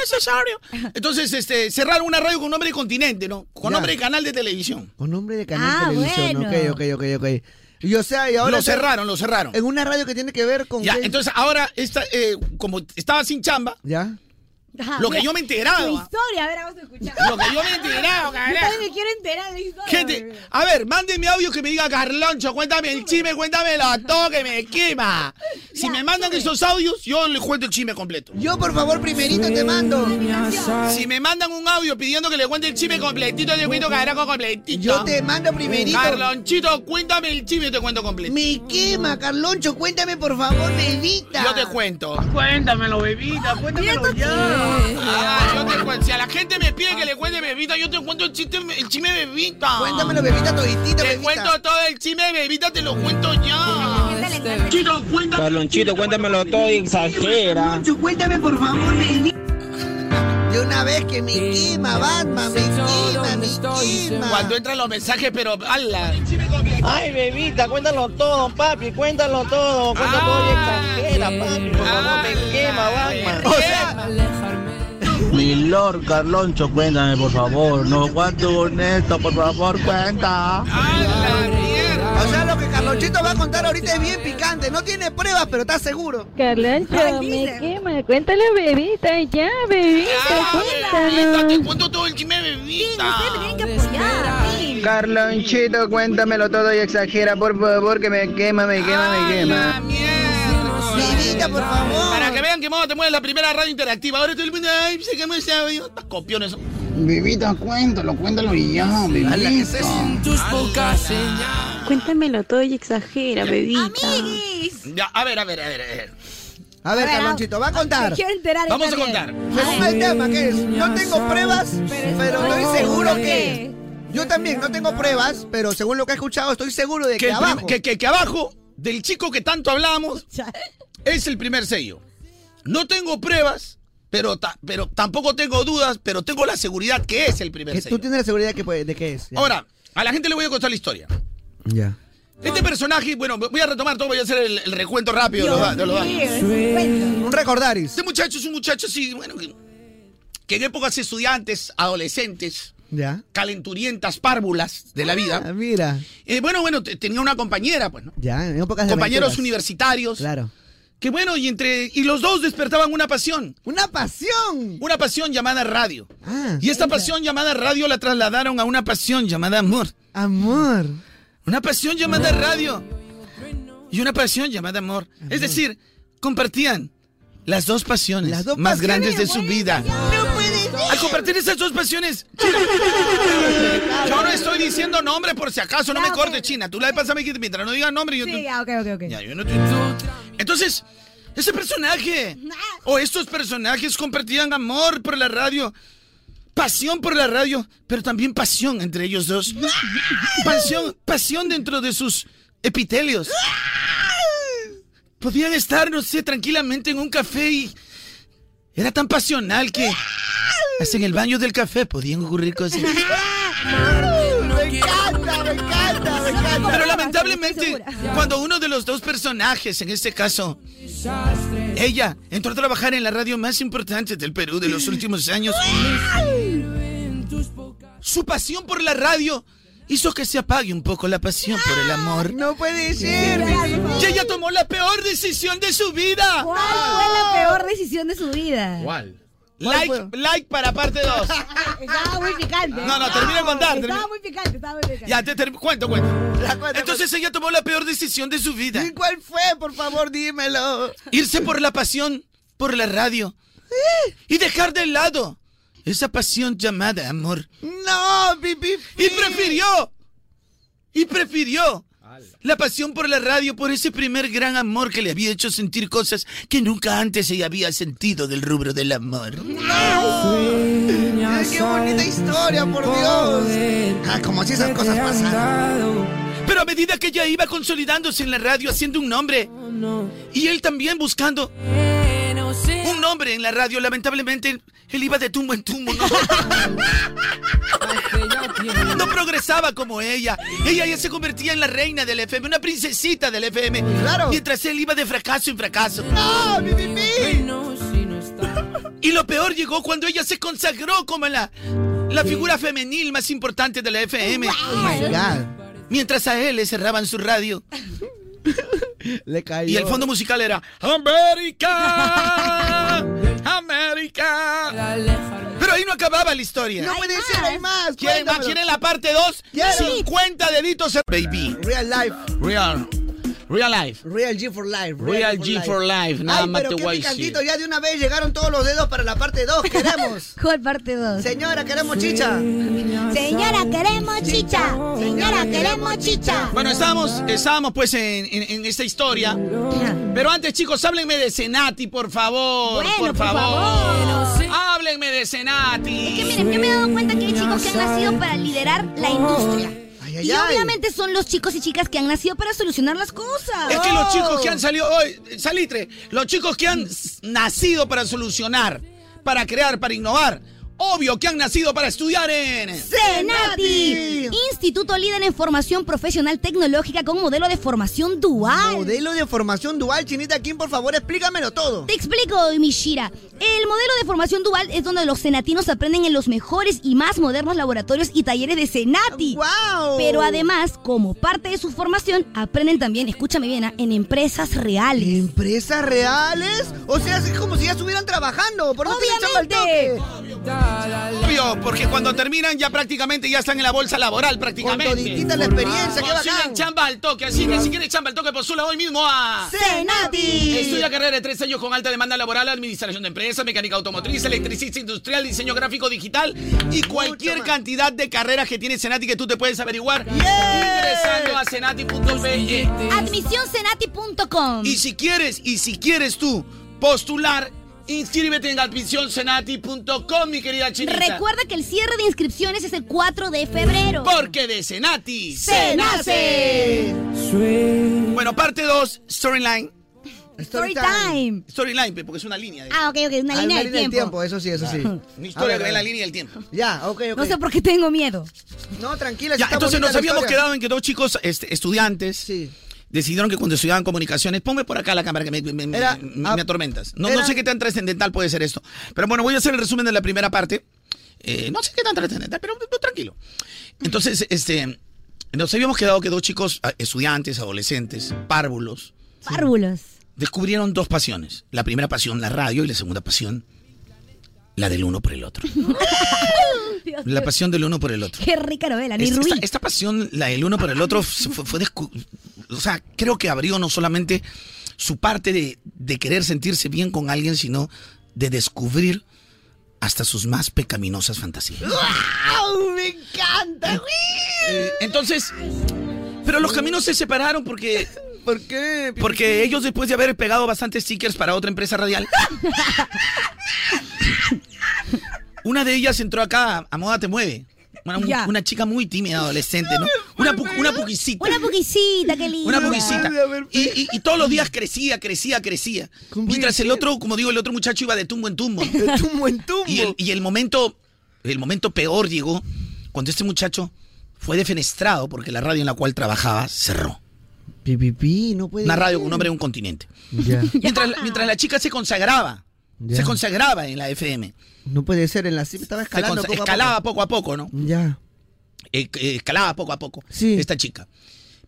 necesario. Entonces, este, cerraron una radio con nombre de continente, ¿no? Con Ya. nombre de canal de televisión. Con nombre de canal Ah, televisión. bueno. Ok, ok, ok, ok. Y o sea, y ahora. Lo cerraron, lo cerraron. En una radio que tiene que ver con. Ya, qué- entonces ahora, esta, eh, como estaba sin chamba, Ya. lo que yo me enteraba. Ah, Tu historia, a ver, vamos a escuchar. Lo que yo me he enterado, carajo. Yo también me quiero enterar de la historia. Gente, a ver, mándenme audio que me diga Carloncho, cuéntame el chisme, cuéntame la todo que me quema. Si me mandan esos audios, yo les cuento el chisme completo. Yo, por favor, primerito te mando. Si me mandan un audio pidiendo que le cuente el chisme completito, te cuento carajo completito. Yo te mando primerito. Carlonchito, cuéntame el chisme, te cuento completo. Me quema, Carloncho. Cuéntame, por favor, bebita. Yo te cuento. Cuéntamelo, bebita. Cuéntamelo Ah, yo te cuento. Si a la gente me pide que le cuente bebita, yo te cuento el chiste, el chisme bebita. Cuéntamelo, bebita, toditito, Te bebita. cuento todo el chisme bebita, te lo cuento ya. Chito, cuéntame. Carlonchito, cuéntamelo todo y exagera. Cuéntame, por favor, bebita. De una vez que me quema, Batman, me quema, me quema. Cuando entran los mensajes, pero ala. Ay, bebita, cuéntalo todo, papi, cuéntalo todo, cuéntalo todo y exagera, papi, por favor, me quema, Batman. Ah. O sea, Mi Lord Carloncho, cuéntame, por favor, no cuánto honesto, por favor, cuenta. Ah. O sea, lo que Carlonchito va a contar ahorita es bien picante. No tiene pruebas, pero está seguro. Carlancho, me quema. Cuéntale, bebita, ya, bebita, te cuéntanos. Ah, cuento todo el chisme bebita. Carlonchito, cuéntamelo todo y exagera, por favor, que me quema, me quema, me quema. Bebita, por favor. Para que vean que modo te mueve la primera radio interactiva. Ahora todo el mundo, ay, se quemó ese audio. Estás copión eso. Bebita, cuéntalo, cuéntalo y ya, bebita. eh, Cuéntamelo todo y exagera, bebita. Ya, a ver, a ver, a ver, a ver. A ver, A ver, Carlonchito, va a contar. Ah, quiero enterar Vamos a también. contar. Según el tema, que es? No tengo pruebas, pero estoy seguro que. Yo también no tengo pruebas, pero según lo que he escuchado, estoy seguro de que, Que, el prim- abajo. que, que- que abajo del chico que tanto hablamos es el primer sello. No tengo pruebas, pero, ta- pero tampoco tengo dudas, pero tengo la seguridad que es el primer Que sello. Tú tienes la seguridad que puede- de qué es. ya. Ahora, a la gente le voy a contar la historia. Ya. Este personaje, bueno, voy a retomar todo, voy a hacer el, el recuento rápido de los da- de los daños. Un recordaris. Este muchacho es un muchacho así, bueno, que, que en épocas estudiantes, adolescentes, Ya. calenturientas, párvulas de la vida. Ah, mira. Eh, bueno, bueno, te- tenía una compañera, pues, ¿no? Ya, en épocas de Compañeros aventuras. universitarios. Claro. Que bueno, y entre. Y los dos despertaban una pasión. ¡Una pasión! Una pasión llamada radio. Ah, Y esta pasión llamada radio la trasladaron a una pasión llamada amor. Amor. Una pasión llamada radio. Y una pasión llamada amor. Es decir, compartían las dos pasiones más pasiones, grandes de su vida. Al compartir esas dos pasiones, China, yo no estoy diciendo nombre por si acaso, no me cortes, China. Tú la pasas a mi kit mientras no digas nombre. Yo Ah, Sí, te- ya, ok, ok, ok. Ya, yo no te- Entonces, ese personaje o estos personajes compartían amor por la radio, pasión por la radio, pero también pasión entre ellos dos. Pasión, pasión dentro de sus epitelios. Podían estar, no sé, tranquilamente en un café y era tan pasional que hasta en el baño del café podían ocurrir cosas. Me encanta, me encanta, me encanta. Pero lamentablemente, cuando uno de los dos personajes, en este caso, ella entró a trabajar en la radio más importante del Perú de los últimos años, su pasión por la radio hizo que se apague un poco la pasión por el amor. No puede ser. Y ella tomó la peor decisión de su vida. ¿Cuál fue la peor decisión de su vida? ¿Cuál? Like, like para parte 2. Estaba muy picante. No, no, termina de contar, termina. Estaba muy picante, estaba muy picante. Ya, te, te- cuento, cuento. Entonces ella tomó la peor decisión de su vida. ¿Y cuál fue? Por favor, dímelo. Irse por la pasión, por la radio. Y dejar de lado esa pasión llamada amor. No, Y prefirió. Y prefirió. La pasión por la radio, por ese primer gran amor que le había hecho sentir cosas que nunca antes ella había sentido del rubro del amor. ¡Qué bonita historia, por Dios! Ah, como si esas cosas pasaran. Pero a medida que ella iba consolidándose en la radio, haciendo un nombre, y él también buscando un nombre en la radio, lamentablemente él iba de tumbo en tumbo. No, No progresaba como ella. Ella ya se convertía en la reina del FM, una princesita del FM. Mientras él iba de fracaso en fracaso. ¡No, mi, mi, Y lo peor llegó cuando ella se consagró como la, la figura femenil más importante de la FM. Oh, Mientras a él le cerraban su radio. Le cayó. Y el fondo musical era América, América. Pero ahí no acababa la historia. No puede ser, hay más. ¿Quieren más? cuéntamelo. ¿Quieren la parte 2? Quiero. 50 deditos. en- Baby. Real life. Real. Real life. Real G for life. Real G for life, nada Ay, más pero te qué voy a decir. picantito, ya de una vez llegaron todos los dedos para la parte 2. Queremos. ¿Cuál parte 2? Señora, queremos chicha. Señora, queremos chicha. Señora, queremos chicha. Bueno, estábamos, estábamos pues en, en- en esta historia. Pero antes, chicos, háblenme de Senati, por favor. Bueno, por por favor. Háblenme de Senati. Es que miren, yo me he dado cuenta que hay chicos que han nacido para liderar la industria. Y obviamente son los chicos y chicas que han nacido para solucionar las cosas. Es que los chicos Oh. que han salido hoy, Salitre, los chicos que han s- nacido para solucionar, para crear, para innovar, obvio que han nacido para estudiar en... CENATI, Instituto Líder en Formación Profesional Tecnológica con modelo de formación dual. Modelo de formación dual, Chinita Kim, por favor, explícamelo todo. Te explico, Mishira. El modelo de formación dual es donde los senatinos aprenden en los mejores y más modernos laboratorios y talleres de Senati. Pero además, como parte de su formación, aprenden también, escúchame bien, ah, en empresas reales. ¿Empresas reales? O sea, es como si ya estuvieran trabajando. Por no tienen chamba al toque. Obvio, porque cuando terminan ya prácticamente ya están en la bolsa laboral prácticamente. Con toditita la experiencia, qué Consiguen bacán. chamba al toque, así que si quieres chamba al toque, postula hoy mismo a... Senati. Ah. Estudia carrera de tres años con alta demanda laboral, administración de empresas, mecánica automotriz, electricista industrial, diseño gráfico digital y cualquier cantidad de carreras que tiene Senati que tú te puedes averiguar ingresando a senati.be. Admisioncenati.com. Y si quieres, y si quieres tú postular, inscríbete en admisionsenati.com, mi querida chinita. Recuerda que el cierre de inscripciones es el 4 de febrero. Porque de Senati ¡Se nace! Bueno, parte 2, Storyline. Storytime. Storyline, pe, porque es una línea. de- Ah, ok, ok, una Ah, línea una del línea del tiempo. tiempo, eso sí, eso sí. Una historia A ver, que a ve la ver. línea del tiempo. Ya, ok, ok. No sé por qué tengo miedo. No, tranquila. Ya, está entonces bonita nos la habíamos historia. quedado en que dos chicos este, estudiantes decidieron que cuando estudiaban comunicaciones, ponme por acá la cámara que me, me- me- Era- me- me atormentas. No, era- no sé qué tan trascendental puede ser esto. Pero bueno, voy a hacer el resumen de la primera parte. Eh, no sé qué tan trascendental, pero pero tranquilo. Entonces, este, nos habíamos quedado que dos chicos, ah, estudiantes, adolescentes, párvulos, Párvulos. descubrieron dos pasiones. La primera pasión, la radio, y la segunda pasión, la del uno por el otro. Dios La mío. pasión del uno por el otro. Qué rica novela, ni Es- Rubí. esta, esta pasión, la del uno por el otro, se fue, fue descu- o sea, creo que abrió no solamente su parte de, de querer sentirse bien con alguien, sino de descubrir hasta sus más pecaminosas fantasías. ¡Wow! ¡Me encanta! Eh, Entonces, pero los caminos se separaron porque... ¿Por qué? Porque ellos después de haber pegado bastantes stickers para otra empresa radial... Una de ellas entró acá a Moda Te Mueve. Una, Ya. una chica muy tímida, adolescente, ¿no? Una, pu- una puquisita. Una poquisita, qué linda. Una burguesita. Y, y- y todos los días crecía, crecía, crecía. Mientras el otro, como digo, el otro muchacho iba de tumbo en tumbo. De tumbo en tumbo. Y el, y el momento, el momento peor llegó cuando este muchacho fue defenestrado porque la radio en la cual trabajaba cerró. Pipipi, no puede Una radio ser. con un hombre de un continente. Ya. Mientras, la- mientras la chica se consagraba. Ya. Se consagraba en la FM. No puede ser, en la cima estaba Se escalando consa- poco a escalaba poco a poco, ¿no? poco. Ya. eh, eh, escalaba poco a poco esta chica.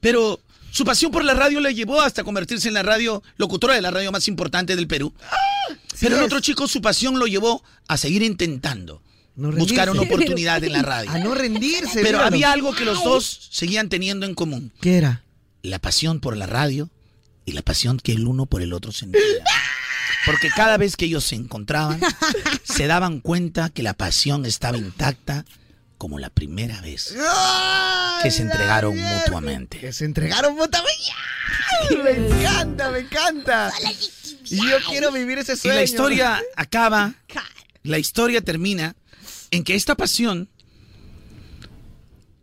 Pero su pasión por la radio la llevó hasta convertirse en la radio locutora de la radio más importante del Perú. Ah, Pero el otro chico, su pasión lo llevó a seguir intentando No buscar una rendirse. oportunidad en la radio. A no rendirse. Pero míralo. había algo que los dos seguían teniendo en común. ¿Qué era? La pasión por la radio y la pasión que el uno por el otro sentía. Porque cada vez que ellos se encontraban, se daban cuenta que la pasión estaba intacta como la primera vez que se entregaron mutuamente. Que se entregaron bota. Me encanta, me encanta. Y yo quiero vivir ese Y sueño. la historia acaba, la historia termina en que esta pasión...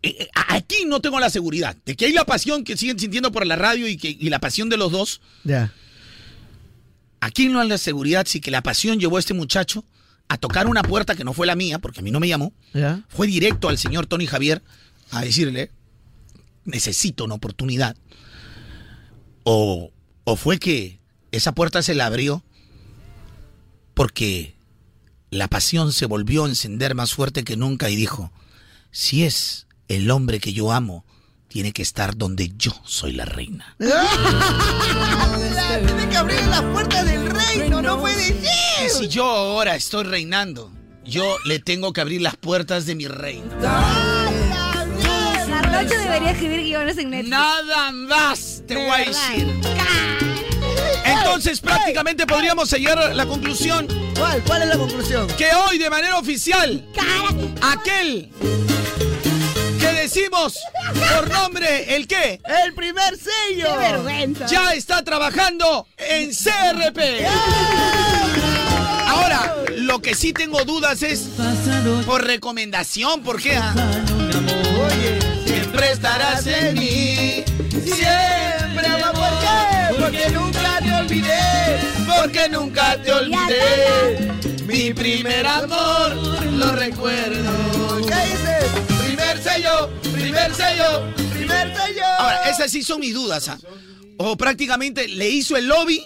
eh, eh, a- Aquí no tengo la seguridad de que hay la pasión que siguen sintiendo por la radio y, que, y la pasión de los dos. Ya. Aquí no hay la seguridad si que la pasión llevó a este muchacho a tocar una puerta que no fue la mía, porque a mí no me llamó. Ya. Fue directo al señor Tony Javier a decirle, necesito una oportunidad. O, o fue que esa puerta se la abrió porque la pasión se volvió a encender más fuerte que nunca y dijo, si es el hombre que yo amo, tiene que estar donde yo soy la reina. ¡Ah! La- Tiene que abrir las puertas del reino, no puede Y ser. si yo ahora estoy reinando, yo le tengo que abrir las puertas de mi reino. Carlocho debería escribir guiones en Netflix. Nada más te voy a decir. Entonces prácticamente podríamos llegar a la conclusión. ¿Cuál? ¿Cuál es la conclusión? Que hoy de manera oficial, aquel que decimos por nombre el qué, El primer sello. Qué vergüenza. ya está trabajando en CRP. Ahora, lo que sí tengo dudas es por recomendación, ¿por qué? ah? Siempre estarás en mí. Siempre amor, ¿por qué? Porque nunca te olvidé. Porque nunca te olvidé. Mi primer amor lo recuerdo. ¿Qué dices? Primer sello, primer sello. Primer sello. Ahora, esas sí son mis dudas. ah. O prácticamente le hizo el lobby.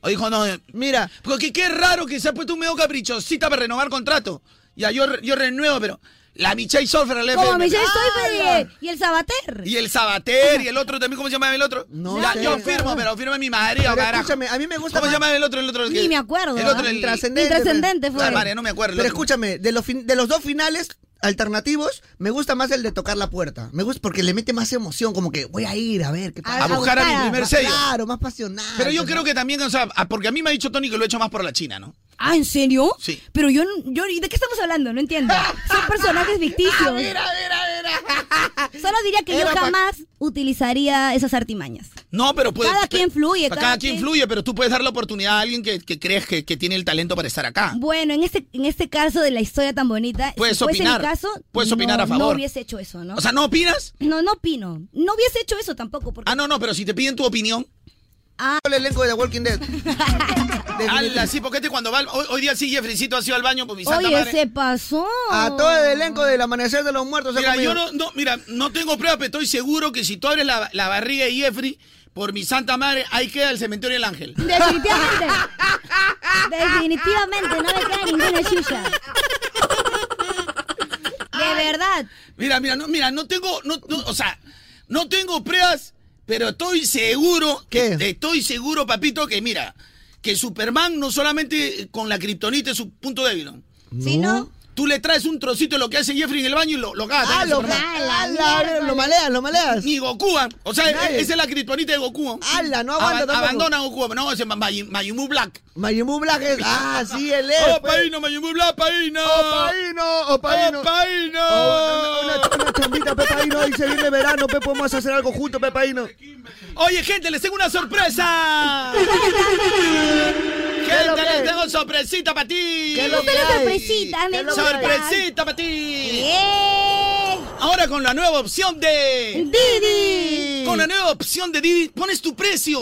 O dijo, no, eh, mira. Porque qué raro que se ha puesto un medio caprichosita para renovar contrato. Ya, yo, re- yo renuevo, pero la Michelle Solfer, la Como FM. me estoy ¡Hala! Fede, y el Sabater. Y el Sabater y el otro también, ¿cómo se llama el otro? No Ya, sé. yo firmo, pero firma mi madre. Pero carajo. escúchame, a mí me gusta ¿Cómo se más- llama el otro? El otro Ni que- me acuerdo, El otro, ¿ah? el Intrascendente. Intrascendente fue. La madre, no me acuerdo. el Pero otro. escúchame, de los, fin- de los dos finales alternativos, me gusta más el de tocar la puerta. Me gusta porque le mete más emoción, como que voy a ir a ver qué pasa. A buscar a mi primer Ma- sello. Claro, pues, más pasional. Pero yo creo que también, o sea, ah, porque a mí me ha dicho Tony que lo he hecho más por la China, ¿no? Ah, ¿en serio? Sí. Ah, Pero yo, yo, ¿de qué estamos hablando? No entiendo. Son personajes ficticios. mira, mira, mira. Solo diría que yo Era pa- jamás utilizaría esas artimañas. No, pero puede. Cada quien fluye, Cada, cada quien quien- fluye, pero tú puedes dar la oportunidad a alguien que, que crees que, que tiene el talento para estar acá. Bueno, en este, en este caso de la historia tan bonita, Puedes si fuese mi opinar. caso, Puedes no- opinar a favor. No hubiese hecho eso, ¿no? O sea, ¿no opinas? No, no opino. No hubiese hecho eso tampoco. Porque... Ah, no, no, pero si te piden tu opinión. Ah. El elenco de The Walking Dead. Ala, sí, porque este cuando va. al- Hoy, hoy día sí, Jeffreycito ha sido al baño con mi santa Oye, madre. se pasó. A todo el elenco del amanecer de los muertos. se Mira, ha comido. yo no, no- mira, no tengo pruebas, pero estoy seguro que si tú abres la, la barriga de Jeffrey, por mi santa madre, ahí queda el cementerio del ángel. Definitivamente. Definitivamente, no le queda ninguna chucha. De verdad. Mira, mira, no, mira, no tengo, no, no, o sea, no tengo pruebas, pero estoy seguro, que, estoy seguro, papito, que mira, que Superman no solamente con la kriptonita es su punto débil. ¿no? Si no. Tú le traes un trocito de lo que hace Jeffrey en el baño y lo, lo cagas. Ah, también a lo Superman. ca- a la- a la- lo maleas, lo maleas. Ni Goku, ah. o sea, Nadie. e- esa es la kriptonita de Goku. ah. Ala, no aguanta Aba- tampoco. Abandona Goku, ah. no, ese Ma- May- Mayumu Black. Mayimú Black es. Ah, sí, él es. Oh, pues. Paino, Mayumu Black, Paino. Opaíno, Opaíno. Opaíno. Oh, una, una- una chambita, Pepaíno. Ahí se viene verano, Pe, podemos hacer algo juntos, Pepaíno. Oye, gente, les tengo una sorpresa. ¿Qué es lo gente, que les es? tengo sorpresita para ti. ¿Qué es lo que Gusta la hay? sorpresita, me ¿Qué es lo que gusta. hay? Sorpresita para ti. Ahora con la nueva opción de Didi. Con la nueva opción de Didi pones tu precio.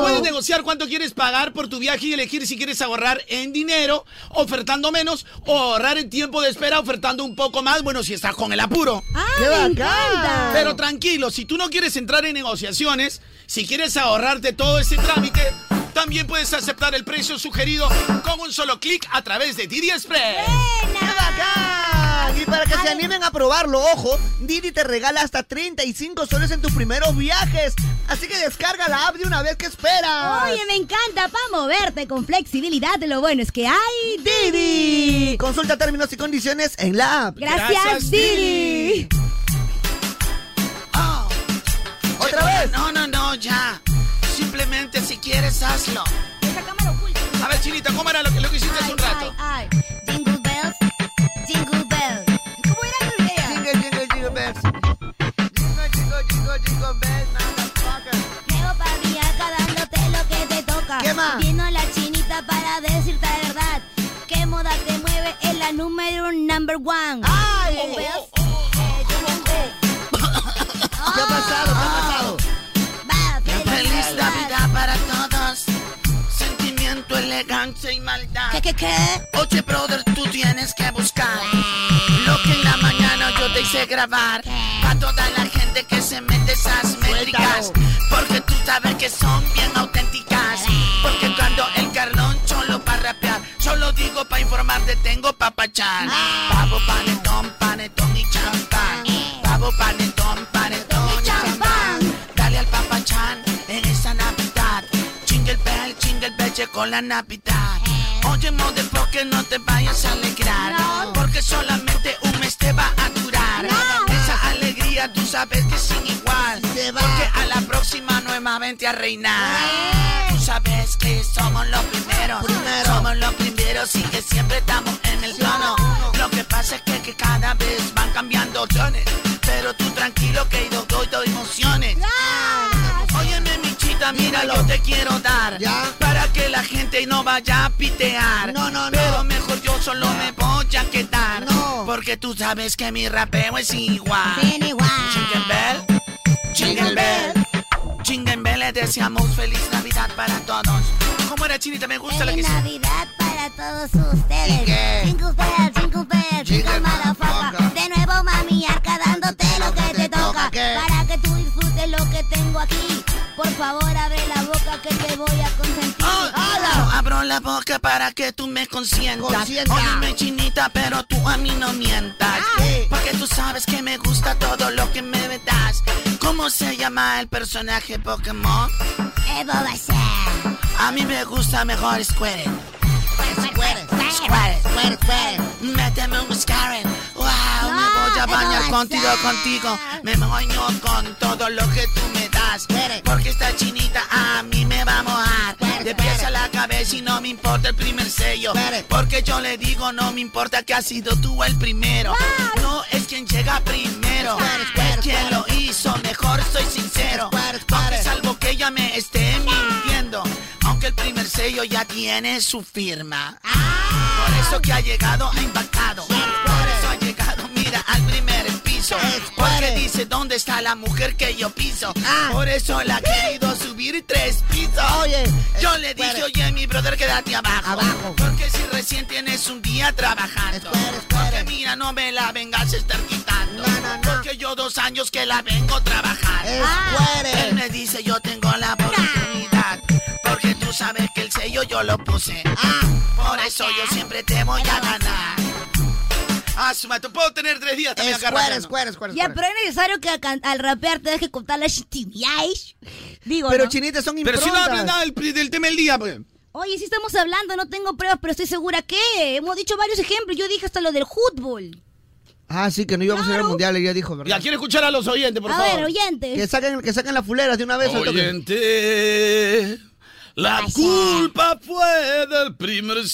Puedes negociar cuánto quieres pagar por tu viaje y elegir si quieres ahorrar en dinero ofertando menos o ahorrar en tiempo de espera ofertando un poco más. Bueno, si estás con el apuro. ¡Qué me bacán! encanta! Pero tranquilo, si tú no quieres entrar en negociaciones, si quieres ahorrarte todo ese trámite, también puedes aceptar el precio sugerido con un solo clic a través de Didi Express. bacán! Ah, Y para que se animen a probarlo, ojo, Didi te regala hasta 35 soles en tus primeros viajes. Así que descarga la app de una vez que esperas. Oye, me encanta para moverte con flexibilidad. Lo bueno es que hay Didi. Consulta términos y condiciones en la app. Gracias, Gracias, Didi. Ah. ¿Otra vez? No, no, no, ya. Simplemente si quieres, hazlo. A ver, Chinita, ¿cómo era lo que, lo que hiciste hace un rato? Ay, jingle bells, jingle bells. ¿Cómo era la idea? Jingle, jingle, jingle bells. Jingle, jingle, jingle, jingle bells, motherfucker. Llevo pa' mi acá dándote lo que te toca. ¿Qué más? Vino la chinita para decirte la verdad. ¿Qué moda te mueve? Es la número number one. ¡Ay! Oh. Jingle bells, eh, jingle bells. ¿Qué ha pasado? ¿Qué ha pasado? Feliz Navidad para todos. Sentimiento, elegancia y maldad. ¿Qué, qué, qué? Oye, brother, tú tienes que buscar lo que en la mañana yo te hice grabar. Pa' toda la gente que se mete esas métricas. Porque tú sabes que son bien auténticas. Porque cuando el Carlón solo para rapear, solo digo pa' informarte, tengo papachán. Pavo, panetón, panetón y champán. Pavo, panetón, panetón y champán. Dale al papachán en esa Navidad. Jingle bell, jingle bell, llegó la Navidad. Oye, motherfucker, no te vayas a alegrar. Porque solamente un mes te va a durar. Esa alegría tú sabes que es sin igual. Porque a la próxima nuevamente a reinar. Tú sabes que somos los primeros. Somos los primeros y que siempre estamos en el tono. Lo que pasa es que, que cada vez van cambiando opciones. Pero tú tranquilo que yo doy, doy emociones. Óyeme, mi chita, mira, yo te quiero dar. Para que la gente no vaya a pitear. No, no, no. Pero mejor yo solo me voy a quedar. Porque tú sabes que mi rapeo es igual. Sin igual. Jingle bell, jingle bell. Jingle bell, les deseamos feliz Navidad para todos. ¿Cómo era, chinita? Me gusta la que Feliz hizo. Navidad Oh, para todos ustedes. Jingle bell, jingle bell, jingle motherfucker. De nuevo mami arca dándote lo que te toca. Para que tú disfrutes lo que tengo aquí. Por favor abre la boca que te voy a consentir. ¡Ah, Yo abro la boca para que tú me consientas. Óyeme, chinita, pero tú a mí no mientas. Ah, Porque tú sabes que me gusta todo lo que me das. ¿Cómo se llama el personaje Pokémon? Evo va a ser. A mí me gusta mejor Squirtle. Squirtle, Squirtle, Squirtle. Méteme un Squirtle. Wow, me voy a bañar contigo, contigo. Me baño con todo lo que tú me das. Porque esta chinita a mí me va a mojar. De pies a la cabeza y no me importa el primer sello. Porque yo le digo, no me importa que has sido tú el primero. No es quien llega primero. sello ya tiene su firma. Por eso que ha llegado ha impactado. Por eso ha llegado, mira, al primer piso. Porque dice dónde está la mujer que yo piso. Por eso la ha querido subir tres pisos. Ah. Oye, yo le dije, oye, mi brother, quédate abajo. Porque si recién tienes un día trabajando. Porque mira, no me la vengas a estar quitando. Porque yo dos años que la vengo trabajando. Él me dice, yo tengo la oportunidad. Porque tú sabes que el sello yo lo puse. Ah, Por eso yo siempre te voy a ganar. Ah, su mato, puedo tener tres días también acá. Escueres, rapeando. escueres, Ya, pero es necesario que a can- al rapear te deje contar las intimidades. Digo, Pero ¿no? chinita, son Pero si no hablan nada del, del tema del día, pues. Oye, sí estamos hablando, no tengo pruebas, pero estoy segura que hemos dicho varios ejemplos. Yo dije hasta lo del fútbol. Ah, sí, que no íbamos a ir al mundial, ella dijo, ¿verdad? Ya quiero escuchar a los oyentes, por A favor. ver, oyentes. Que saquen, que saquen las fuleras de una vez. al toque. Oyente, la culpa fue del primer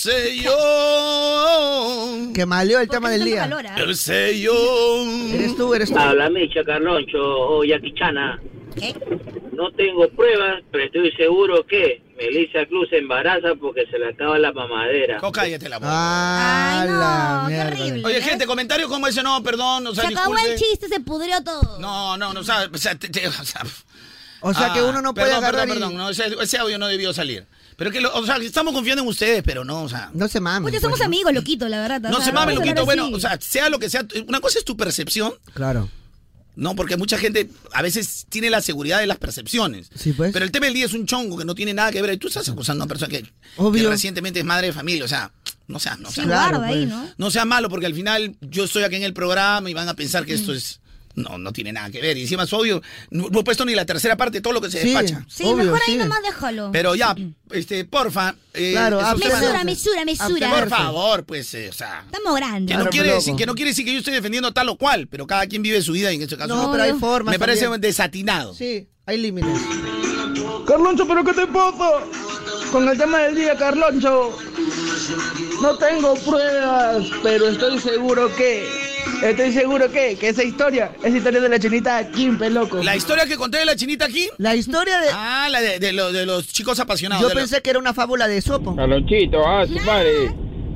sello. Que maleó el tema del día. El sello. Eres tú, eres tú. Habla Micha, Carloncho o Yaquichana. ¿Qué? No tengo pruebas, pero estoy seguro que Melissa Cruz se embaraza porque se le acaba la mamadera. No, cállate la boca. Ah, la mierda. Oye, gente, comentarios como ese, no, perdón, o sea, se acabó disculpe. el chiste, se pudrió todo. No, no, no, o sea, o sea, te- te- o sea, Ah, O sea, que uno no puede perdón, agarrar Perdón, y- perdón, no, ese, ese audio no debió salir. Pero que, lo- o sea, estamos confiando en ustedes, pero no, o sea. No se mames. Oye, somos pues. amigos, loquito, la verdad. No O sea, se mames, vamos a loquito. hablar Bueno, así. o sea, sea lo que sea, una cosa es tu percepción, Claro. no, porque mucha gente a veces tiene la seguridad de las percepciones. Sí, pues. Pero el tema del día es un chongo que no tiene nada que ver. Y tú estás acusando a una persona que, que Obvio. recientemente es madre de familia. O sea, no seas, no Sí, seas malo. claro, pues. ahí, ¿no? No seas malo, porque al final yo estoy aquí en el programa y van a pensar que Mm. esto es. No, no tiene nada que ver. Y encima es obvio, no, no he puesto ni la tercera parte de todo lo que se Sí, despacha. Sí, mejor ahí nomás déjalo. Pero ya, este, porfa. eh, Claro, esos temas- Mesura, mesura, mesura. Por favor, pues, eh, o sea. Estamos grandes. Que no, quiere decir, que no quiere decir que yo estoy defendiendo tal o cual, pero cada quien vive su vida y en este caso. No, pero hay formas Me parece también. desatinado. Sí, hay límites. Carloncho, ¿pero qué te pasa? Con el tema del día, Carloncho. No tengo pruebas, pero estoy seguro que. Estoy seguro que, que esa historia, esa historia de la chinita Kimpe, loco. La historia que conté de la chinita aquí. La historia de. Ah, la de, de lo- de los chicos apasionados. Yo de lo- pensé que era una fábula de Sopo. Carlonchito, ah, tu madre.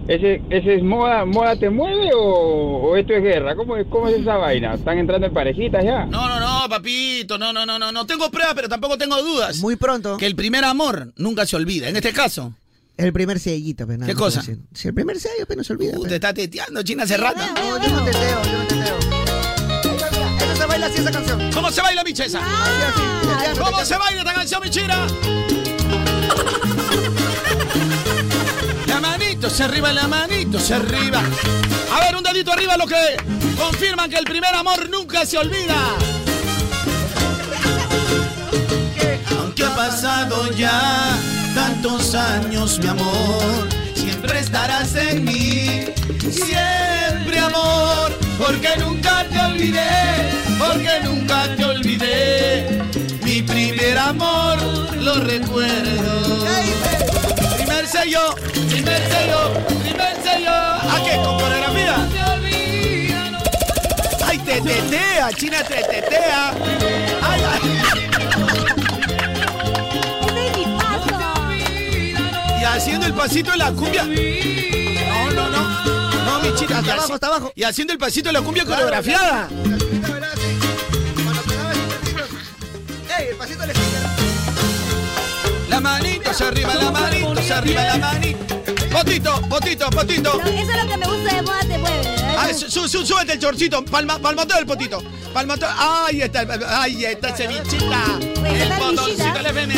¿Ese, ¿Ese es moda, moda te mueve o, o esto es guerra? ¿Cómo, es- ¿Cómo es esa vaina? ¿Están entrando en parejitas ya? No, no, no, papito, no, no, no, no, no tengo pruebas, pero tampoco tengo dudas. Muy pronto. Que el primer amor nunca se olvida. En este caso, El primer sellito, penal. ¿Qué cosa? Si el primer sello, pero no se olvida. uh, te está teteando, China Serrata. No, yo no te leo, yo no te leo. Eso se baila así esa canción. ¿Cómo se baila, Micha, esa? ¿Cómo se baila esta canción, Michira? La manito se arriba, la manito se arriba. A ver, un dedito arriba los que confirman que el primer amor nunca se olvida. Aunque ha pasado ya tantos años, mi amor, siempre estarás en mí. Siempre amor, porque nunca te olvidé, porque nunca te olvidé. Mi primer amor lo recuerdo. Primer sello, primer sello, primer sello. ¿A qué? ¿Con coreografía? ¡Ay, te tetea! ¡China te tetea! ¡Ay, ay! Y haciendo el pasito de la cumbia. No, no, no. No, mi chica. Hasta y abajo, haci- hasta abajo. Y haciendo el pasito de la cumbia coreografiada. ¡Ey, el pasito le sigue! La manito se arriba, la manito se arriba, la manito. Potito, potito, potito. Lo- Eso es lo que me gusta de moda te mueve. ¿eh? ¿verdad? Ah, su- su- su- súbete el chorcito, palma, palmateo el potito. Palmateo. Ahí está, el- ahí está ese bichita. Bueno, El está botoncito bichita. le viene.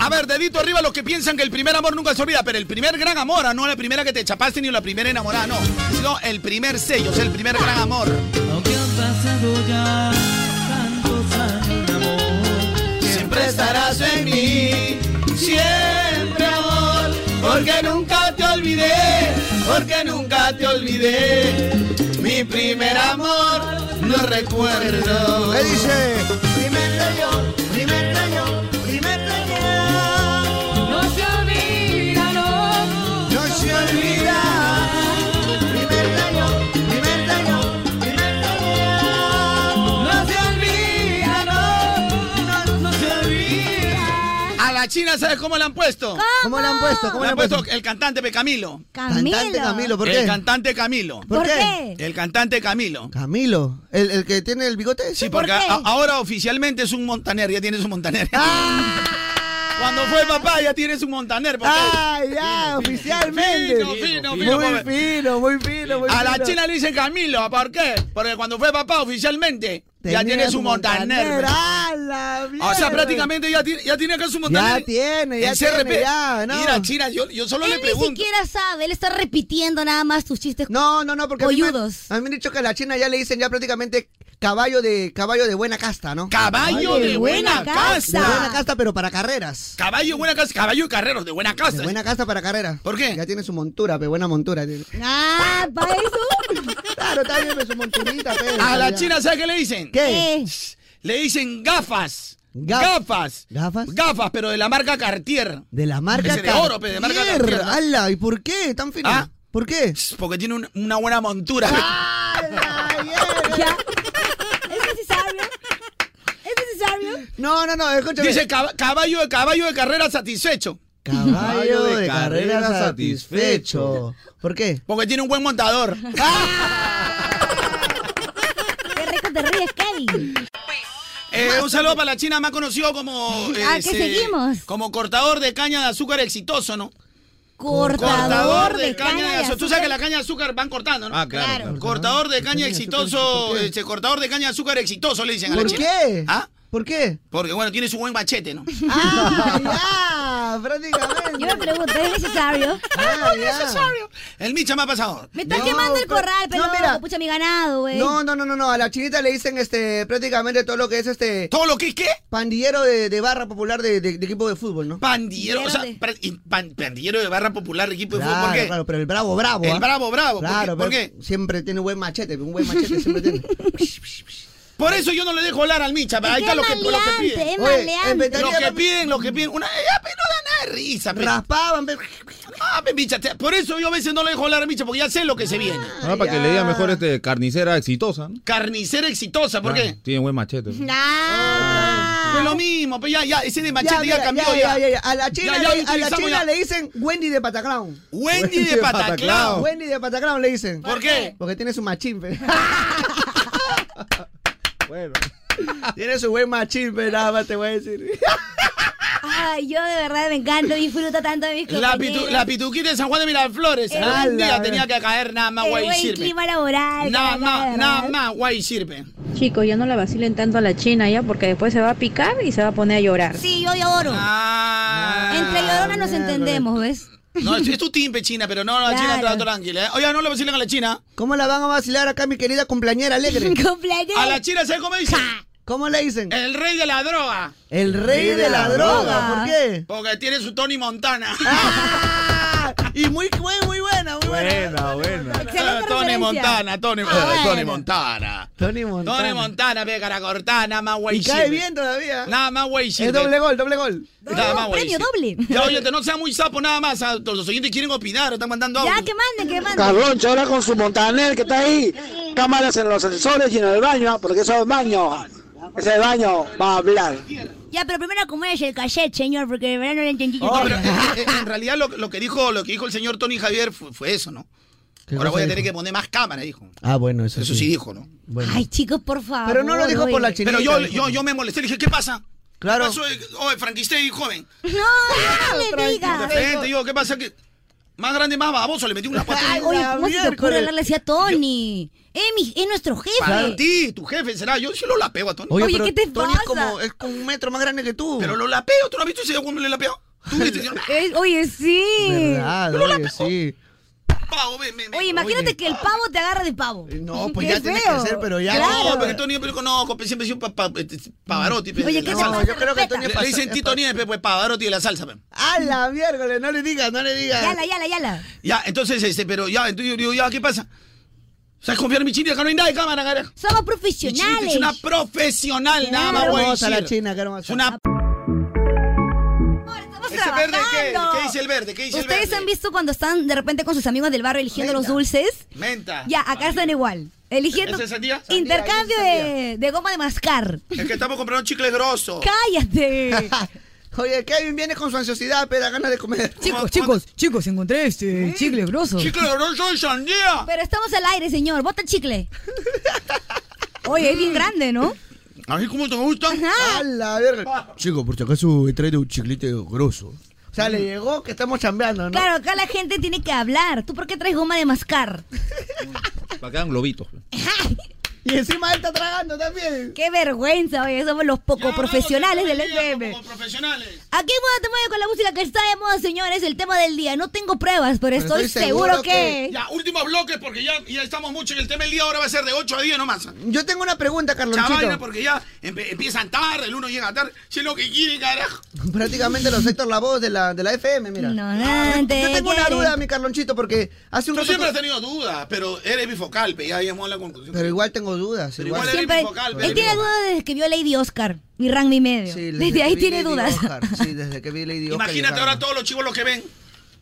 A ver, dedito arriba los que piensan que el primer amor nunca se olvida, pero el primer gran amor, ah, no la primera que te chapaste ni la primera enamorada, no. Sino el primer sello, o sea, el primer gran amor. Aunque han pasado ya tantos años, Siempre estarás en mí, siempre amor, porque nunca te olvidé, porque nunca te olvidé. Mi primer amor no recuerdo. ¿Qué dice? Primer rayo, primer rayo, primer rayo. No se olvida, no. No se olvida. Primer rayo, primer rayo, primer rayo. No se olvida, no. No, no se olvida. la China, ¿sabes cómo la han puesto? ¿Cómo, la han puesto? ¿Cómo la la han han puesto? El cantante pe Camilo. Camilo. Cantante Camilo, ¿por El qué? cantante Camilo. ¿Por ¿Por qué? El cantante Camilo. Camilo, el, el que tiene el bigote. Sí, porque a- ahora oficialmente es un montaner, ya tiene su montaner. Cuando fue papá ya tiene su montaner. Ah, ya, oficialmente. Muy fino, muy fino, muy A la fino. China le dicen Camilo, ¿por qué? Porque cuando fue papá oficialmente ya tiene su montaner. ¡Ah, la O sea, mierda! prácticamente ya tiene, ya tiene acá su montaner. Ya tiene, ya En CRP. tiene, ya, no. Mira, China, yo, yo solo le Él ni pregunto. siquiera sabe, él está repitiendo nada más tus chistes. No, no, no, porque a mí, me, a mí me han dicho que a la China ya le dicen ya prácticamente caballo de caballo de buena casta, ¿no? Caballo de buena casta. De buena casta, pero para carreras. Caballo, buena casa, caballo y carreros, de buena casa. De buena casta para carreras. ¿Por qué? Ya tiene su montura, pero buena montura tiene. Ah, para eso. claro, está bien, pero su monturita, pero. A la ya. China, ¿sabes qué le dicen? ¿Qué? Le dicen gafas. Gafas. ¿Gafas? Gafas, pero de la marca Cartier. De la marca Ese de oro, pe, de marca Cartier. Cartier, ¿no? ¡Hala! ¿Y por qué? ¿Tan fino? ¿Ah? ¿Por qué? Porque tiene un- una buena montura. ¿Ya? ¿Es necesario? ¿Es necesario? No, no, no, escúchame. Dice cab- caballo de caballo de carrera satisfecho. Caballo de carrera satisfecho. ¿Por qué? Porque tiene un buen montador. ¡Ah! Qué rico te ríes, Kevin. Eh, un saludo para la China más conocido como. este, Ah, ¿qué seguimos? Como cortador de caña de azúcar exitoso, ¿no? Cortador de, caña, de azúcar. Tú sabes que la caña de azúcar van cortando, ¿no? Ah, claro, Claro. claro. Cortador de caña exitoso, este, cortador de caña de azúcar exitoso, le dicen a la ¿Por China. qué? ¿Ah? ¿Por qué? Porque, bueno, tiene su buen machete, ¿no? Ah, ya, prácticamente. Yo me pregunto, ¿es necesario? Ah, ya. El Micha me ha pasado. Me está No, quemando el pero- corral, pero no, mira. pucha mi ganado, güey. No, no, no, no, no. A la chinita le dicen este prácticamente todo lo que es este. ¿Todo lo que es qué? Pandillero de, de barra popular de, de- de equipo de fútbol, ¿no? Pandillero, o sea, pra- y pan- pandillero de barra popular, equipo de fútbol. Claro, Pues, ¿Por qué? claro, pero el bravo, bravo. El ¿ah? bravo, bravo. ¿por Claro, qué? ¿Por pero qué? Siempre tiene un buen machete, un buen machete siempre tiene. Por eso yo no le dejo hablar al Micha. pero eh, Es Ahí que está lo es que, lo que maleante, piden. es Oye, maleante. Lo en Ventanilla que no- piden, lo que piden. Una, eh, ya, pe, no da nada de risa. pe. Raspaban, pe. Ah, pe, Micha, te- por eso yo a veces no le dejo hablar al Micha, porque ya sé lo que se viene. Ah, Ahora para que le diga mejor este carnicera exitosa. ¿no? Carnicera exitosa, ¿por qué? Ah, Tiene buen machete. Es Ah, pues lo mismo, pero ya, ya, ese de machete ya, mira, cambió. ya, Ya, ya, ya, ya. A la china, Ya, ya le, a la utilizamos china ya. le dicen Wendy de Pataclown. Wendy de Pataclown. Wendy de Pataclown le dicen. ¿Por qué? Porque tiene su machín, pe. bueno. Tiene su buen machín, pe, nada más te voy a decir. Ay, yo de verdad me encanta, disfruto tanto de mis La, compañeros. pitu- la pituquita de San Juan de Miraflores. El Algún buen- día tenía que caer nada más el guay buen sirve. clima laboral, Nada la más, verdad. nada más guay sirve. Chicos, ya no la vacilen tanto a la China ya porque después se va a picar y se va a poner a llorar. Sí, yo lloro. Entre lloronas nos entendemos, ¿ves? Ah. No, es, es tu timpe, China, pero no, la China está tranquila. ¿eh? Oye, no le vacilan a la China. ¿Cómo la van a vacilar acá, mi querida cumpleañera alegre? cumpleañera. A la China, ¿sabes cómo dicen? ¿Cómo le dicen? El rey de la droga. El rey de la droga, ¿por qué? Porque tiene su Tony Montana. Y muy, muy, muy buena, muy buena. buena. Excelente Tony referencia. Montana, Tony, Ah, bueno. Tony Montana. Tony Montana. Tony Montana, ve cara cortada, nada más guay Y cae sirve. bien todavía. Nada más güey Es doble gol, doble gol. Nada más, güey. premio doble. Ya, oye, te- no sea muy sapo nada más. ah, Los oyentes quieren opinar, están mandando Ya, audio. que manden, que manden. Carloncho, ahora con su montaner que está ahí. Cámaras en los ascensores y en el baño, ah, porque eso es baño. Ese baño va a hablar. Ya, pero primero acomódese el cachet, señor, porque de verdad no lo entendí. No, pero, eh, eh, en realidad lo, lo que dijo, lo que dijo el señor Tony Javier fue, fue eso, ¿no? Ahora cosa voy a tener dijo? que poner más cámara, dijo. Ah, bueno, eso, Eso sí dijo, ¿no? Ay, chicos, por favor. Pero no lo dijo por la oye. chinita. Pero yo, dijo. yo, yo me molesté, le dije, ¿qué pasa? Claro. ¿Qué pasó? eh, Oye, Frankenstein, joven. No, no me De digas. frente, yo, ¿qué pasa? que Más grande, más baboso, le metí una pata. Ay, oye, ¿cómo se te ocurre hablarle así a Tony? Eh, mi, es nuestro jefe. Para ti, tu jefe será. Yo sí lo lapeo a Tony. Oye, Oye, pero ¿qué te Tony pasa? es como, es como un metro más grande que tú. Pero lo lapeo, ¿tú no has visto ese cómo le lapeo? Tú viste, yo- Eh, oye, sí. Verdad, oye, sí. Oye, imagínate que el pavo te agarra de pavo. No, pues ya tiene que ser, pero ya. No, Claro. porque Tony Pérez, no, Copé siempre ha sido pa- pa- este, Pavarotti. pe, Oye, de ¿qué la te salsa. pasa? Yo creo que Tony Le- es pa- Le dicen es Tito Nieves, pe, pues Pavarotti de la salsa, pe. ¡A la miércoles! No le digas, no le digas. Yala, yala, yala. Ya, entonces, este, pero ya, entonces yo digo, ya, ¿qué pasa? ¿Sabes confiar en mi chinita? Acá no hay nada de cámara, cara. Somos Mi chinita profesionales. Es una profesional, nada más, Qué güey. hermosa la decir. china, qué hermosa. Es una... ¿Ese verde qué? ¿Qué dice el verde? ¿Qué dice el ¿Ustedes verde? han visto cuando están de repente con sus amigos del barrio eligiendo los dulces? Menta. Ya, acá están igual. Eligiendo ¿Ese es sandía? intercambio de, de goma de mascar. Es que estamos comprando chicles grosos. ¡Cállate! Oye, Kevin viene con su ansiosidad, pero da ganas de comer. Chicos, chicos, chicos, encontré este ¿Eh? chicle grosso. grosso y sandía! Pero estamos al aire, señor. Bota el chicle. Oye, es bien grande, ¿no? ¿Así como te gusta? A la verga. Chico, por si acaso he traído un chiclete grosso. O sea, le llegó que estamos chambeando, ¿no? Claro, acá la gente tiene que hablar. ¿Tú por qué traes goma de mascar? Para que hagan globitos. Y encima él está tragando también. Qué vergüenza, oye. Somos los poco profesionales del FM. Aquí en Moda Te Mueve con la música que está de moda, señores. El tema del día. No tengo pruebas, pero, estoy, seguro, que... Ya, últimos bloques, porque ya, ya estamos mucho y el tema del día ahora va a ser de 8 a 10 nomás. Yo tengo una pregunta, Carlonchito. Chavaina, porque ya empe- empiezan tarde, el uno llega tarde. Si es lo que quiere, carajo. Prácticamente los Héctor la voz de la, de la FM, mira. Ignorante Yo tengo una eres. duda, mi Carlonchito, porque hace un Tú rato. siempre has tenido dudas, pero eres bifocal, pe, ya llegamos a la conclusión. Pero igual tengo dudas. Pero igual. igual Siempre- él tiene dudas desde que vio a Lady Oscar y Rang y medio. Sí, desde ahí que vi tiene Lady dudas. Oscar, Sí, desde que vi Lady Oscar. Imagínate llegaron. ahora todos los chivos los que ven.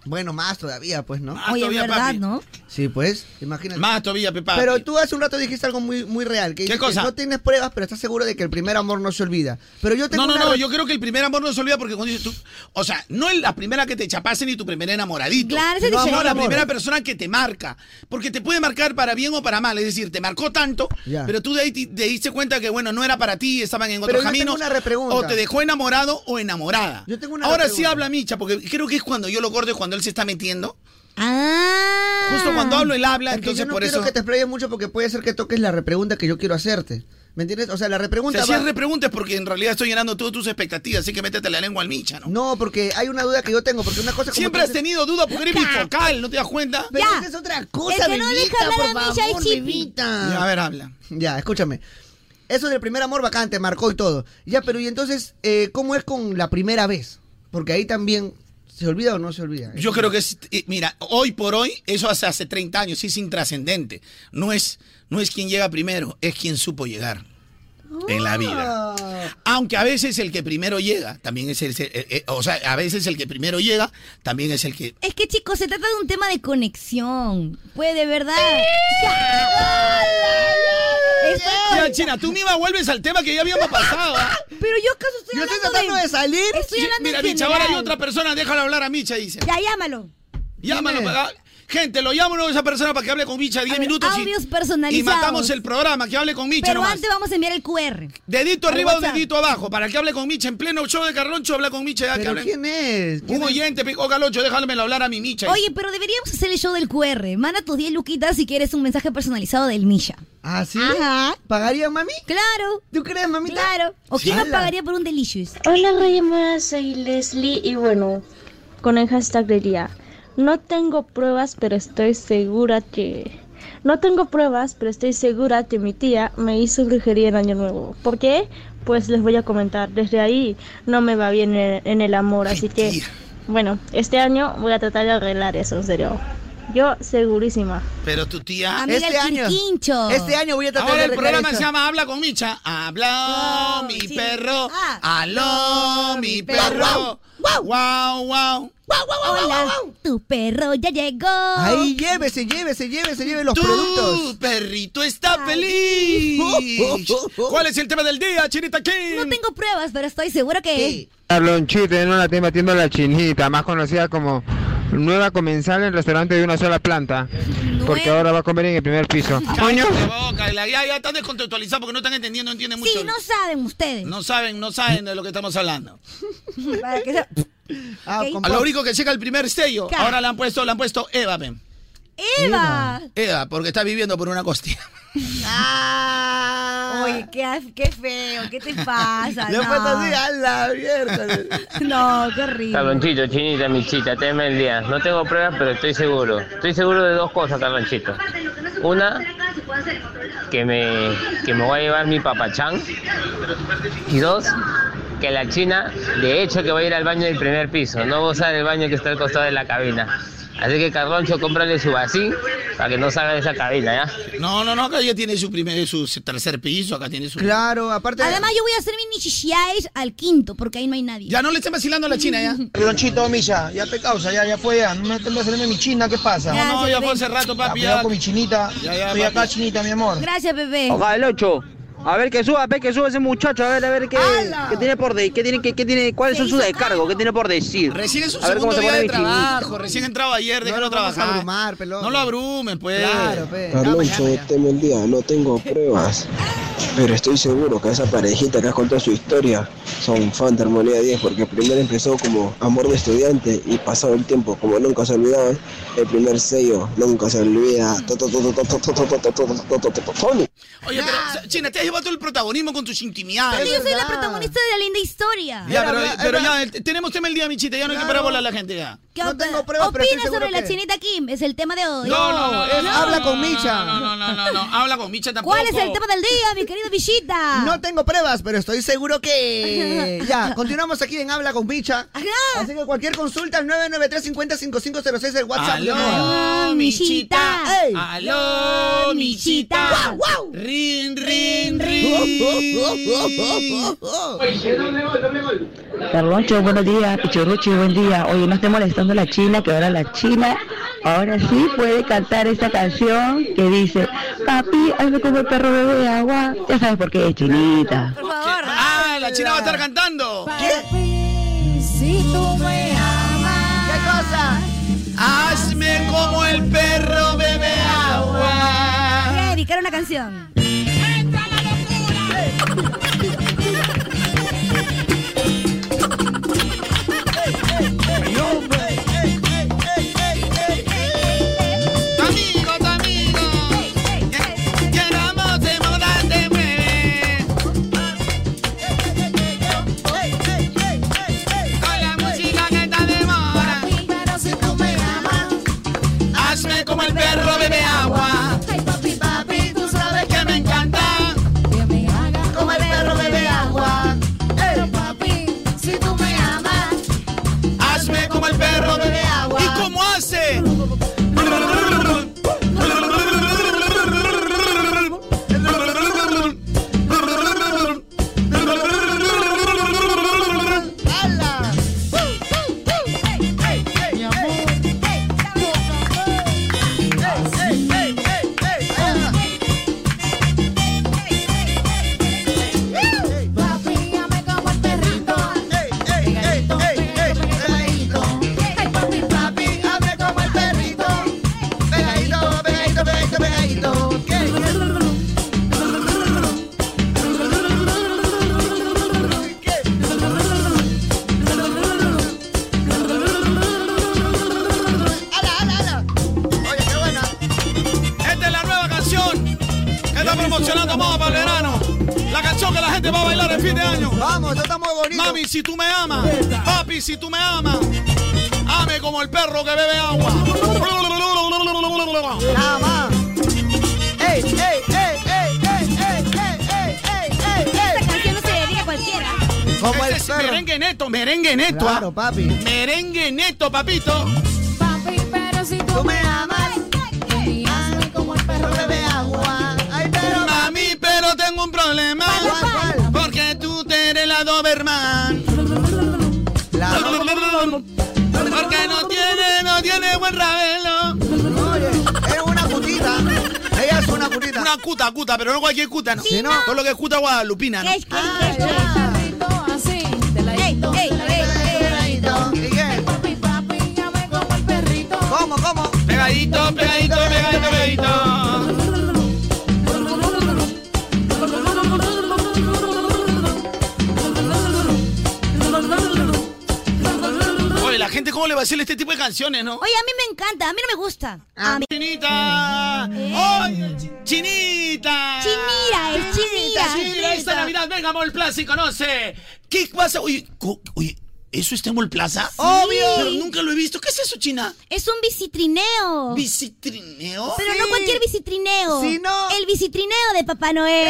Bueno, más todavía, pues, ¿no? Oye, todavía, ¿verdad, papi. no? Sí, pues, imagínate. Más todavía, Pepa. Pero tú hace un rato dijiste algo muy, muy real. Que ¿Qué dices cosa? que No tienes pruebas, pero estás seguro de que el primer amor no se olvida. Pero yo tengo No, no, una no, re- yo creo que el primer amor no se olvida porque cuando dices tú, o sea, no es la primera que te chapaste ni tu primer enamoradito. Claro, ese es no, diferente, no, la amor. primera persona que te marca, porque te puede marcar para bien o para mal, es decir, te marcó tanto, Ya. pero tú de ahí te, te diste cuenta que bueno, no era para ti, estaban en Pero otros yo tengo caminos. una repregunta. O te dejó enamorado o enamorada. Yo tengo una Ahora sí repregunta. habla Micha, porque creo que es cuando yo lo corto, es cuando él se está metiendo. Ah. Justo cuando hablo él habla, Es que entonces yo no por quiero eso que te explayes mucho porque puede ser que toques la repregunta que yo quiero hacerte. ¿Me entiendes? O sea, la Si repregunta. así va- es repreguntas porque en realidad estoy llenando todas tus expectativas, así que métete la lengua al Micha, ¿no? No, porque hay una duda que yo tengo, porque una cosa es como Siempre tú has dices- tenido duda porque eres bifocal, ¿no te das cuenta? Pero esa es otra cosa, El que no deja bebita, hablar por a Misha favor, es Chipi. bebita. Ya, a ver, habla. Ya, escúchame. Eso del primer amor vacante, marcó y todo. Ya, pero y entonces, eh, ¿cómo es con la primera vez? Porque ahí también, ¿se olvida o no se olvida? Yo creo que es, eh, mira, hoy por hoy, eso hace, hace 30 años, es intrascendente. No es, no es quien llega primero, es quien supo llegar en Ah. la vida. Aunque a veces el que primero llega, también es el, eh, eh, o sea, a veces el que primero llega, también es el que... Es que chicos, se trata de un tema de conexión. Puede, de verdad. Estoy con- Ya, China, tú misma vuelves al tema que ya habíamos pasado. ¿ah? Pero yo acaso estoy Yo estoy hablando tratando de salir. Estoy Sí, hablando Mira, en Micha, ahora hay general. otra persona, déjala hablar a Micha, dice. Ya, llámalo. Llámalo para. Gente, lo llamo a esa persona para que hable con Micha 10 A ver, minutos. y- audios Y personalizados. matamos el programa, que hable con Micha Pero nomás. antes vamos a enviar el QR. Dedito arriba o WhatsApp. dedito abajo, para que hable con Micha en pleno show de Carloncho, habla con Micha ya que ¿Pero hable. quién es? Un oyente, pico Carloncho, déjamelo hablar a mi Micha. Oye, pero deberíamos hacer el show del QR. Manda tus 10 luquitas si quieres un mensaje personalizado del Misha. ¿Ah, sí? Ajá. ¿Pagaría, mami? Claro. ¿Tú crees, mamita? Claro. ¿O Sí. quién no Ala. pagaría por un delicious? Hola Rayamada, soy Leslie y bueno, con el hashtag del día. No tengo pruebas, pero estoy segura que... No tengo pruebas, pero estoy segura que mi tía me hizo brujería en Año Nuevo. ¿Por qué? Pues les voy a comentar. Desde ahí no me va bien en, en el amor, así que... Bueno, este año voy a tratar de arreglar eso, en serio. Yo segurísima. Pero tu tía. Amiga, Este el año- quirquincho. este año voy a tratar Ahora de el arreglar programa eso. se llama Habla con Micha. Habló mi perro. Ah. Aló mi Guau, perro. Wow, wow, wow. Hola, tu perro ya llegó. Ahí, llévese, llévese, llévese, lleve los Tu productos. perrito Ah, está feliz. ¿Cuál es el tema del día, Chinita King? No tengo pruebas, pero estoy segura que. Carlonchito en una tienda tienda La Chinita, más conocida como nueva comensal en el restaurante de una sola planta, porque ahora va a comer en el primer piso. Cállate boca, la- ya, ya están descontextualizados porque no están entendiendo, no entienden mucho. Sí, no saben ustedes. No saben, no saben de lo que estamos hablando. Para que se- A lo único que llega el primer sello, Claro. ahora le han puesto, le han puesto Eva, ven. ¡Eva! Eva, porque está viviendo por una costilla. Ah. Oye, qué, qué feo, ¿qué te pasa? Le no. he puesto así, a la abierta. No, qué horrible. Carlonchito, chinita, michita, tema el día. No tengo pruebas, pero estoy seguro. Estoy seguro de dos cosas, Carlonchito. Una, que me, que me voy a llevar mi papachán. Y dos, que la china, de hecho, que va a ir al baño del primer piso. No va a usar el baño que está al costado de la cabina. Así que, Carloncho, cómprale su vacín para que no salga de esa cabina, ¿ya? No, no, no, acá ya tiene su primer, su tercer piso, acá tiene su. Claro, aparte. Además, yo voy a hacer mis nichichiáis al quinto, porque ahí no hay nadie. Ya no le estén vacilando a la china, ya. Ronchito, Milla, ya te causa, ya, ya fue, ya. No me estén vacilando mi china, ¿qué pasa? No, no, ya fue hace rato, Ya, papi. cuidado con mi chinita. Ya, ya, Estoy acá, papi. chinita, mi amor. Gracias, bebé. Ojalá el 8. A ver que suba, a ver que suba ese muchacho, a ver, a ver qué, qué tiene por de, qué tiene, qué, qué tiene, cuáles son sus descargos, qué tiene por decir. Recién es su a ver segundo día de mi chinito. trabajo, recién entraba ayer, déjalo trabajar. No lo No lo abrumen, pues. Carloncho, te mentía, no tengo pruebas. Pero estoy seguro que esa parejita que has contado su historia son fan de Armonía 10 porque primero empezó como amor de estudiante y pasado el tiempo, como nunca se olvidaban, el primer sello nunca se olvida. Mm. Oye, pero, China, te has llevado todo el protagonismo con tus intimidades. Porque yo soy la protagonista de la linda historia. Ya, pero, pero ya, eh, tenemos tema el día, Michita, ya no hay que parar a la gente ya. ¿Qué No opi- tengo pruebas, pero estoy Opina seguro sobre la que- chinita Kim, es el tema de hoy. es- No, No, no, no, no, no, habla con Micha tampoco. ¿Cuál es el tema del día, mi querido Villita? tengo pruebas, pero estoy seguro que. Ya, continuamos aquí en Habla con Micha. Así que cualquier consulta al 993-50-5506 del WhatsApp. Aló, Llamada. Michita. Ey. Aló, Michita. Guau, guau. Rin, rin, rin. Carloncho, buenos días. Pichorruchi, buen día. Oye, no esté molestando la China, que ahora la China, ahora sí puede cantar esta canción que dice, papi, hazme como el perro bebé de agua. Ya sabes por qué, Chinita. Ah, la China va a estar cantando. Si tú me amas. ¿Qué cosa? Hazme como el perro bebe agua. Bien, dedicar una canción. Tu amigo, tu amigo. Llenamos de moda, te mueve. Con la música que está de moda. Pero si tú me amas. Hazme como el perro bebe agua. Ay, papi, papi, tú sabes que me encanta. Que me hagas como el perro bebe agua. Pero papi, si tú me amas. Hazme como el perro bebe agua. ¿Y cómo hace? Mi amor. Papi, llame como el perrito. Pegadito, pegadito, pegadito. Ay, papi, papi, hazme como el perrito. Pegadito, pegadito, pegadito, pegadito. Esta es la nueva canción que está promocionando Moda para el verano. La canción que la gente va a bailar el fin de año. Vamos, está muy bonito. Mami, si tú me amas. Papi, si tú me amas. Ame como el perro que bebe agua. Nada más. Ey, ey, ey, ey, ey, ey, ey, ey, ey, ey, ey. Esta canción no se dedica a cualquiera. Como el merengue neto, merengue neto. Claro, ah. Merengue neto, papito. Papi, pero si tú me amas, hazme como el perro bebe agua. Ay, pero Mami, pero tengo un problema. Porque tú te eres la Doberman. Porque no tiene, no tiene buen rabelo. Oye, es una putita. Ella es una putita. Una cuta, cuta, pero no cualquier cuta, ¿no? Sí, ¿no? Todo lo que es cuta guadalupina, ¿no? así, de ladito, de ladito, de ladito. Papi, papi, llame como el perrito. ¿Cómo, cómo? Pegadito, pegadito, pegadito, pegadito. Oye, la gente cómo le va a hacer este tipo de canciones, ¿no? Oye, a mí me encanta, a mí no me gusta. Ah, A mí. Eh. Chinita. ¡Oye, chinita! Chinira, es chinira. Chinita, esta Navidad, venga a Mall Plaza y conoce. ¿Qué pasa? Oye, co- oye, ¿eso está en Mall Plaza? Obvio. Pero nunca lo he visto. ¿Qué es eso, China? Es un bicitrineo. ¿Bicitrineo? Pero no cualquier bicitrineo. Sí, no. ¡Eh! El bicitrineo de Papá Noel.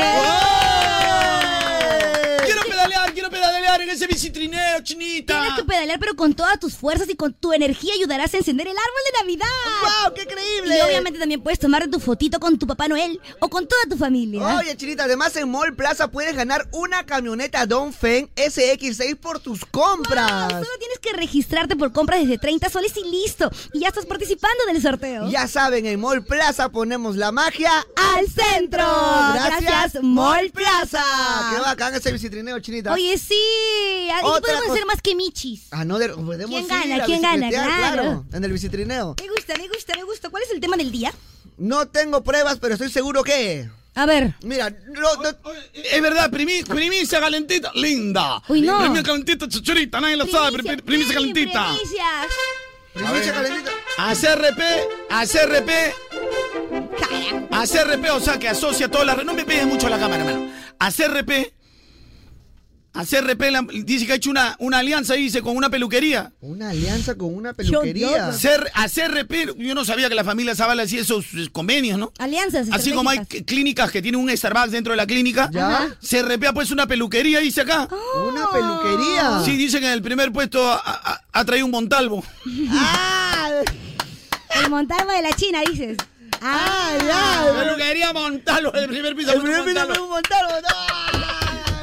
Quiero pedalear pedalear, quiero pedalear en ese bicitrineo, chinita. Tienes que pedalear, pero con todas tus fuerzas y con tu energía ayudarás a encender el árbol de Navidad. ¡Wow! ¡Qué creíble! Y obviamente también puedes tomarte tu fotito con tu Papá Noel o con toda tu familia. Oye, Chinita, además en Mall Plaza puedes ganar una camioneta Dongfeng SX6 por tus compras. Solo tienes que registrarte por compras desde 30 soles y listo. Y ya estás participando del sorteo. Ya saben, en Mall Plaza ponemos la magia al centro. Gracias, Gracias, Mall Plaza. Qué bacán ese bicitrineo, Chinita. Oye, sí. Ahí Otra podemos cosa- hacer más que michis. Ah, no, de- podemos ¿Quién ir gana? a ¿Quién gana? bicicletear, Claro. En el bicitrineo. Me gusta, me gusta, me gusta. ¿Cuál es el tema del día? No tengo pruebas, pero estoy seguro que. A ver. Mira, Es verdad, primi- primicia calentita, linda. Uy, no. Primicia calentita, chuchurita, nadie lo sabe, pri- pri- primicia calentita. Primicias. Primicia calentita. A CRP, a CRP. A CRP, o sea, que asocia todas las... re- No me pegues mucho a la cámara, hermano. A CRP. A CRP la- dice que ha hecho una, una alianza, dice, con una peluquería. Una alianza con una peluquería. Cer- a CRP, yo no sabía que la familia Zavala hacía esos eh, convenios, ¿no? Alianzas. Así como hay cl- clínicas que tienen un Starbucks dentro de la clínica, Ya. se repea pues una peluquería, dice acá. Una peluquería. Sí, dicen que en el primer puesto ha, ha- ha traído un Montalvo. Ah, el Montalvo de la China, dices. Ah, Peluquería Montalvo, el primer piso. puso Montalvo.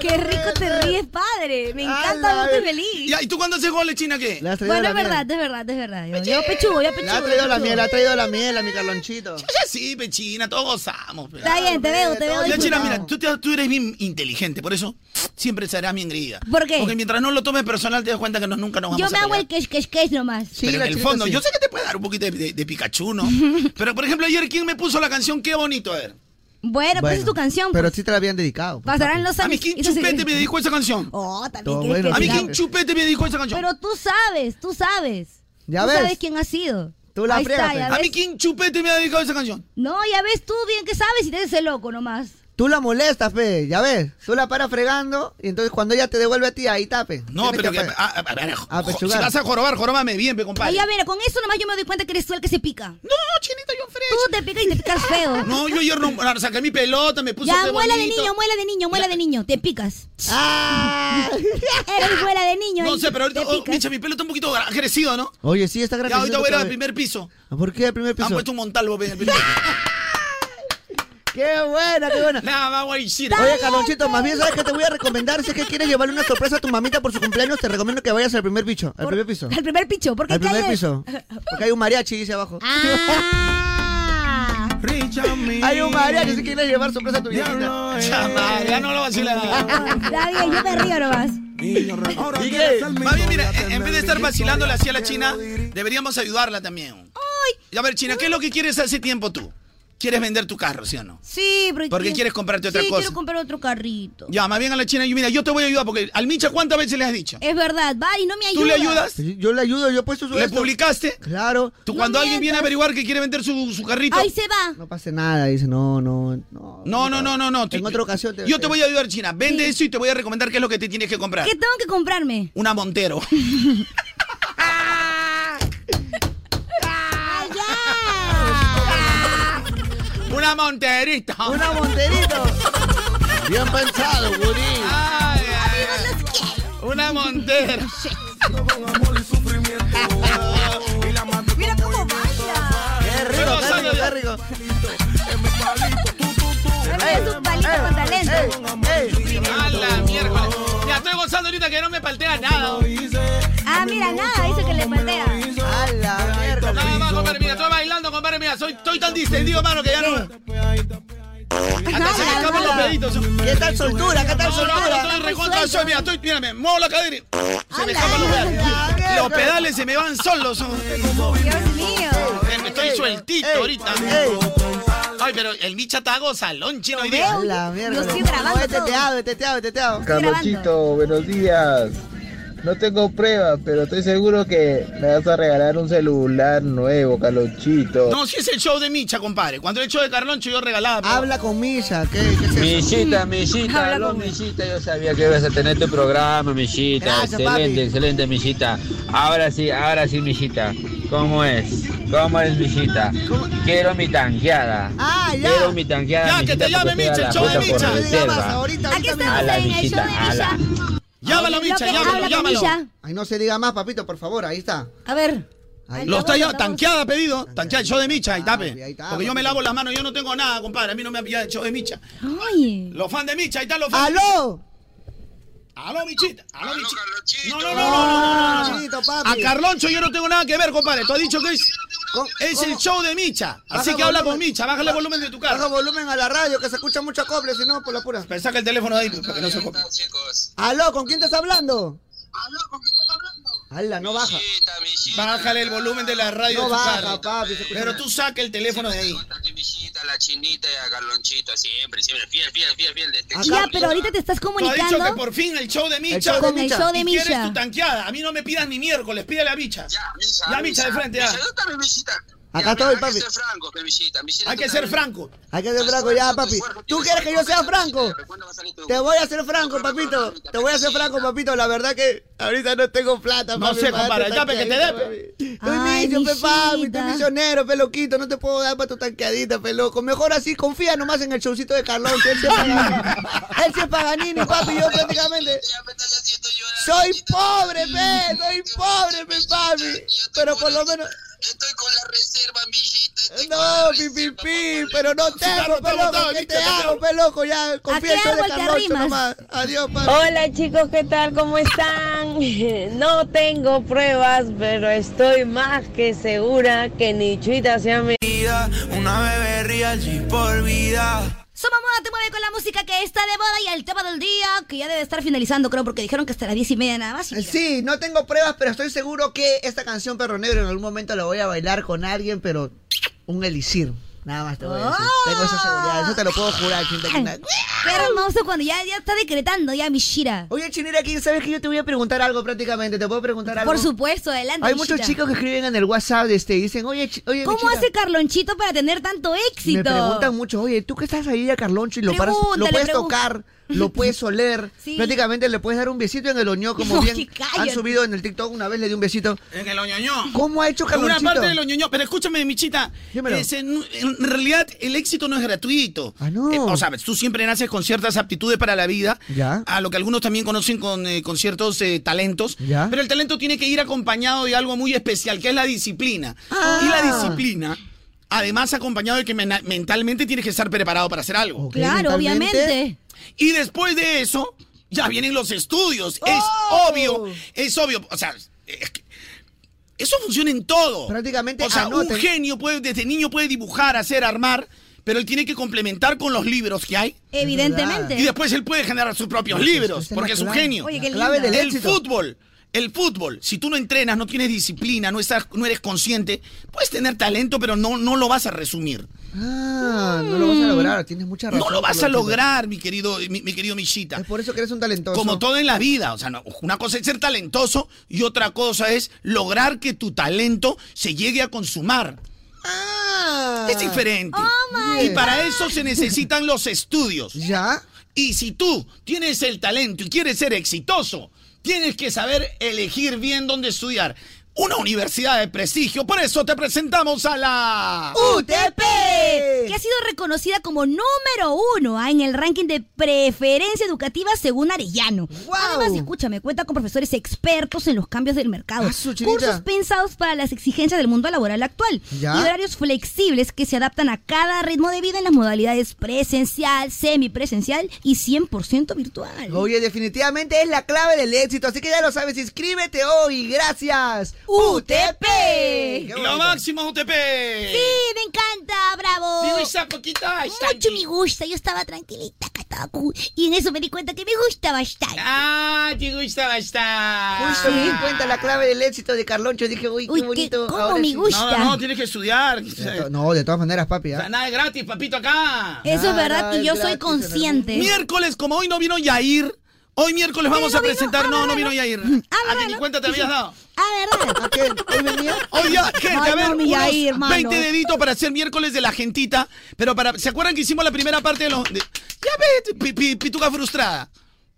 Qué rico te ríes, padre. Me encanta, verte feliz. Ya, ¿Y tú cuándo haces goles, China, qué? Bueno, es verdad, es verdad, es verdad. Yo, yo pechugo, yo pechugo. Le ha yo traído la pechugo. miel, le ha traído la miel a mi Carlonchito. Ya sí, pechina, todos gozamos. pe. Está bien, te veo, te veo Ya, China, disfrutando. mira, tú, te- tú eres bien inteligente, por eso siempre serás mi engreída. ¿Por qué? Porque mientras no lo tomes personal, te das cuenta que no- nunca nos vamos Yo a me hago pelear. el quesh, quesh, quesh nomás. pero en el fondo, yo sé que te puede dar un poquito de, de- de Pikachu, ¿no? Pero, por ejemplo, ayer, ¿quién me puso la canción Qué Bonito? A ver. Bueno, pues es tu canción. Pero pues. sí te la habían dedicado. pues, Pasarán papi. los años. A mí, ¿quién y tú chupete sigues- me dedicó esa canción? Oh, también Todo quieres bueno, que a mí, te ¿quién diga. chupete me dedicó esa canción? Pero tú sabes, tú sabes. Ya tú ves. sabes quién ha sido. Tú la Ahí está, friegas, ya pues. A ves. mí, ¿quién chupete me ha dedicado esa canción? No, ya ves tú bien que sabes y te haces el loco nomás. Tú la molestas, fe, ya ves. Tú la paras fregando y entonces cuando ella te devuelve a ti, ahí tape. No, pero que. ah, A, a- a ver, jo- A jo- si pechugar. vas a jorobar, jorobame bien, pe, compadre. Ahí ya mira, con eso nomás yo me doy cuenta que eres tú el que se pica. No, chinita, yo fresco. Tú te picas y te picas feo. No, yo ayer no, no, saqué mi pelota, me puse ya, pe muela de bonito. niño, muela de niño, muela de niño. Te picas. Ah. Eres muela de niño. No ahí, sé, pero ahorita, te oh, picas. micha, mi pelo está un poquito agresivo, ¿no? Oye, sí, está gracioso. Ya, ahorita voy a ir al primer piso. ¿Por qué al primer Han piso? puesto un Montalvo, pe, en el primer piso. ¡Qué buena, qué buena! Nada más, guaychita. Oye, Carlonchito, más bien, ¿sabes qué te voy a recomendar? Si es que quieres llevarle una sorpresa a tu mamita por su cumpleaños, te recomiendo que vayas al primer piso. Al primer piso. Al primer picho, porque Al primer cae- piso. Porque hay un mariachi, dice abajo. Hay un mariachi si quieres llevar sorpresa a tu mamita. Chama, ya no lo vacila. Está bien, yo me río nomás. Más bien, mira, en en vez de estar vacilándole hacia la China, deberíamos ayudarla también. Y A ver, China, ¿qué es lo que quieres hace tiempo tú? ¿Quieres vender tu carro, sí o no? Sí, pero Porque quieres comprarte otra sí, cosa. quiero comprar otro carrito. Ya, más bien a la China, yo, mira, yo te voy a ayudar porque al Micha, ¿cuántas veces le has dicho? Es verdad, va y no me ayudas. ¿Tú le ayudas? Yo le ayudo, yo he puesto su. ¿Le publicaste? Claro. Tú cuando alguien viene a averiguar que quiere vender su, su carrito. Ahí se va. No pasa nada, dice, no, no, no. No, no, no, no, no. En otra ocasión te- Yo te voy a ayudar, China. Vende eso y te voy a recomendar qué es lo que te tienes que comprar. ¿Qué tengo que comprarme? Una Montero. Una monterita. Una monterita. Bien pensado, Guri. Una montera. Mira cómo baila. Qué rico, qué rico, qué rico. Es un palito con talento. A la miércoles. Ya estoy gozando ahorita que no me paltea nada. Ah, mira, nada, dice que le patea. A la miércoles. Nada más, compadre. Mira, estoy bailando, compadre. Mira, soy, estoy tan distendido, mano, que ya no. Hasta se me escapan los peditos. ¿Qué tal soltura? ¿Qué tal No, no, no, soltura? estoy recontra soy, mira, estoy, mira, me muevo la cadera y se me escapan los pedales. Los pedales se me van solos. Eh, Dios mío. Me Estoy sueltito ahorita. Ay, pero el bicha está gozalón chino hoy día. A la miércoles. Yo estoy grabando No, teteado, teteado, teteado. Carlochito, buenos días. No tengo pruebas, pero estoy seguro que me vas a regalar un celular nuevo, Carlochito. No, si es el show de Micha, compadre. Cuando era el show de Carloncho yo regalaba. pero- Habla con Misha, ¿qué, qué es eso? Millita, Millita, aló Millita, yo sabía que ibas a tener tu programa, Millita. Gracias, excelente, papi. excelente, Millita. Ahora sí, ahora sí, Millita. ¿Cómo es? ¿Cómo es, Millita? Quiero mi tanqueada. Ah, ya. Quiero mi tanqueada. Ya, que Mijita, te llame porque estoy a la Micha, el show de puta por Micha. reserva. Ahorita, ahorita, A la Mijita, a la. Llámalo, Micha, llámalo, llámalo. Ay, no se diga más, papito, por favor, ahí está. A ver. Lo está ya, tanqueada pedido, tanqueada, show de micha, ahí tape. está, Porque yo me papito. lavo las manos, yo no tengo nada, compadre, a mí no me ha pillado el show de micha. Oye. Los fans de micha, ahí están los fans. ¡Aló! ¡Aló, michita! ¡Aló, michita! No, no, no, no, Ah, no, no, Carlonchito, no. papi. A Carloncho yo no tengo nada que ver, compadre, tú has dicho que es... Es el show de Micha, así Baja que habla volumen. con Micha, bájale el volumen de tu Baja carro. volumen a la radio, que se escucha mucho acople, si no, por la pura. Saca el teléfono de ahí para que no se copie. Aló, ¿con quién estás hablando? Ala, no baja. Bájale el volumen de la radio No de tu baja, carro. papi, se escucha Pero mal. tú saca el teléfono de ahí. Chinita, la chinita y a Carlonchito, siempre, siempre, fiel, fiel, fiel, fiel. De este Y Ya, pero ahorita te estás Tú has dicho comunicando. que por fin el show de Micha. El show de Con el Micha. show de Y Micha. quieres tu tanqueada. A mí no me pidas ni miércoles, pídale a Micha. Ya, Micha, de frente, ya. Acá estoy, papi. Hay que ser franco. Hay que ser franco ya, papi. ¿Tú quieres que yo sea franco? Te voy a ser franco, papito. Te voy a ser franco, papito. La verdad que ahorita no tengo plata, No papi, sé, para compadre, tu tape que te tanqueadita, dé, papi. Estoy niño, pe, papi. Estoy misionero, pe, loquito. No te puedo dar para tu tanqueadita, pe, loco. Mejor así, confía nomás en el showcito de Carlón, que él se paga. él se paga Nini, papi. Yo prácticamente... Soy pobre, pe. Soy pobre, pe, papi. Pero por lo menos... No, pipipi, pero no tengo, está botado, peloco, ¿qué Micha, te está hago, peloco? Ya, confieso de árbol te Carloncho arrimas? nomás. Adiós, papi. Hola chicos, ¿qué tal? ¿Cómo están? No tengo pruebas, pero estoy más que segura que ni chuita sea mi Una bebé real G por vida. Somos Moda te mueve con la música que está de moda y el tema del día, que ya debe estar finalizando, creo, porque dijeron que hasta las diez y media nada más. Eh, Sí, no tengo pruebas, pero estoy seguro que esta canción Perro Negro en algún momento la voy a bailar con alguien, pero un elixir. Nada más te voy a decir. Oh. Tengo esa seguridad, eso te lo puedo jurar, Chinita Quina. Qué hermoso cuando ya, ya está decretando ya Mishira. Oye, Chinera, ¿quién sabes que yo te voy a preguntar algo prácticamente? ¿Te puedo preguntar algo? Por supuesto, adelante. Hay muchos Mishira. chicos que escriben en el WhatsApp de este y dicen, oye, chi- oye ¿Cómo Michita, hace Carlonchito para tener tanto éxito? Me preguntan mucho, oye, tú que estás ahí a Carloncho y lo, paras- lo Pregúntale, puedes pregú- tocar, lo puedes oler, Sí. prácticamente le puedes dar un besito en el oñó, como Oye, bien han cállate. subido en el TikTok una vez, le di un besito. En el oñoño. ¿Cómo ha hecho Eh, Una Carlonchito? parte de los ñoño, pero escúchame, Michita. Dímelo. es en, en realidad, el éxito no es gratuito. Ah, Eh, o sea, tú siempre naces con ciertas aptitudes para la vida. Ya. A lo que algunos también conocen con, eh, con ciertos eh, talentos. Ya. Pero el talento tiene que ir acompañado de algo muy especial, que es la disciplina. Y la disciplina, además, acompañado de que mena- mentalmente tienes que estar preparado para hacer algo. Claro, mentalmente. obviamente. Y después de eso, ya vienen los estudios. Es obvio, es obvio. O sea, es que eso funciona en todo. Prácticamente, O sea, anoten. un genio puede, desde niño puede dibujar, hacer, armar, pero él tiene que complementar con los libros que hay. Evidentemente. Y después él puede generar sus propios Eso, libros, esa es porque la es un clave. genio. Oye, qué La clave lindo. del el éxito. fútbol. El fútbol, si tú no entrenas, no tienes disciplina, no, estás, no eres consciente, puedes tener talento, pero no, no lo vas a resumir. Ah, no lo vas a lograr, tienes mucha razón. Mm. No lo vas a Carlonchito. lograr, mi querido, mi, mi querido Michita. Es por eso que eres un talentoso. Como todo en la vida. O sea, no, una cosa es ser talentoso y otra cosa es lograr que tu talento se llegue a consumar. Ah. Es diferente. Ah. Oh my y para God. eso se necesitan los estudios. ¿Ya? Y si tú tienes el talento y quieres ser exitoso, tienes que saber elegir bien dónde estudiar. Una universidad de prestigio. Por eso te presentamos a la... UTP, que ha sido reconocida como número uno ah, en el ranking de preferencia educativa según Arellano. Además, escúchame, cuenta con profesores expertos en los cambios del mercado, Ah, chinita. cursos pensados para las exigencias del mundo laboral actual Ya. y horarios flexibles que se adaptan a cada ritmo de vida en las modalidades presencial, semipresencial y 100% virtual. Oye, definitivamente es la clave del éxito, así que ya lo sabes, inscríbete hoy, gracias. UTP. Lo máximo UTP. Sí, me encanta, bravo. Sí, esa poquita, Mucho me gusta, yo estaba tranquilita, acá estaba cool, y en eso me di cuenta que me gusta bastante. Ah, te gusta bastante. Justo me di cuenta la clave del éxito de Carloncho, dije, uy, qué bonito. ahora sí. No, no, no, tienes que estudiar. De to- No, de todas maneras, papi. ¿ah? O sea, nada es gratis, papito, acá. Eso es verdad y yo soy consciente. Miércoles, como hoy no vino Yair, hoy miércoles vamos a presentar. no, no vino Yair. a que ni cuenta te habías dado. Ah, ¿verdad? ¿A ¿Hoy venía? Hoy ya, gente, Ay, a ver, no, mi unos Yair, mano. 20 deditos para hacer miércoles de la gentita. Pero para, ¿se acuerdan que hicimos la primera parte de los. de- ya ves, pi- pi- pituca frustrada.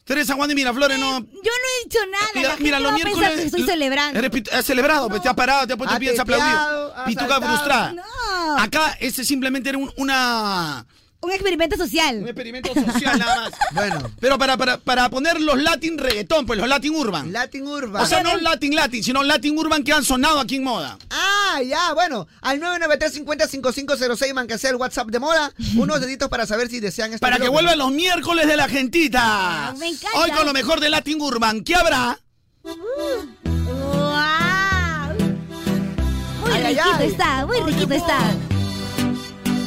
Teresa Juan de Miraflores no. Yo no he dicho nada. Mira, mira, los la gente va a pensar miércoles. que estoy celebrando. Eres pit- has celebrado, pues, te has parado, te has puesto Ha bien, se ha teteado, aplaudido. ha Pituca saltado. frustrada. No. Acá, este simplemente era un- una. Un experimento social. Un experimento social nada más. bueno. Pero para, para, para poner los Latin reggaetón, pues los Latin Urban. Latin Urban. O sea, no Latin Latin, sino Latin Urban que han sonado aquí en moda. Ah, ya, bueno. Al 993-50-5506, man, que sea el WhatsApp de moda. Unos deditos para saber si desean este Para que bloque. vuelvan los miércoles de la gentita. me encanta. Hoy con lo mejor de Latin Urban. ¿Qué habrá? Muy Ay, ay, riquito ay. está, muy riquito está.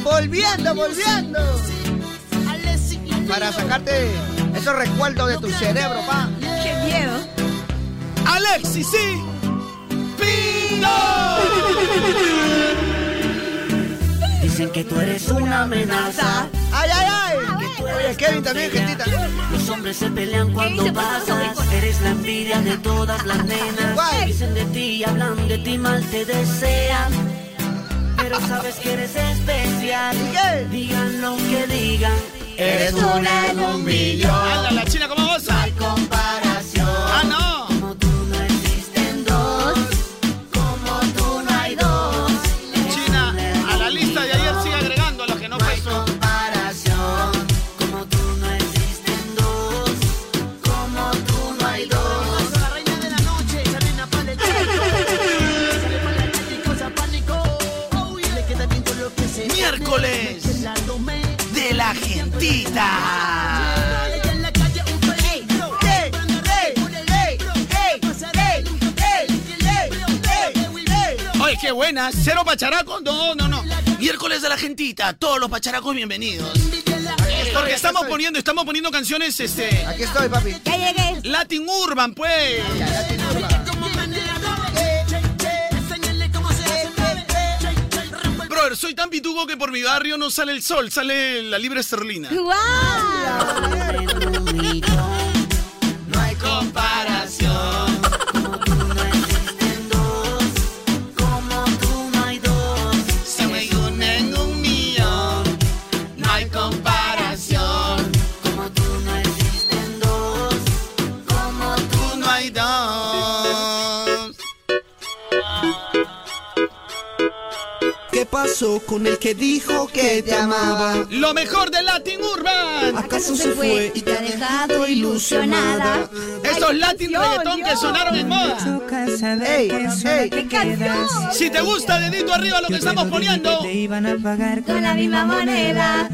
Volviendo, volviendo. Para sacarte esos recuerdos de tu cerebro, pa. Qué miedo. Alexis, sí. Pino. Dicen que tú eres una amenaza. ¡Ay, ay, ay! Ah, pues, Oye, Kevin también, gentita. Los hombres se pelean cuando pasas. Eres la envidia de todas las nenas. Dicen de ti, hablan de ti, mal te desean. Pero sabes que eres especial. Digan lo que digan. Eres una en un millón. Anda, la china como goza. No hay comparación. Ah, no. Como tú no existen dos. Como tú no hay dos. China, a la lista de ayer sigue agregando a los que no fue. comparación. Como tú no existen dos. Como tú no hay dos. La reina de la noche, Selena Paleco. Sale pa' la calle y causa pánico. Oh, yeah. Le queda bien con lo que se Miércoles. pone. La tomé. De la gentita. Ella en la calle, un peligro. Oye, qué buena. Cero pacharacos. No, no, no. Miércoles de la gentita. Todos los pacharacos bienvenidos. Porque estamos poniendo, estamos poniendo canciones, este. Aquí estoy, papi. Ya llegué. Latin Urban, pues. Brother, soy tan pituco que por mi barrio no sale el sol, sale la libre esterlina. No hay comparación. Como tú no hay dos. Soy una en un millón. No hay comparación. Como tú no existen dos. Como tú no hay dos. ¿Qué pasó con el que dijo que te amaba? Lo mejor de Latin Urban. ¿Acaso se fue y te ha dejado ilusionada? Estos Latin reggaetón que sonaron en moda. Ey, ey. Si te gusta, dedito arriba lo que estamos poniendo. iban a pagar con la misma moneda.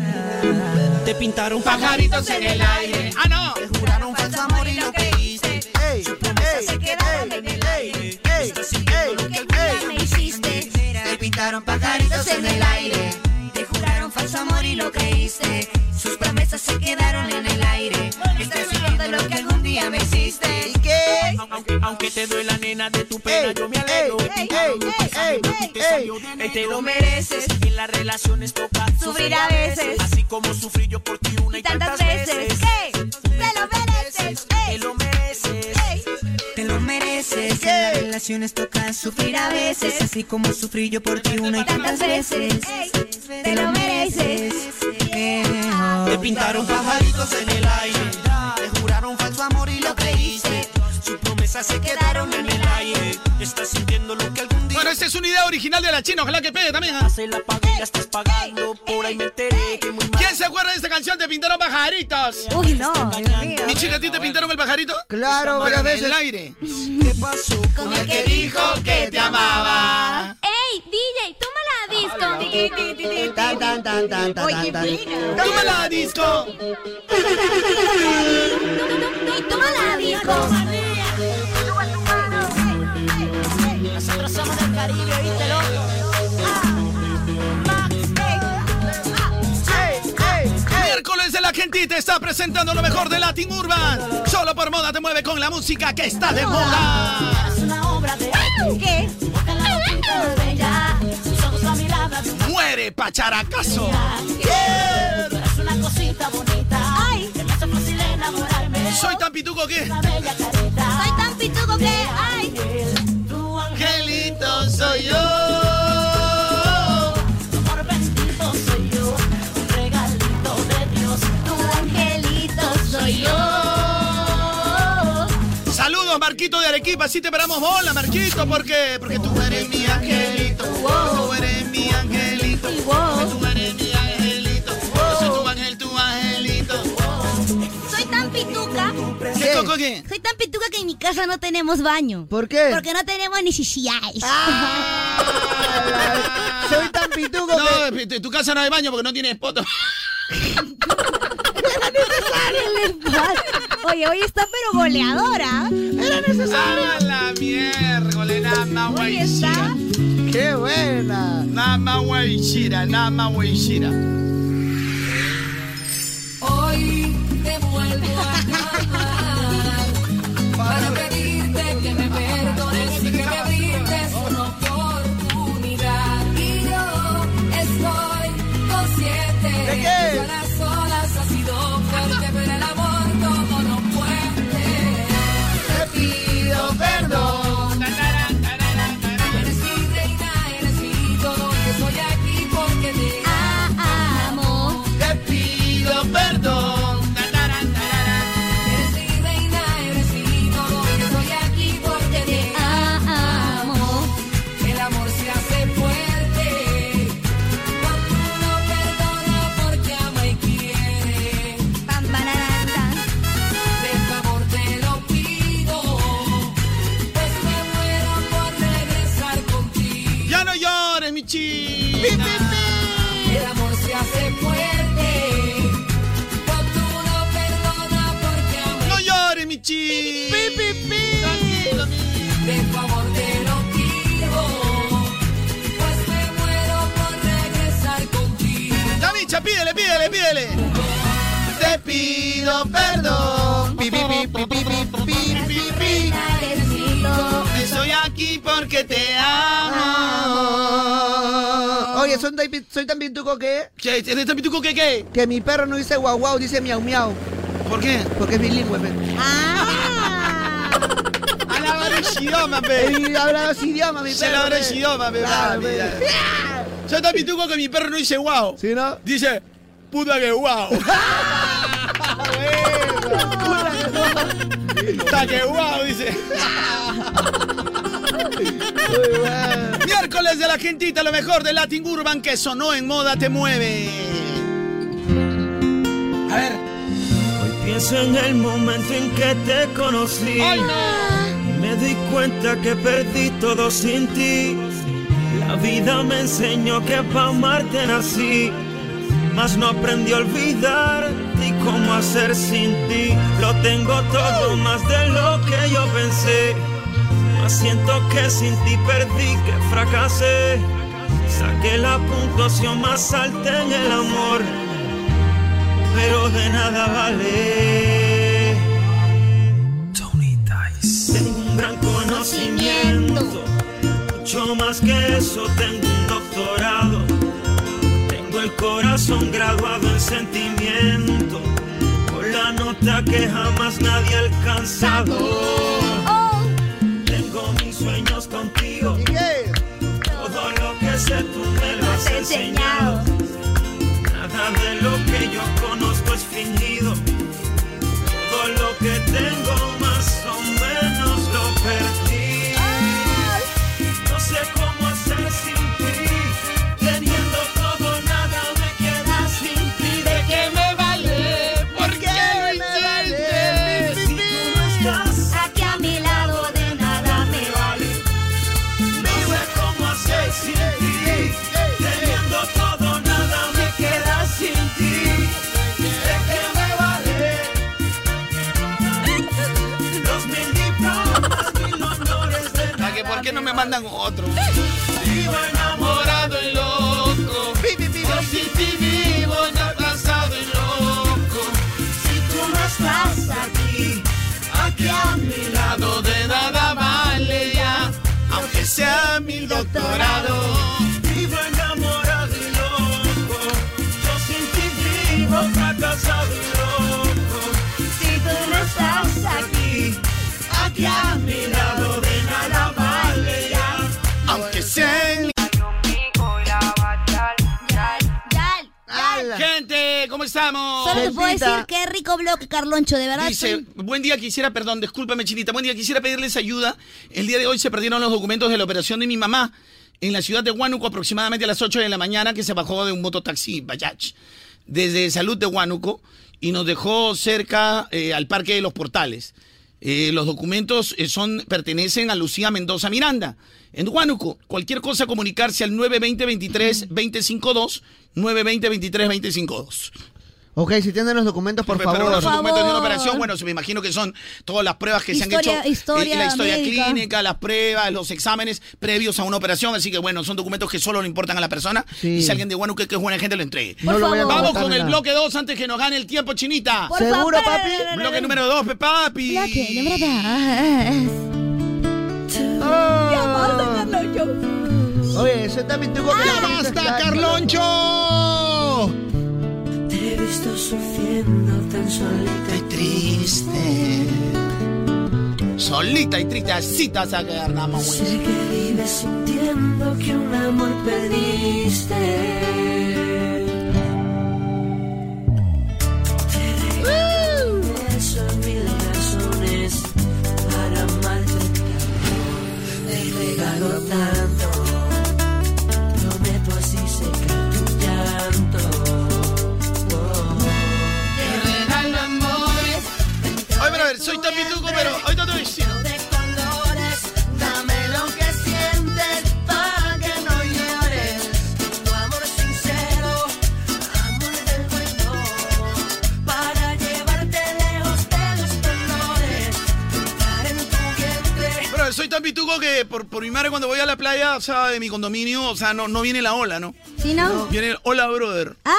Te pintaron pajaritos en el aire. Ah, no. Te juraron falso amor y no creíste. Sus promesas se quedaron en el aire. Estás sintiendo lo que alguna me hiciste. Te pintaron pajaritos en el aire. Te juraron falso amor y no creíste. Sus promesas se quedaron en el aire. Estás sintiendo lo que algún día me hiciste. ¿Y qué? Aunque, aunque te duela, nena, de tu pena yo me alegro. ey, Te lo mereces. Y en las relaciones toca Sufrir a veces. Así como sufrí yo por ti una y tantas veces. ¡Ey! ¡Te lo mereces! ¡Te lo mereces! ¡Te lo mereces! En las relaciones toca sufrir a veces Así como sufrí yo por ti una y tantas veces ¡Te lo mereces! Te pintaron pajaritos en el aire. Te juraron falso amor y lo creíste Sus promesas se quedaron en el aire. Estás sintiendo lo que algún día. Bueno, esta es una idea original de la China, ojalá que pegue también. ¿ah? Ya estás pagando. Por ahí me enteré que muy mal. ¿Quién se acuerda de esta canción? Te pintaron pajaritos. Uy, no, Dios mío. Mi chica, ¿a ti te pintaron el pajarito? Claro, varias Ahora, en veces. el aire. ¿Qué pasó con el que dijo que te amaba? ¡Ey, DJ, toma la disco! Tan, tan, tan, tan, tan, tan, tan. ¡Toma la disco! Y toma la disco. Nosotros somos del Caribe, ¿viste loco? Miércoles de la gentita está presentando lo mejor de Latin Urban. Solo por moda te mueve con la música que está de moda. Es una obra de arte ¿Qué? Porque la música es bella Sus ojos, la mirada de una Muere Pacharacazo. niña Tú eres una cosita bonita Ay, Se me hace fácil enamorarme Soy tan pituco que. Una bella careta soy tan pituco que. Ay, Tu Angelito soy yo. amor bendito soy yo Un regalito de Dios Tu angelito soy yo Saludos, Marquito de Arequipa. Así te paramos bola, Marquito. ¿Por qué? Porque tú eres mi angelito. Tú eres mi angelito. Porque Tú eres mi angelito. Yo soy tu qué? Soy tan pituca que en mi casa no tenemos baño. ¿Por qué? Ah. Porque no tenemos necesidades. Soy tan pituco No, en tu casa no hay baño porque no tienes poto. Oye, hoy está pero goleadora. Era necesario. ¡A la miércoles! Nada está. más guaychira. ¡Qué buena! Nada más guaychira, nada más guaychira. Hoy te vuelvo a llamar para pedirte que me perdones y que me brindes una oportunidad. Y yo estoy consciente ¿De qué? que a las olas ha sido fuerte, pero el amor todo no puede. Te pido perdón. Eres mi reina, eres mi todo, que soy aquí porque te amo. Te pido perdón. Eres mi reina, eres mi todo, que soy aquí porque te amo. El amor se hace fuerte cuando uno perdona porque ama y quiere. De favor te lo pido, pues me muero por regresar contigo. ¡Ya no llores, mi chi! El amor se hace fuerte cuando uno perdona porque ama. ¡No llores, mi chi! De favor te lo pido, pues me muero por regresar contigo. ¡Ya, micha, pídele, pídele, pídele! Te pido perdón. Pi, pi, pi, pi, pi, pi, pi, pi, pi. Estoy aquí porque te amo. Oye, son tan pi- soy tan pituco que... ¿Qué? ¿Eres tan pituco que qué? Que mi perro no dice guau guau, dice miau miau. ¿Por qué? Ah. Porque es bilingüe, pues. pe. A la hora es idioma, pe. Eh, habla dos idiomas, mi Se perro. la hora pe. es idioma, pe. Claro, papi, pe. ya. Yo también tuco que mi perro no dice guau. ¿Sí, no? Dice, puta que guau. Puta que guau, dice. Miércoles de la gentita, lo mejor de Latin Urban que sonó en moda te mueve. A ver. Hoy pienso en el momento en que te conocí. Y me di cuenta que perdí todo sin ti. La vida me enseñó que pa' amarte nací. Mas no aprendí a olvidarte y cómo hacer sin ti. Lo tengo todo más de lo que yo pensé. Mas siento que sin ti perdí, que fracasé. Saqué la puntuación más alta en el amor pero de nada vale. Tony Dice. Tengo un gran conocimiento, mucho más que eso, tengo un doctorado. Tengo el corazón graduado en sentimiento, con la nota que jamás nadie ha alcanzado. Tengo mis sueños contigo, todo lo que sé tú me lo has enseñado. Nada de lo que yo conozco es fingido. Todo lo que tengo más o menos lo perdí. No sé cómo hacer sin ti. Teniendo todo, nada me queda sin ti. ¿De qué me vale? ¿Por qué me vale? Si tú no estás Aquí a mi lado de nada nada me me vale. No sé cómo hacer sin ti. Teniendo todo, nada me queda sin ti. ¿De qué me vale? Los mil diplomas, mil honores de ¿Para que ¿Por qué no me mandan otro? Vivo enamorado y loco. Yo sin ti vivo atrasado y loco. Si tú no estás aquí, aquí a mi Lado de nada vale ya, aunque sea mi doctorado. Vivo enamorado y loco. Yo sin ti vivo fracasado y loco. Si tú no estás aquí, aquí a mi lado de nada vale ya. Aunque sea en mi- Ala. Gente, ¿cómo estamos? Solo te puedo decir qué rico bloque, Carloncho, de verdad. Dice, soy- buen día quisiera, perdón, discúlpame chinita, buen día quisiera pedirles ayuda. El día de hoy se perdieron los documentos de la operación de mi mamá en la ciudad de Huánuco aproximadamente a las 8 de la mañana que se bajó de un mototaxi Bayach desde Salud de Huánuco y nos dejó cerca eh, al Parque de los Portales. Eh, los documentos eh, son, pertenecen a Lucía Mendoza Miranda. En Huánuco, cualquier cosa comunicarse al 920-23-252, 920-23-252. Ok, si tienen los documentos, por Pero favor. los documentos de una operación, bueno, se me imagino que son todas las pruebas que se Historia- han hecho. historia eh, la historia médica. clínica, las pruebas, los exámenes previos a una operación. Así que bueno, son documentos que solo le importan a la persona. Sí. Y si alguien de Huánuco que es buena gente lo entregue. No Por lo voy a favor. Vamos votar con el nada. bloque 2 antes que nos gane el tiempo, chinita. Por ¿Seguro, favor. papi? Bloque número 2, papi. Bloque número 2. Ah. Oye, eso también tengo que... ¡Ya basta, Carloncho! Te he visto sufriendo tan solita y triste. Solita y triste, así te vas a quedar, nada más, güey. Sé que vives sintiendo que un amor perdiste. Te regalo un beso y mil razones para maltratar. Te regalo tanto. Prometo así secar tu llanto. Oh. Te regalo amores. Ay, pero a ver, soy tan pituco, pero ahorita te voy a decir. De colores, dame lo que sientes para que no llores. Tu amor sincero, amor del bueno, para llevarte lejos de los dolores. Estar en tu vientre. Pero a ver, soy tan pituco que por, por mi madre cuando voy a la playa, o sea, de mi condominio, o sea, no, no viene la ola, ¿no? ¿Sí, no? Viene el hola, brother. ¡Ah!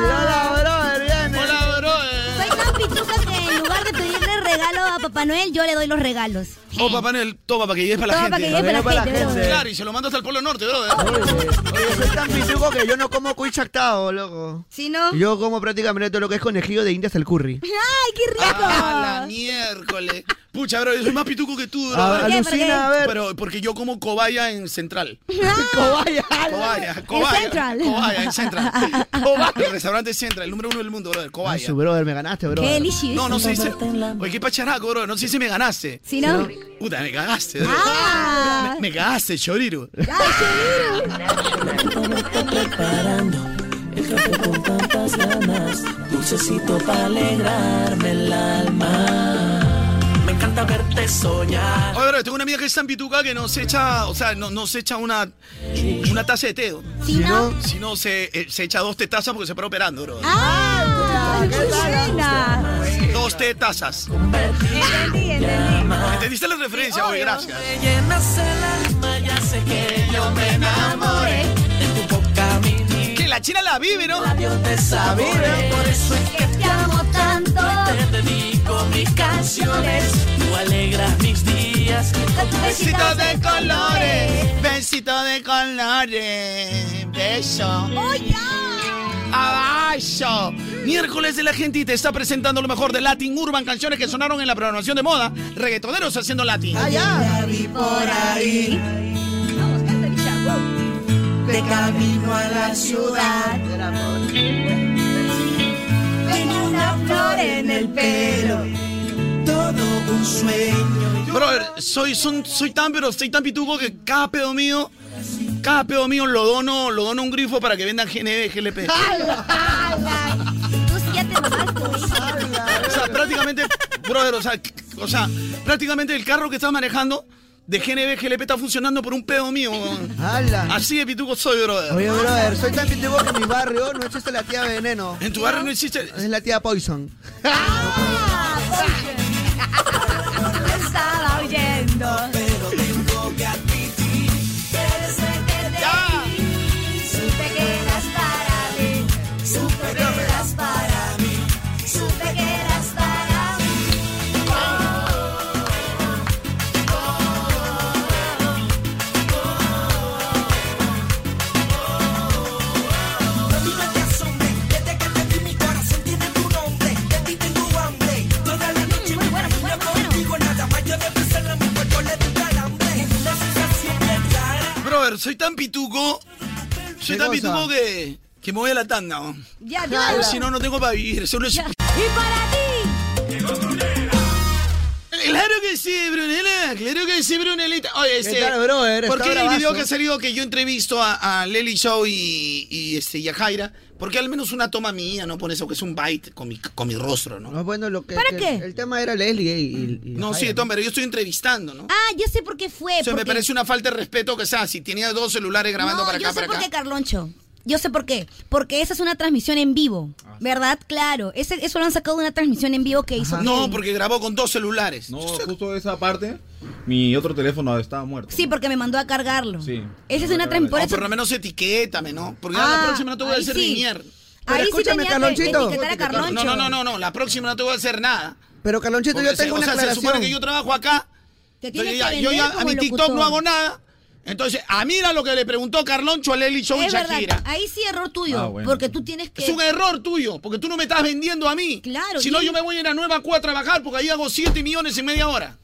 brother, viene. Hola, brother. Soy tan pituca que en lugar de pedirle regalo a Papá Noel, yo le doy los regalos. Oh, Papá Noel, toma para que lleves para la Toma, gente. para que lleves para la Para gente, la gente. brother. Claro, y se lo mando hasta el Polo Norte, brother. Oye, soy tan pituco que yo no como cuy chactado, loco. ¿Sí, ¿Ah? no? Yo como prácticamente todo lo que es conejillo de indias al curry. ¡Ay, qué rico! ¡Ah, la miércoles! Pucha, bro, yo soy más pituco que tú, bro. Ah, ¿Por qué? alucina, ¿Por qué? a ver. Pero porque yo como cobaya en Central. Ah. Cobaya. Cobaya, En cobaya. Central. Cobaya, en Central. Cobaya. El restaurante Central, el número uno del mundo, brother. Ay, Cobaya. Ah, su brother, me ganaste, brother. No, no se dice. Oye, qué pacharaco, bro. No sé si me ganaste. ¿Sí, no? Puta, me cagaste, bro. Me, me cagaste, choriru. preparando el café con tantas ganas, dulcecito para alegrarme el alma. Me encanta verte soñar. Oye, bro, tengo una amiga que es tan pituca que no se echa, o sea, no, no se echa una, una taza de té. Si no- Si no, se, eh, se echa dos tetazas porque se para operando, bro. ¡Ah! ¡Qué buena! Dos tetazas. Entendí, ¿Entendiste la referencia? Oye, gracias. Me llenas el alma, ya sé que yo me enamoré de tu boca, mi Que la china la vive, ¿no? te saboreo. Por eso es que te amo tanto. Te dedico mis canciones. Tú alegras mis días. Con tu Besito de colores, besito de colores, beso. Oh, Abajo. Miércoles de la gente te está presentando lo mejor de Latin Urban, canciones que sonaron en la programación de moda, reggaetoneros haciendo Latin. La vi por ahí. De camino a la ciudad. Tenía una flor en el pelo. Todo un sueño. Bro, soy, son, soy tan, pero soy tan pituco que cada pedo mío, cada pedo mío lo dono, lo dono a un grifo para que vendan GNB, GLP. Tú sí ya te O sea, prácticamente, brother, o sea, c- o sea, prácticamente el carro que estás manejando de GNB GLP está funcionando por un pedo mío. weón. Así de pituco soy, brother. Oye, brother, soy tan pituco que en mi barrio no existe la tía Veneno. En tu barrio no existe. Es la tía Poison. Ah, Estaba oyendo. Pero tengo que admitir que eres el que de mí. Si te quedas para mí, si te quedas para mí, si te quedas para mí. Olvídate, asombre, desde que te vi mi corazón tiene tu nombre, de ti tengo hambre. Toda la noche me imagino contigo, nada más yo de pensar a mi cuerpo le doy calambre. Es una sensación bien rara. Brother, soy tan pituco. Soy ¿Qué tan cosa? pituco que, que me voy a la tanda. ¿no? Ya, Porque dale. Si no, no tengo para vivir. Solo es. Y para ti. El Claro que sí, Brunela. Claro que sí, Brunelita. Oye, este. tal, brother? ¿Por Está qué el bravazo. video que ha salido que yo entrevisto a, a Lely Show y, y, este, y a Jaira? Porque al menos una toma mía, ¿no? Por eso que es un bite con mi, con mi rostro, ¿no? No, bueno, lo que. ¿Para que- qué? El tema era Leslie y. y- y No, sí, Jaime. Tom, pero yo estoy entrevistando, ¿no? Ah, yo sé por qué fue. O sea, me porque- parece una falta de respeto que, o sea, si tenía dos celulares grabando No, para acá, yo sé para por acá. qué, Carloncho. Yo sé por qué. Porque esa es una transmisión en vivo. Ah, ¿Verdad? Claro. Ese- eso lo han sacado de una transmisión en vivo que hizo. No, Kevin. porque grabó con dos celulares. No, justo esa parte, mi otro teléfono estaba muerto. Sí, porque me mandó a cargarlo. Sí. Esa es una transmisión. Por No, eso. por lo menos etiquétame, ¿no? Porque ya Ah, la próxima no te voy a ahí hacer sí. ni mierda. Pero Ahí sí escúchame, tenía que Carlonchito. etiquetar a Carloncho. No, no, no, no, no, la próxima no te voy a hacer nada. Pero Carlonchito, yo Porque se- tengo o una sea, se supone aclaración. que yo trabajo acá. Te tienes Entonces, que ya- yo vender ya a como mi TikTok locutor. no hago nada. Entonces, ah, mira lo que le preguntó Carloncho a Lely Show y Es verdad. Shakira. Ahí sí error tuyo. Ah, bueno. Porque tú tienes que. Es un error tuyo, porque tú no me estás vendiendo a mí. Claro, Si no, y- yo me voy a ir a Nueva Cuba a trabajar porque ahí hago 7 millones en media hora.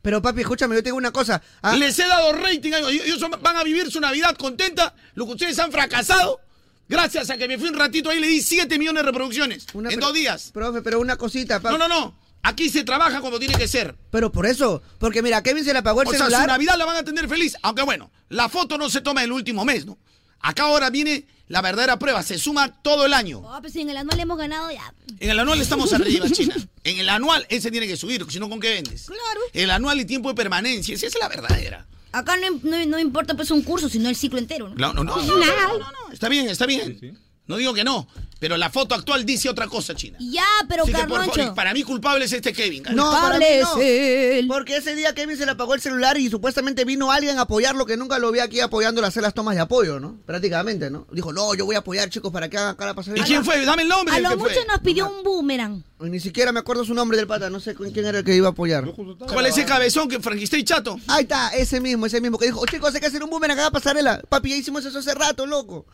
Pero papi, escúchame, yo tengo una cosa. Ah, Les he dado rating. a Ellos ellos son- van a vivir su Navidad contenta. Lo que ustedes han fracasado. Gracias a que me fui un ratito ahí, le di 7 millones de reproducciones en dos días. Profe, pero una cosita, papi. No, no, no. Aquí se trabaja como tiene que ser. Pero por eso, porque mira, Kevin se le apagó el O sea, celular. su Navidad la van a tener feliz. Aunque bueno, la foto no se toma el último mes, ¿no? Acá ahora viene la verdadera prueba. Se suma todo el año. Oh, pues si en el anual hemos ganado ya. En el anual estamos arriba, China. En el anual ese tiene que subir, si no, ¿con qué vendes? Claro. El anual y tiempo de permanencia. Esa es la verdadera. Acá no, im- no- no importa pues un curso, sino el ciclo entero, ¿no? No, no, no. no, no, no, no. Está bien, está bien. No digo que no, pero la foto actual dice otra cosa, China. Ya, pero Así que, por favor, Carloncho. y para mí culpable es este Kevin. No, para mí no. él. Porque ese día Kevin se le apagó el celular y supuestamente vino alguien a apoyarlo que nunca lo vi aquí apoyando hacer las tomas de apoyo, ¿no? Prácticamente, ¿no? Dijo, no, yo voy a apoyar, chicos, para que hagan cara pasar. ¿Y quién fue? Dame el nombre A del lo que mucho fue. nos pidió un boomerang. Ni siquiera me acuerdo su nombre del pata, no sé con quién era el que iba a apoyar. ¿Cuál es el cabezón que franquiste y chato? Ahí está, ese mismo, ese mismo que dijo, "Oh, chicos, hay que hacer un boomerang acá a pasarela. Papi, ya hicimos eso hace rato, loco.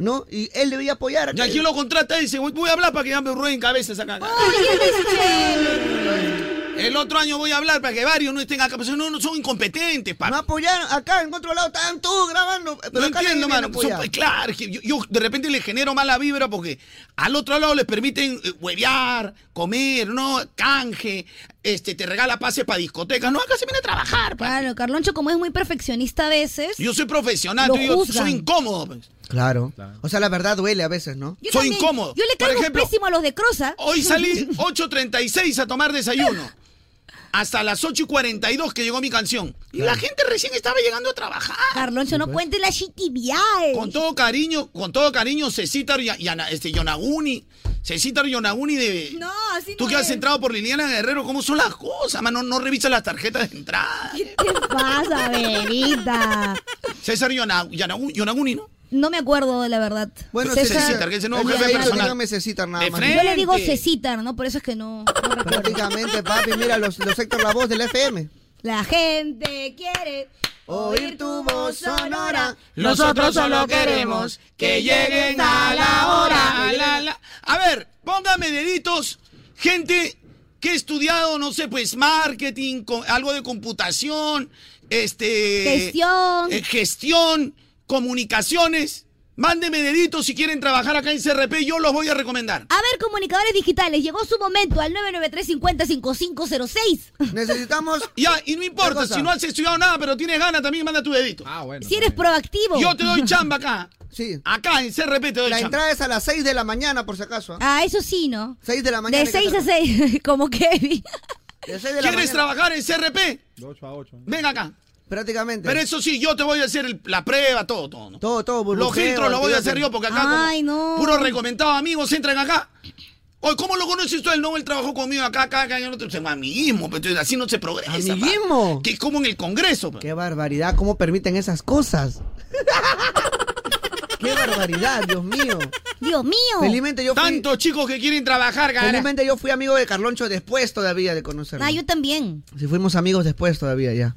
¿No? Y él debía apoyar. a Ya, Kevin. ¿quién lo contrata? Dice, voy- voy a hablar para que ya me rueden cabezas acá. El otro año voy a hablar para que varios no estén acá. Pero no, no son incompetentes, papi. No apoyaron acá, en otro lado estaban todos grabando. Pero no acá entiendo, nadie mano. viene a Son- pues, apoyar. claro, es que yo, yo de repente le genero mala vibra porque al otro lado les permiten eh, huevear, comer, ¿no? Canje, este, te regala pases para discotecas. No, acá se viene a trabajar. pa. Claro, Carloncho, como es muy perfeccionista a veces. Yo soy profesional, Lo tú y yo juzgan. soy incómodo. pues. Claro. O sea, la verdad duele a veces, ¿no? Yo soy también. incómodo. Yo le Por caigo ejemplo, pésimo a los de Croza. Hoy salí 8.36 a tomar desayuno. Hasta las 8.42 que llegó mi canción. Y la gente recién estaba llegando a trabajar. Carloncho, pues. no cuentes la chitibia. Con todo cariño, con todo cariño, Cecitar y, y Ana- este, Yonaguni. Cecitar Yonaguni de... No, así Tú no que has es. entrado por Liliana Guerrero, ¿cómo son las cosas, mano? No revisas las tarjetas de entrada. ¿Qué te pasa, Verita? César Yona- Yanagu- Yonaguni, ¿no? No me acuerdo, la verdad. Bueno, César- César, César, que es el nuevo ahí- jefe ahí lo personal. dígame César nada De más. Yo le digo Cecitar, ¿no? Por eso es que no. no recuerdo. Prácticamente, papi, mira, los, los Héctor La Voz del FM. La gente quiere oír tu voz sonora. Nosotros solo queremos que lleguen a la hora. La, la. A ver, póngame deditos, gente que he estudiado, no sé, pues marketing, co- algo de computación, este... Gestión. eh, gestión, comunicaciones. Mándeme deditos si quieren trabajar acá en CRP, yo los voy a recomendar. A ver, comunicadores digitales, llegó su momento al 993-50-5506. Necesitamos. Ya, y no importa, si no has estudiado nada, pero tienes ganas, también manda tu dedito. Ah, bueno. Si eres proactivo. Yo te doy chamba acá. Sí. Acá en CRP te doy La chamba. entrada es a las 6 de la mañana, por si acaso. ¿ah? Ah, eso sí, ¿no? 6 de la mañana. De hay que 6 a estar- 6, como Kevin. de 6 de la ¿Quieres mañana. trabajar en CRP? De 8 a ¿eh? 8. Ven acá. Prácticamente. Pero eso sí, yo te voy a hacer el- la prueba, todo, todo. ¿no? Todo, todo, Los burbujeo, filtros los voy a hacer yo olvídate. porque acá, como Ay, no. puros recomendados amigos, entran acá. Oye, ¿cómo lo conoces tú? El no, él trabajó conmigo acá, acá, acá, yo no te... Amiguismo, pero pues, entonces así no se progresa. pa. Amiguismo. Que es como en el Congreso. pues. pa. Qué barbaridad, ¿cómo permiten esas cosas? Qué barbaridad, Dios mío. Dios mío. Felizmente yo fui- Tantos chicos que quieren trabajar, cara. Felizmente yo fui amigo de Carloncho después todavía de conocerlo. Ah, yo también. Si fuimos amigos después todavía ya.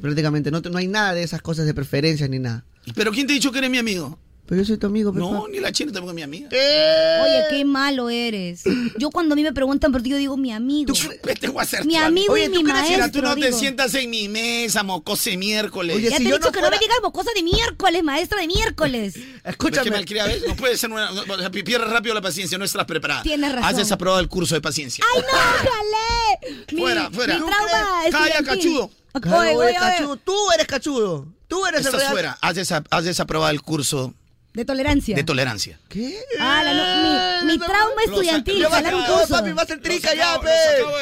Prácticamente no, te- no hay nada de esas cosas de preferencias ni nada. ¿Pero quién te ha dicho que eres mi amigo? Pero yo soy tu amigo, pues, No, papá. ni la china tampoco es mi amiga. Oye, qué malo eres. Yo cuando a mí me preguntan por ti, yo digo mi amigo. Este voy a hacer Mi tu amigo Oye, y ¿tú mi crees, China, tú maestro, no te digo. sientas en mi mesa, mocose miércoles. ya te he dicho que no me digas bocosas de miércoles, maestra de miércoles. Escúchame. que Pues, malcriada ves? No puede ser una. no, o sea, pi- pierdes rápido la paciencia, no estás preparada. Tienes razón. Has desaprobado el curso de paciencia. ¡Ay, no, jalé! Mi- Fuera, fuera. Mi ¿Tú trauma crees? Calla, estudiantil. cachudo. Ok, Claro, voy, eres voy, voy. Cachudo, tú eres cachudo. Tú eres el Estás real. fuera. Has, desa- has desaprobado el curso De tolerancia. de tolerancia. ¿Qué? Ah, la no- mi, mi trauma estudiantil, Le va a jalar un sacar- curso. papi, va a ser trica ya, pe.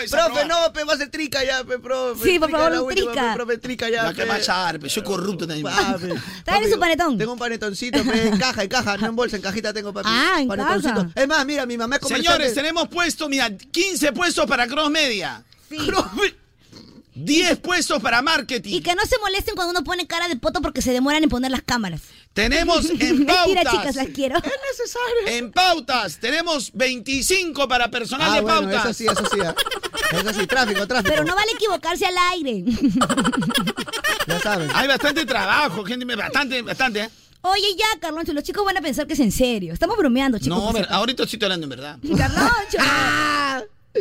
Profe, no, pe, va a ser trica ya, pe, profe. Sí, por Trica favor, la un última, trica. pe, Profe, trica ya, La que pe. va a echar, pe. Soy corrupto también. Papi. Tráele su panetón. Tengo un panetoncito, pe, en caja, en caja, no en bolsa, en cajita tengo, papi. Ah, en Panetoncito. caja. Es más, mira, mi mamá es comerciante. Señores, tenemos puesto, mira, 15 puestos para Cross Media. 10 puestos para marketing. Y que no se molesten cuando uno pone cara de poto porque se demoran en poner las cámaras. Tenemos en Mentira, pautas. chicas, las quiero. Es necesario. En pautas tenemos 25 para personal Ah, de bueno, pautas. eso sí, eso sí. ah. Eso sí, tráfico, tráfico. Pero no vale equivocarse al aire. Ya saben. Hay bastante trabajo, gente, bastante, bastante. ¿eh? Oye, ya, Carloncho, los chicos van a pensar que es en serio. Estamos bromeando, chicos. No, a ver, Ah. ahorita sí estoy hablando en verdad. Carloncho.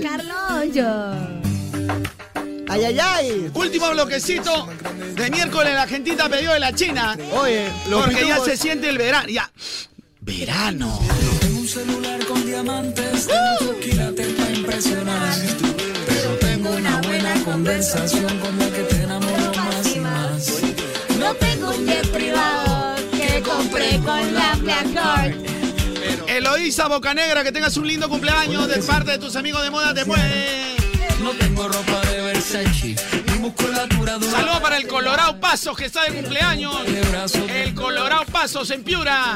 Carloncho. Ay, ay, ay. Último bloquecito de miércoles la gentita pedió de la China. Oye, lo porque ya pitufos- se siente el verano. Ya. Verano. Un celular con diamantes, tengo un quilate para impresionar. Pero tengo una buena conversación con la que te enamoro más y más. No tengo un jet privado que compré con la Blackboard. Eloísa Bocanegra, que tengas un lindo cumpleaños de parte de tus amigos de moda te mueve. No tengo ropa de Versace, mi musculatura dura. Saludos para el Colorado Pasos que está de cumpleaños. El Colorado Pasos en Piura.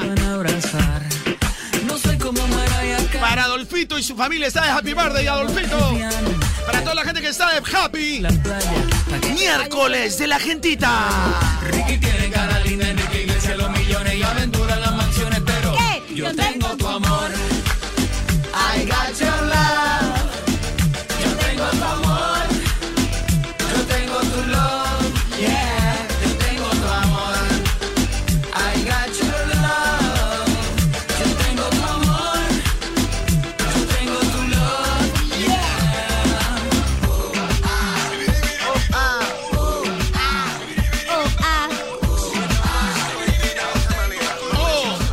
No soy como Mariah Carey. Para Adolfito y su familia está de Happy Birthday, Adolfito. Para toda la gente que está de Happy. Miércoles de la gentita. Ricky tiene cara linda, Enrique Iglesias los millones y aventura las mansiones, pero yo tengo tu amor. I got your love. Yo tengo tu amor. Yo tengo tu love. Yeah. Yo tengo tu amor. I got your love. Yo tengo tu amor. Yo tengo tu love. ah. Oh, Oh, ah. Oh,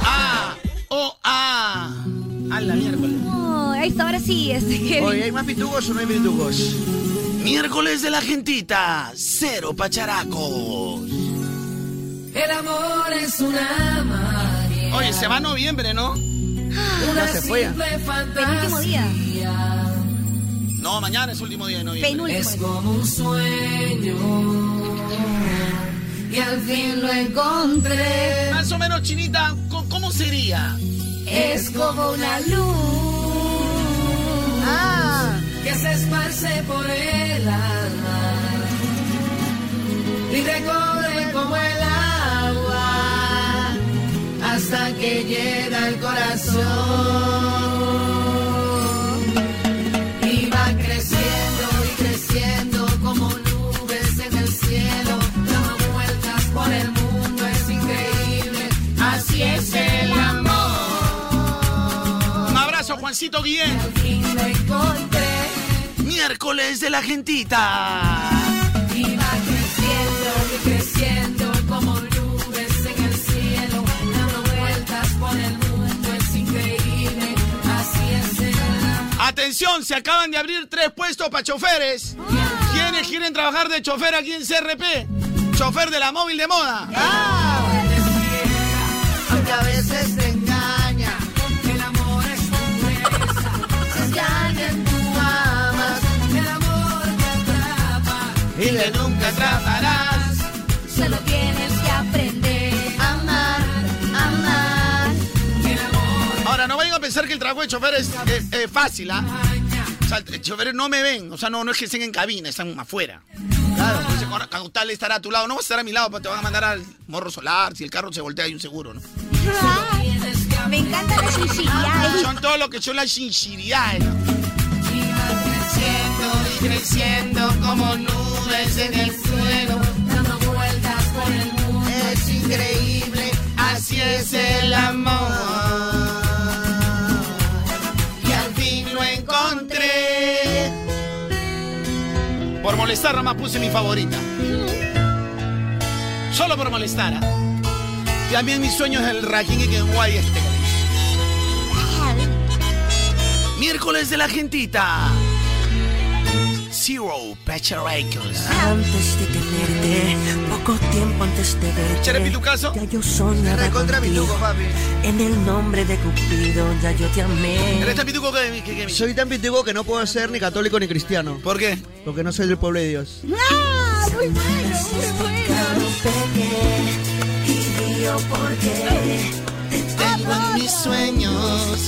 ah. Oh, ah. A la miércoles. Oh, ahí está, ahora sí, este Kevin. Oye, ¿hay más pitugos o no hay pitugos? Miércoles de la gentita. Cero pacharacos. El amor es una magia. Oye, se va noviembre, ¿no? Una se fue ya. simple Penúltimo día. fantasía. No, mañana es último día de noviembre. Es como un sueño. Y al fin lo encontré. Más o menos, Chinita, co- ¿cómo sería? Es como una luz. Ah. Que se esparce por el alma. Y recorre como el agua. Hasta que llega al corazón. Y va creciendo y creciendo como nubes en el cielo. Dando vueltas por el mundo, es increíble. Así es el amor. Un abrazo, Juancito Guillén. Y lo encontré. Miércoles de la gentita. Y va creciendo y creciendo como nubes en el cielo. Dando vueltas por el mundo, es increíble. Así es el amor. Atención, se acaban de abrir tres puestos para choferes. ¿Quiénes quieren trabajar de chofer aquí en CRP? Chofer de la móvil de moda. Aunque a veces te engaña, el amor es pureza. Si es que a alguien tú amas, el amor te atrapa. Y que nunca atraparás. Solo tienes que aprender a amar, amar. El amor Ahora, no vayan a pensar que el trabajo de chofer es es- es fácil, ¿ah? O sea, los choferes no me ven. O sea, no, no es que estén en cabina, están afuera. Claro, entonces, cuando- cuando tal estará a tu lado, no vas a estar a mi lado, pero te van a mandar al morro solar. Si el carro se voltea, hay un seguro, ¿no? Me encanta la sinceridad. Son todo lo que son las sinceridades. ¿no? iba creciendo y creciendo como nubes en el suelo, dando vueltas por el mundo. Es increíble, Así así es el amor. Y al fin lo encontré. Por molestar nomás puse mi favorita. Solo por molestar. ¿ah? También mis sueños el Rajín y que en Guay este. Miércoles de la gentita. Zero Pacharecos. Antes de tenerte, poco tiempo antes de verte. Cherepi, tu caso. Ya yo soñaba Recontra contigo. pituco, papi. En el nombre de Cupido, ya yo te amé. este Soy tan pituco que no puedo ser ni católico ni cristiano. ¿Por qué? Porque no soy del pueblo de Dios. ¡Ah! Muy bueno, muy bueno. Y yo porque te tengo en mis sueños.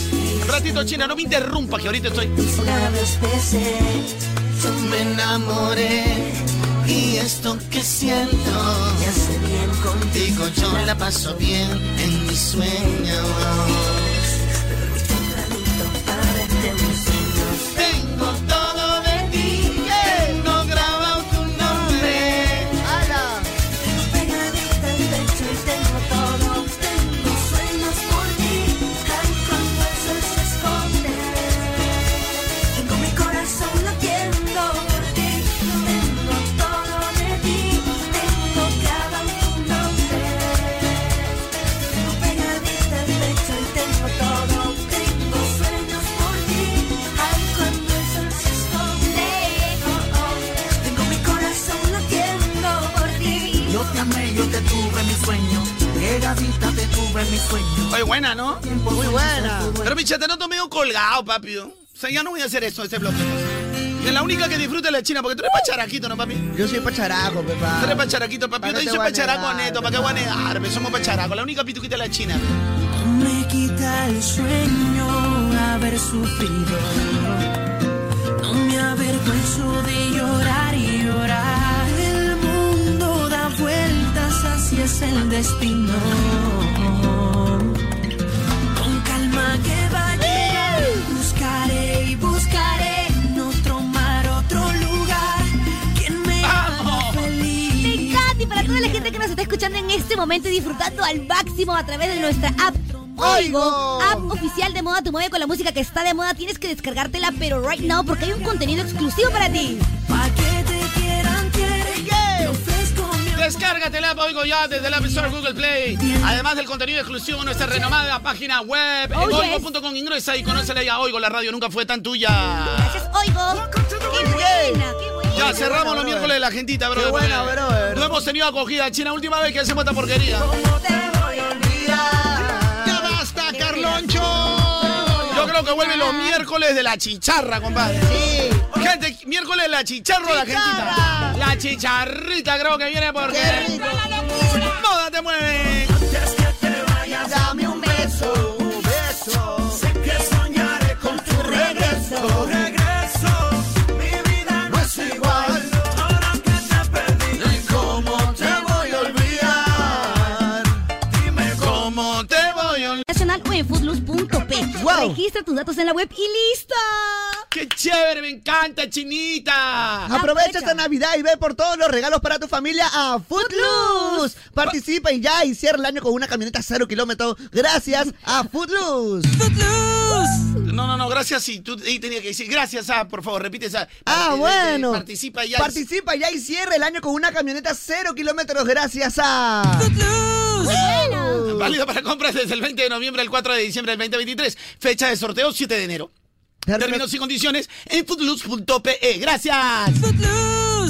Ratito, China, no me interrumpa que ahorita estoy. Cada vez besé, yo me enamoré. Y esto que siento me hace bien contigo. Yo la paso bien en mis sueños. Tengo todo de ti, tengo grabado tu nombre. Pegadita al pecho y tengo todo, tengo sueños por ti, tan cuando eso se esconde. Tengo mi corazón latiendo por ti, tengo todo de ti, tengo grabado tu nombre. Tengo pegadita al pecho y tengo todo, tengo sueños por ti, tan cuando eso se esconde. oh, Tengo mi corazón latiendo por ti. Yo te amé, yo te tuve en mi sueño. Pegadita te tuve en mi sueño. Oye, buena, ¿no? Muy buena. Pero mi chatanoto medio colgado, papi. O sea, ya no voy a hacer eso, este bloque. Es la única que disfruta la China, porque tú eres pacharaquito, ¿no, papi? Yo soy pacharaco, papá. Tú eres pacharaquito, papi. Pa, no Yo te soy voy a pacharaco negar, neto, ¿para qué voy a negarme? Somos pacharaco, la única pituquita de la China. Me quita el sueño haber sufrido. No me avergüenzo de llorar y llorar. El mundo da vueltas, así es el destino. Con calma que va a llegar, buscaré y buscaré en otro mar, otro lugar. Quien me haga feliz. Me encanta y para toda la gente que nos está escuchando en este momento y disfrutando al máximo a través de nuestra app. Oigo, app oficial de Moda Tu Mueve con la música que está de moda. Tienes que descargártela, pero right now porque hay un contenido exclusivo para ti. Descárgate la app Oigo ya desde la App Store Google Play. Además del contenido exclusivo en nuestra renomada página web, Oh, en yes. oigo.com ingresa y conócela ya Oigo, la radio nunca fue tan tuya. Oigo, qué buena, qué buena. Ya cerramos los miércoles de la gentita, bro. Qué buena, brother. No hemos tenido acogida, China. Última vez que hacemos esta porquería. ¡Ya basta, Carloncho! Yo creo que vuelven Ah. los miércoles de la chicharra, compadre. Sí. Gente, miércoles de la chicharra, la gentita. La chicharrita creo que viene porque. ¡Moda te mueve! Dame un beso, un beso. Sé que soñaré con tu regreso. regreso, mi vida no es igual. Ahora que te perdí, ¿y cómo te voy a olvidar? Dime cómo te voy a olvidar. Nacional o en footloose.p. Registra tus datos en la web y listo. ¡Qué chévere! ¡Me encanta, Chinita! Ah, Aprovecha esta Navidad y ve por todos los regalos para tu familia a Footloose. Participa y ya y cierra el año con una camioneta cero kilómetro gracias a Footloose. Footloose. No, no, no, gracias. Sí, tú ahí tenías que decir gracias a, por favor, repite esa. Ah, Parte- bueno. Participa ya. Participa ya y cierra el año con una camioneta cero kilómetros gracias a Footloose. Válido para compras desde el 20 de noviembre al 4 de diciembre del 2023. Fecha de sorteo 7 de enero. Términos y condiciones en footloose.pe. Gracias.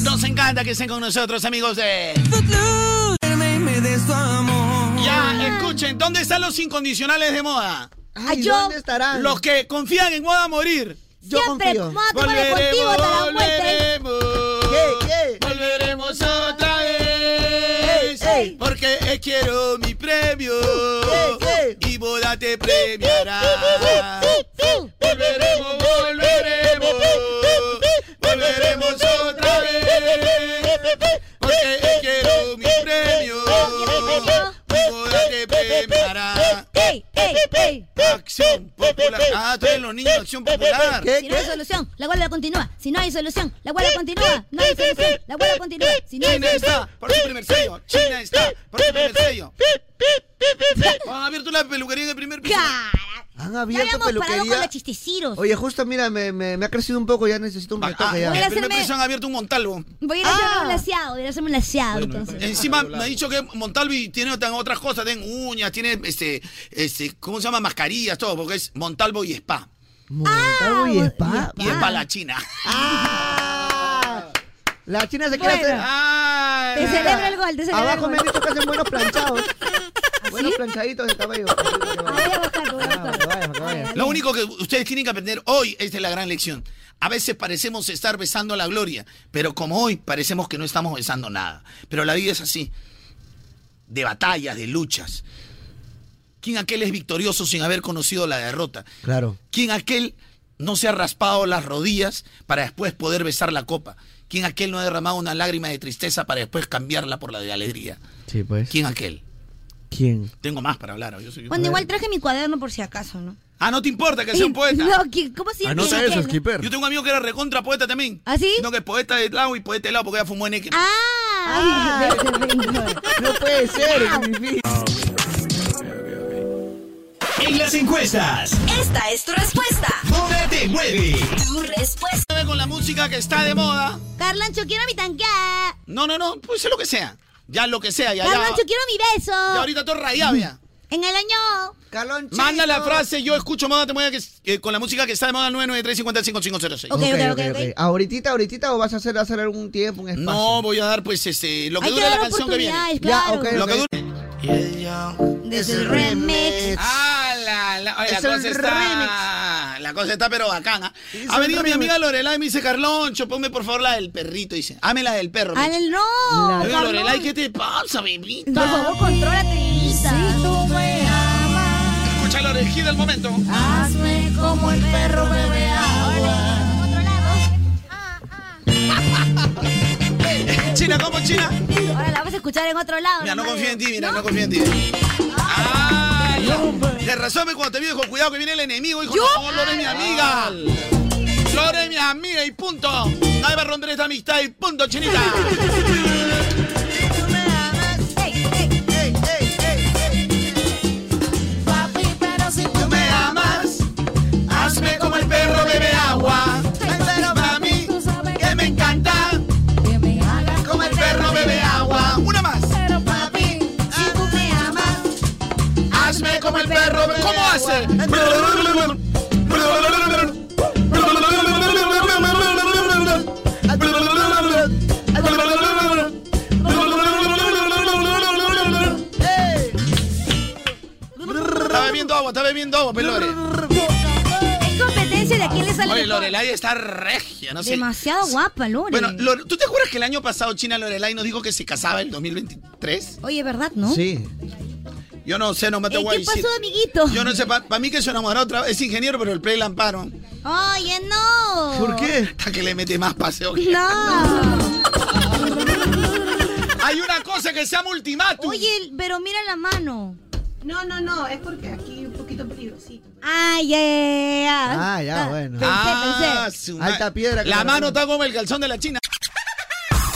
Nos encanta que estén con nosotros, amigos de Ya, escuchen, ¿dónde están los incondicionales de moda? Ay, Yo- ¿dónde estarán? Los que confían en moda a morir. Yo Siempre, confío. Moda Te Mueve contigo Volveremos, hasta la muerte. volveremos. ¿Qué, qué? Volveremos otra vez. Porque eh, quiero mi premio. Y boda te premiará. Volveremos, volveremos. Volveremos otra vez. Porque eh, quiero mi premio. Y boda te premiará. Acción popular. Ah, tú eres los niños. niño de Acción Popular. Si no hay solución, la huelga continúa. Si no hay solución, la huelga continúa. No hay solución, la huelga continúa. Si no hay China solución. está por su primer sello. China está por su primer sello. Han abierto la peluquería de primer piso. Han abierto Ya habíamos parado con peluquería. los chisteciros. Oye, justo mira, me, me- me ha crecido un poco, ya necesito un retoque ya. voy a hacerme- Se han abierto un Montalvo. Voy a ir a hacerme un laseado, voy a ir a hacerme un laseado. entonces. Encima me ha dicho que Montalvi tiene otra- otras cosas, tiene uñas, tiene este, este, ¿cómo se llama? Mascarillas, todo, porque es Montalvo y Spa. Montalvo y spa. Y Spa la China. Ah. La china se quiere Bueno. hacer. Te celebro el gol, te celebro Abajo el me gol. han dicho que hacen buenos planchados. Buenos planchaditos de cabello. Lo único que ustedes tienen que aprender hoy es de la gran lección. A veces parecemos estar besando la gloria, pero como hoy parecemos que no estamos besando nada. Pero la vida es así. De batallas, de luchas. ¿Quién aquel es victorioso sin haber conocido la derrota? Claro. ¿Quién aquel no se ha raspado las rodillas para después poder besar la copa? ¿Quién aquel no ha derramado una lágrima de tristeza para después cambiarla por la de alegría? Sí, pues. ¿Quién aquel? ¿Quién? Tengo más para hablar. yo soy- Bueno, igual traje mi cuaderno por si acaso, ¿no? Ah, no te importa que sea un poeta. No, que- ¿cómo Ah, se llama? ¿Quién aquel, no? Yo tengo un amigo que era recontra poeta también. ¿Ah, sí? No, que poeta de lado y poeta de lado porque ella fumó en X. Ah, no puede ser. En las encuestas. Esta es tu respuesta. ¡Moda te mueve! Tu respuesta. Con la música que está de moda. Carlancho, quiero mi tanqueada. No, no, no, pues sea lo que sea. Ya lo que sea, ya, ya. Carlancho, quiero mi beso. Ya ahorita todo rayado ya. En el año. Carloncho. Manda la frase, yo escucho moda te mueve que, es- eh, con la música que está de moda 993 Ok, ok, ok. ¿Ahorita, ahorita o vas a hacer, hacer algún tiempo, un espacio? No, voy a dar pues este, lo que Hay que dura la dar canción que viene. oportunidades, Ya, claro. ok, Lo ok. que dura. Desde el remix. Ah, la, la, oye, la Es el cosa está. ah, La cosa está, pero bacana. Es Ha el venido mi remix. amiga Lorelai y me dice, Carloncho, ponme por favor la del perrito. Dice, hame la del perro. me Ah, dice. el no. Oye, Carlón. Lorelai, ¿qué te pasa, bebita? Por favor, contrólate, Isa. Si tú me amas, Escucha la orejita del momento. hazme como el perro bebe agua. Ah, China, ¿cómo China? Ahora la vas a escuchar en otro lado. Mira, no nomás. confío en ti, mira, no, confío en ti. Ah, Te razón cuando te vi, dijo, cuidado que viene el enemigo, hijo. ¿Yo? No, Lore es mi amiga. Lore es mi amiga y punto. Nadie va a romper esta amistad y punto, chinita. Papi, pero si tú me amas, hazme como el perro bebe agua. Pero mami, que me encanta, que me hagas como el perro bebe agua. Una más. Pero papi, si tú me amas, hazme como el perro bebe ¿Cómo hace? Está bebiendo agua, está bebiendo agua, pelore. Es competencia de a quién le sale Oye, mejor. Lorelai está regia, no sé. Demasiado guapa, Lore. Bueno, Lore, ¿tú te acuerdas que el año pasado China Lorelai nos dijo que se casaba en 2023? Oye, ¿verdad, no? Sí. Yo no sé, no me te Ey, voy a ¿qué decir. pasó, amiguito? Yo no sé, para mí que su enamorado otra es ingeniero, pero el play lamparo. Oye, no. Ah, Hasta que le mete más paseo. que- No. Hay una cosa que se llama ultimátum. Oye, pero mira la mano. No, no, no, es porque aquí un poquito peligrosito. Ay, ya, ya, ya, ya. Ah, ya, bueno. Pensé, Ah, pensé. su ma- Alta piedra que La me mano está como el calzón de la China.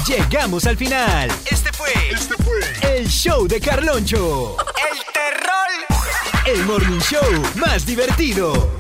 Llegamos al final. Este fue, este fue el show de Carloncho. El terror. El morning show más divertido.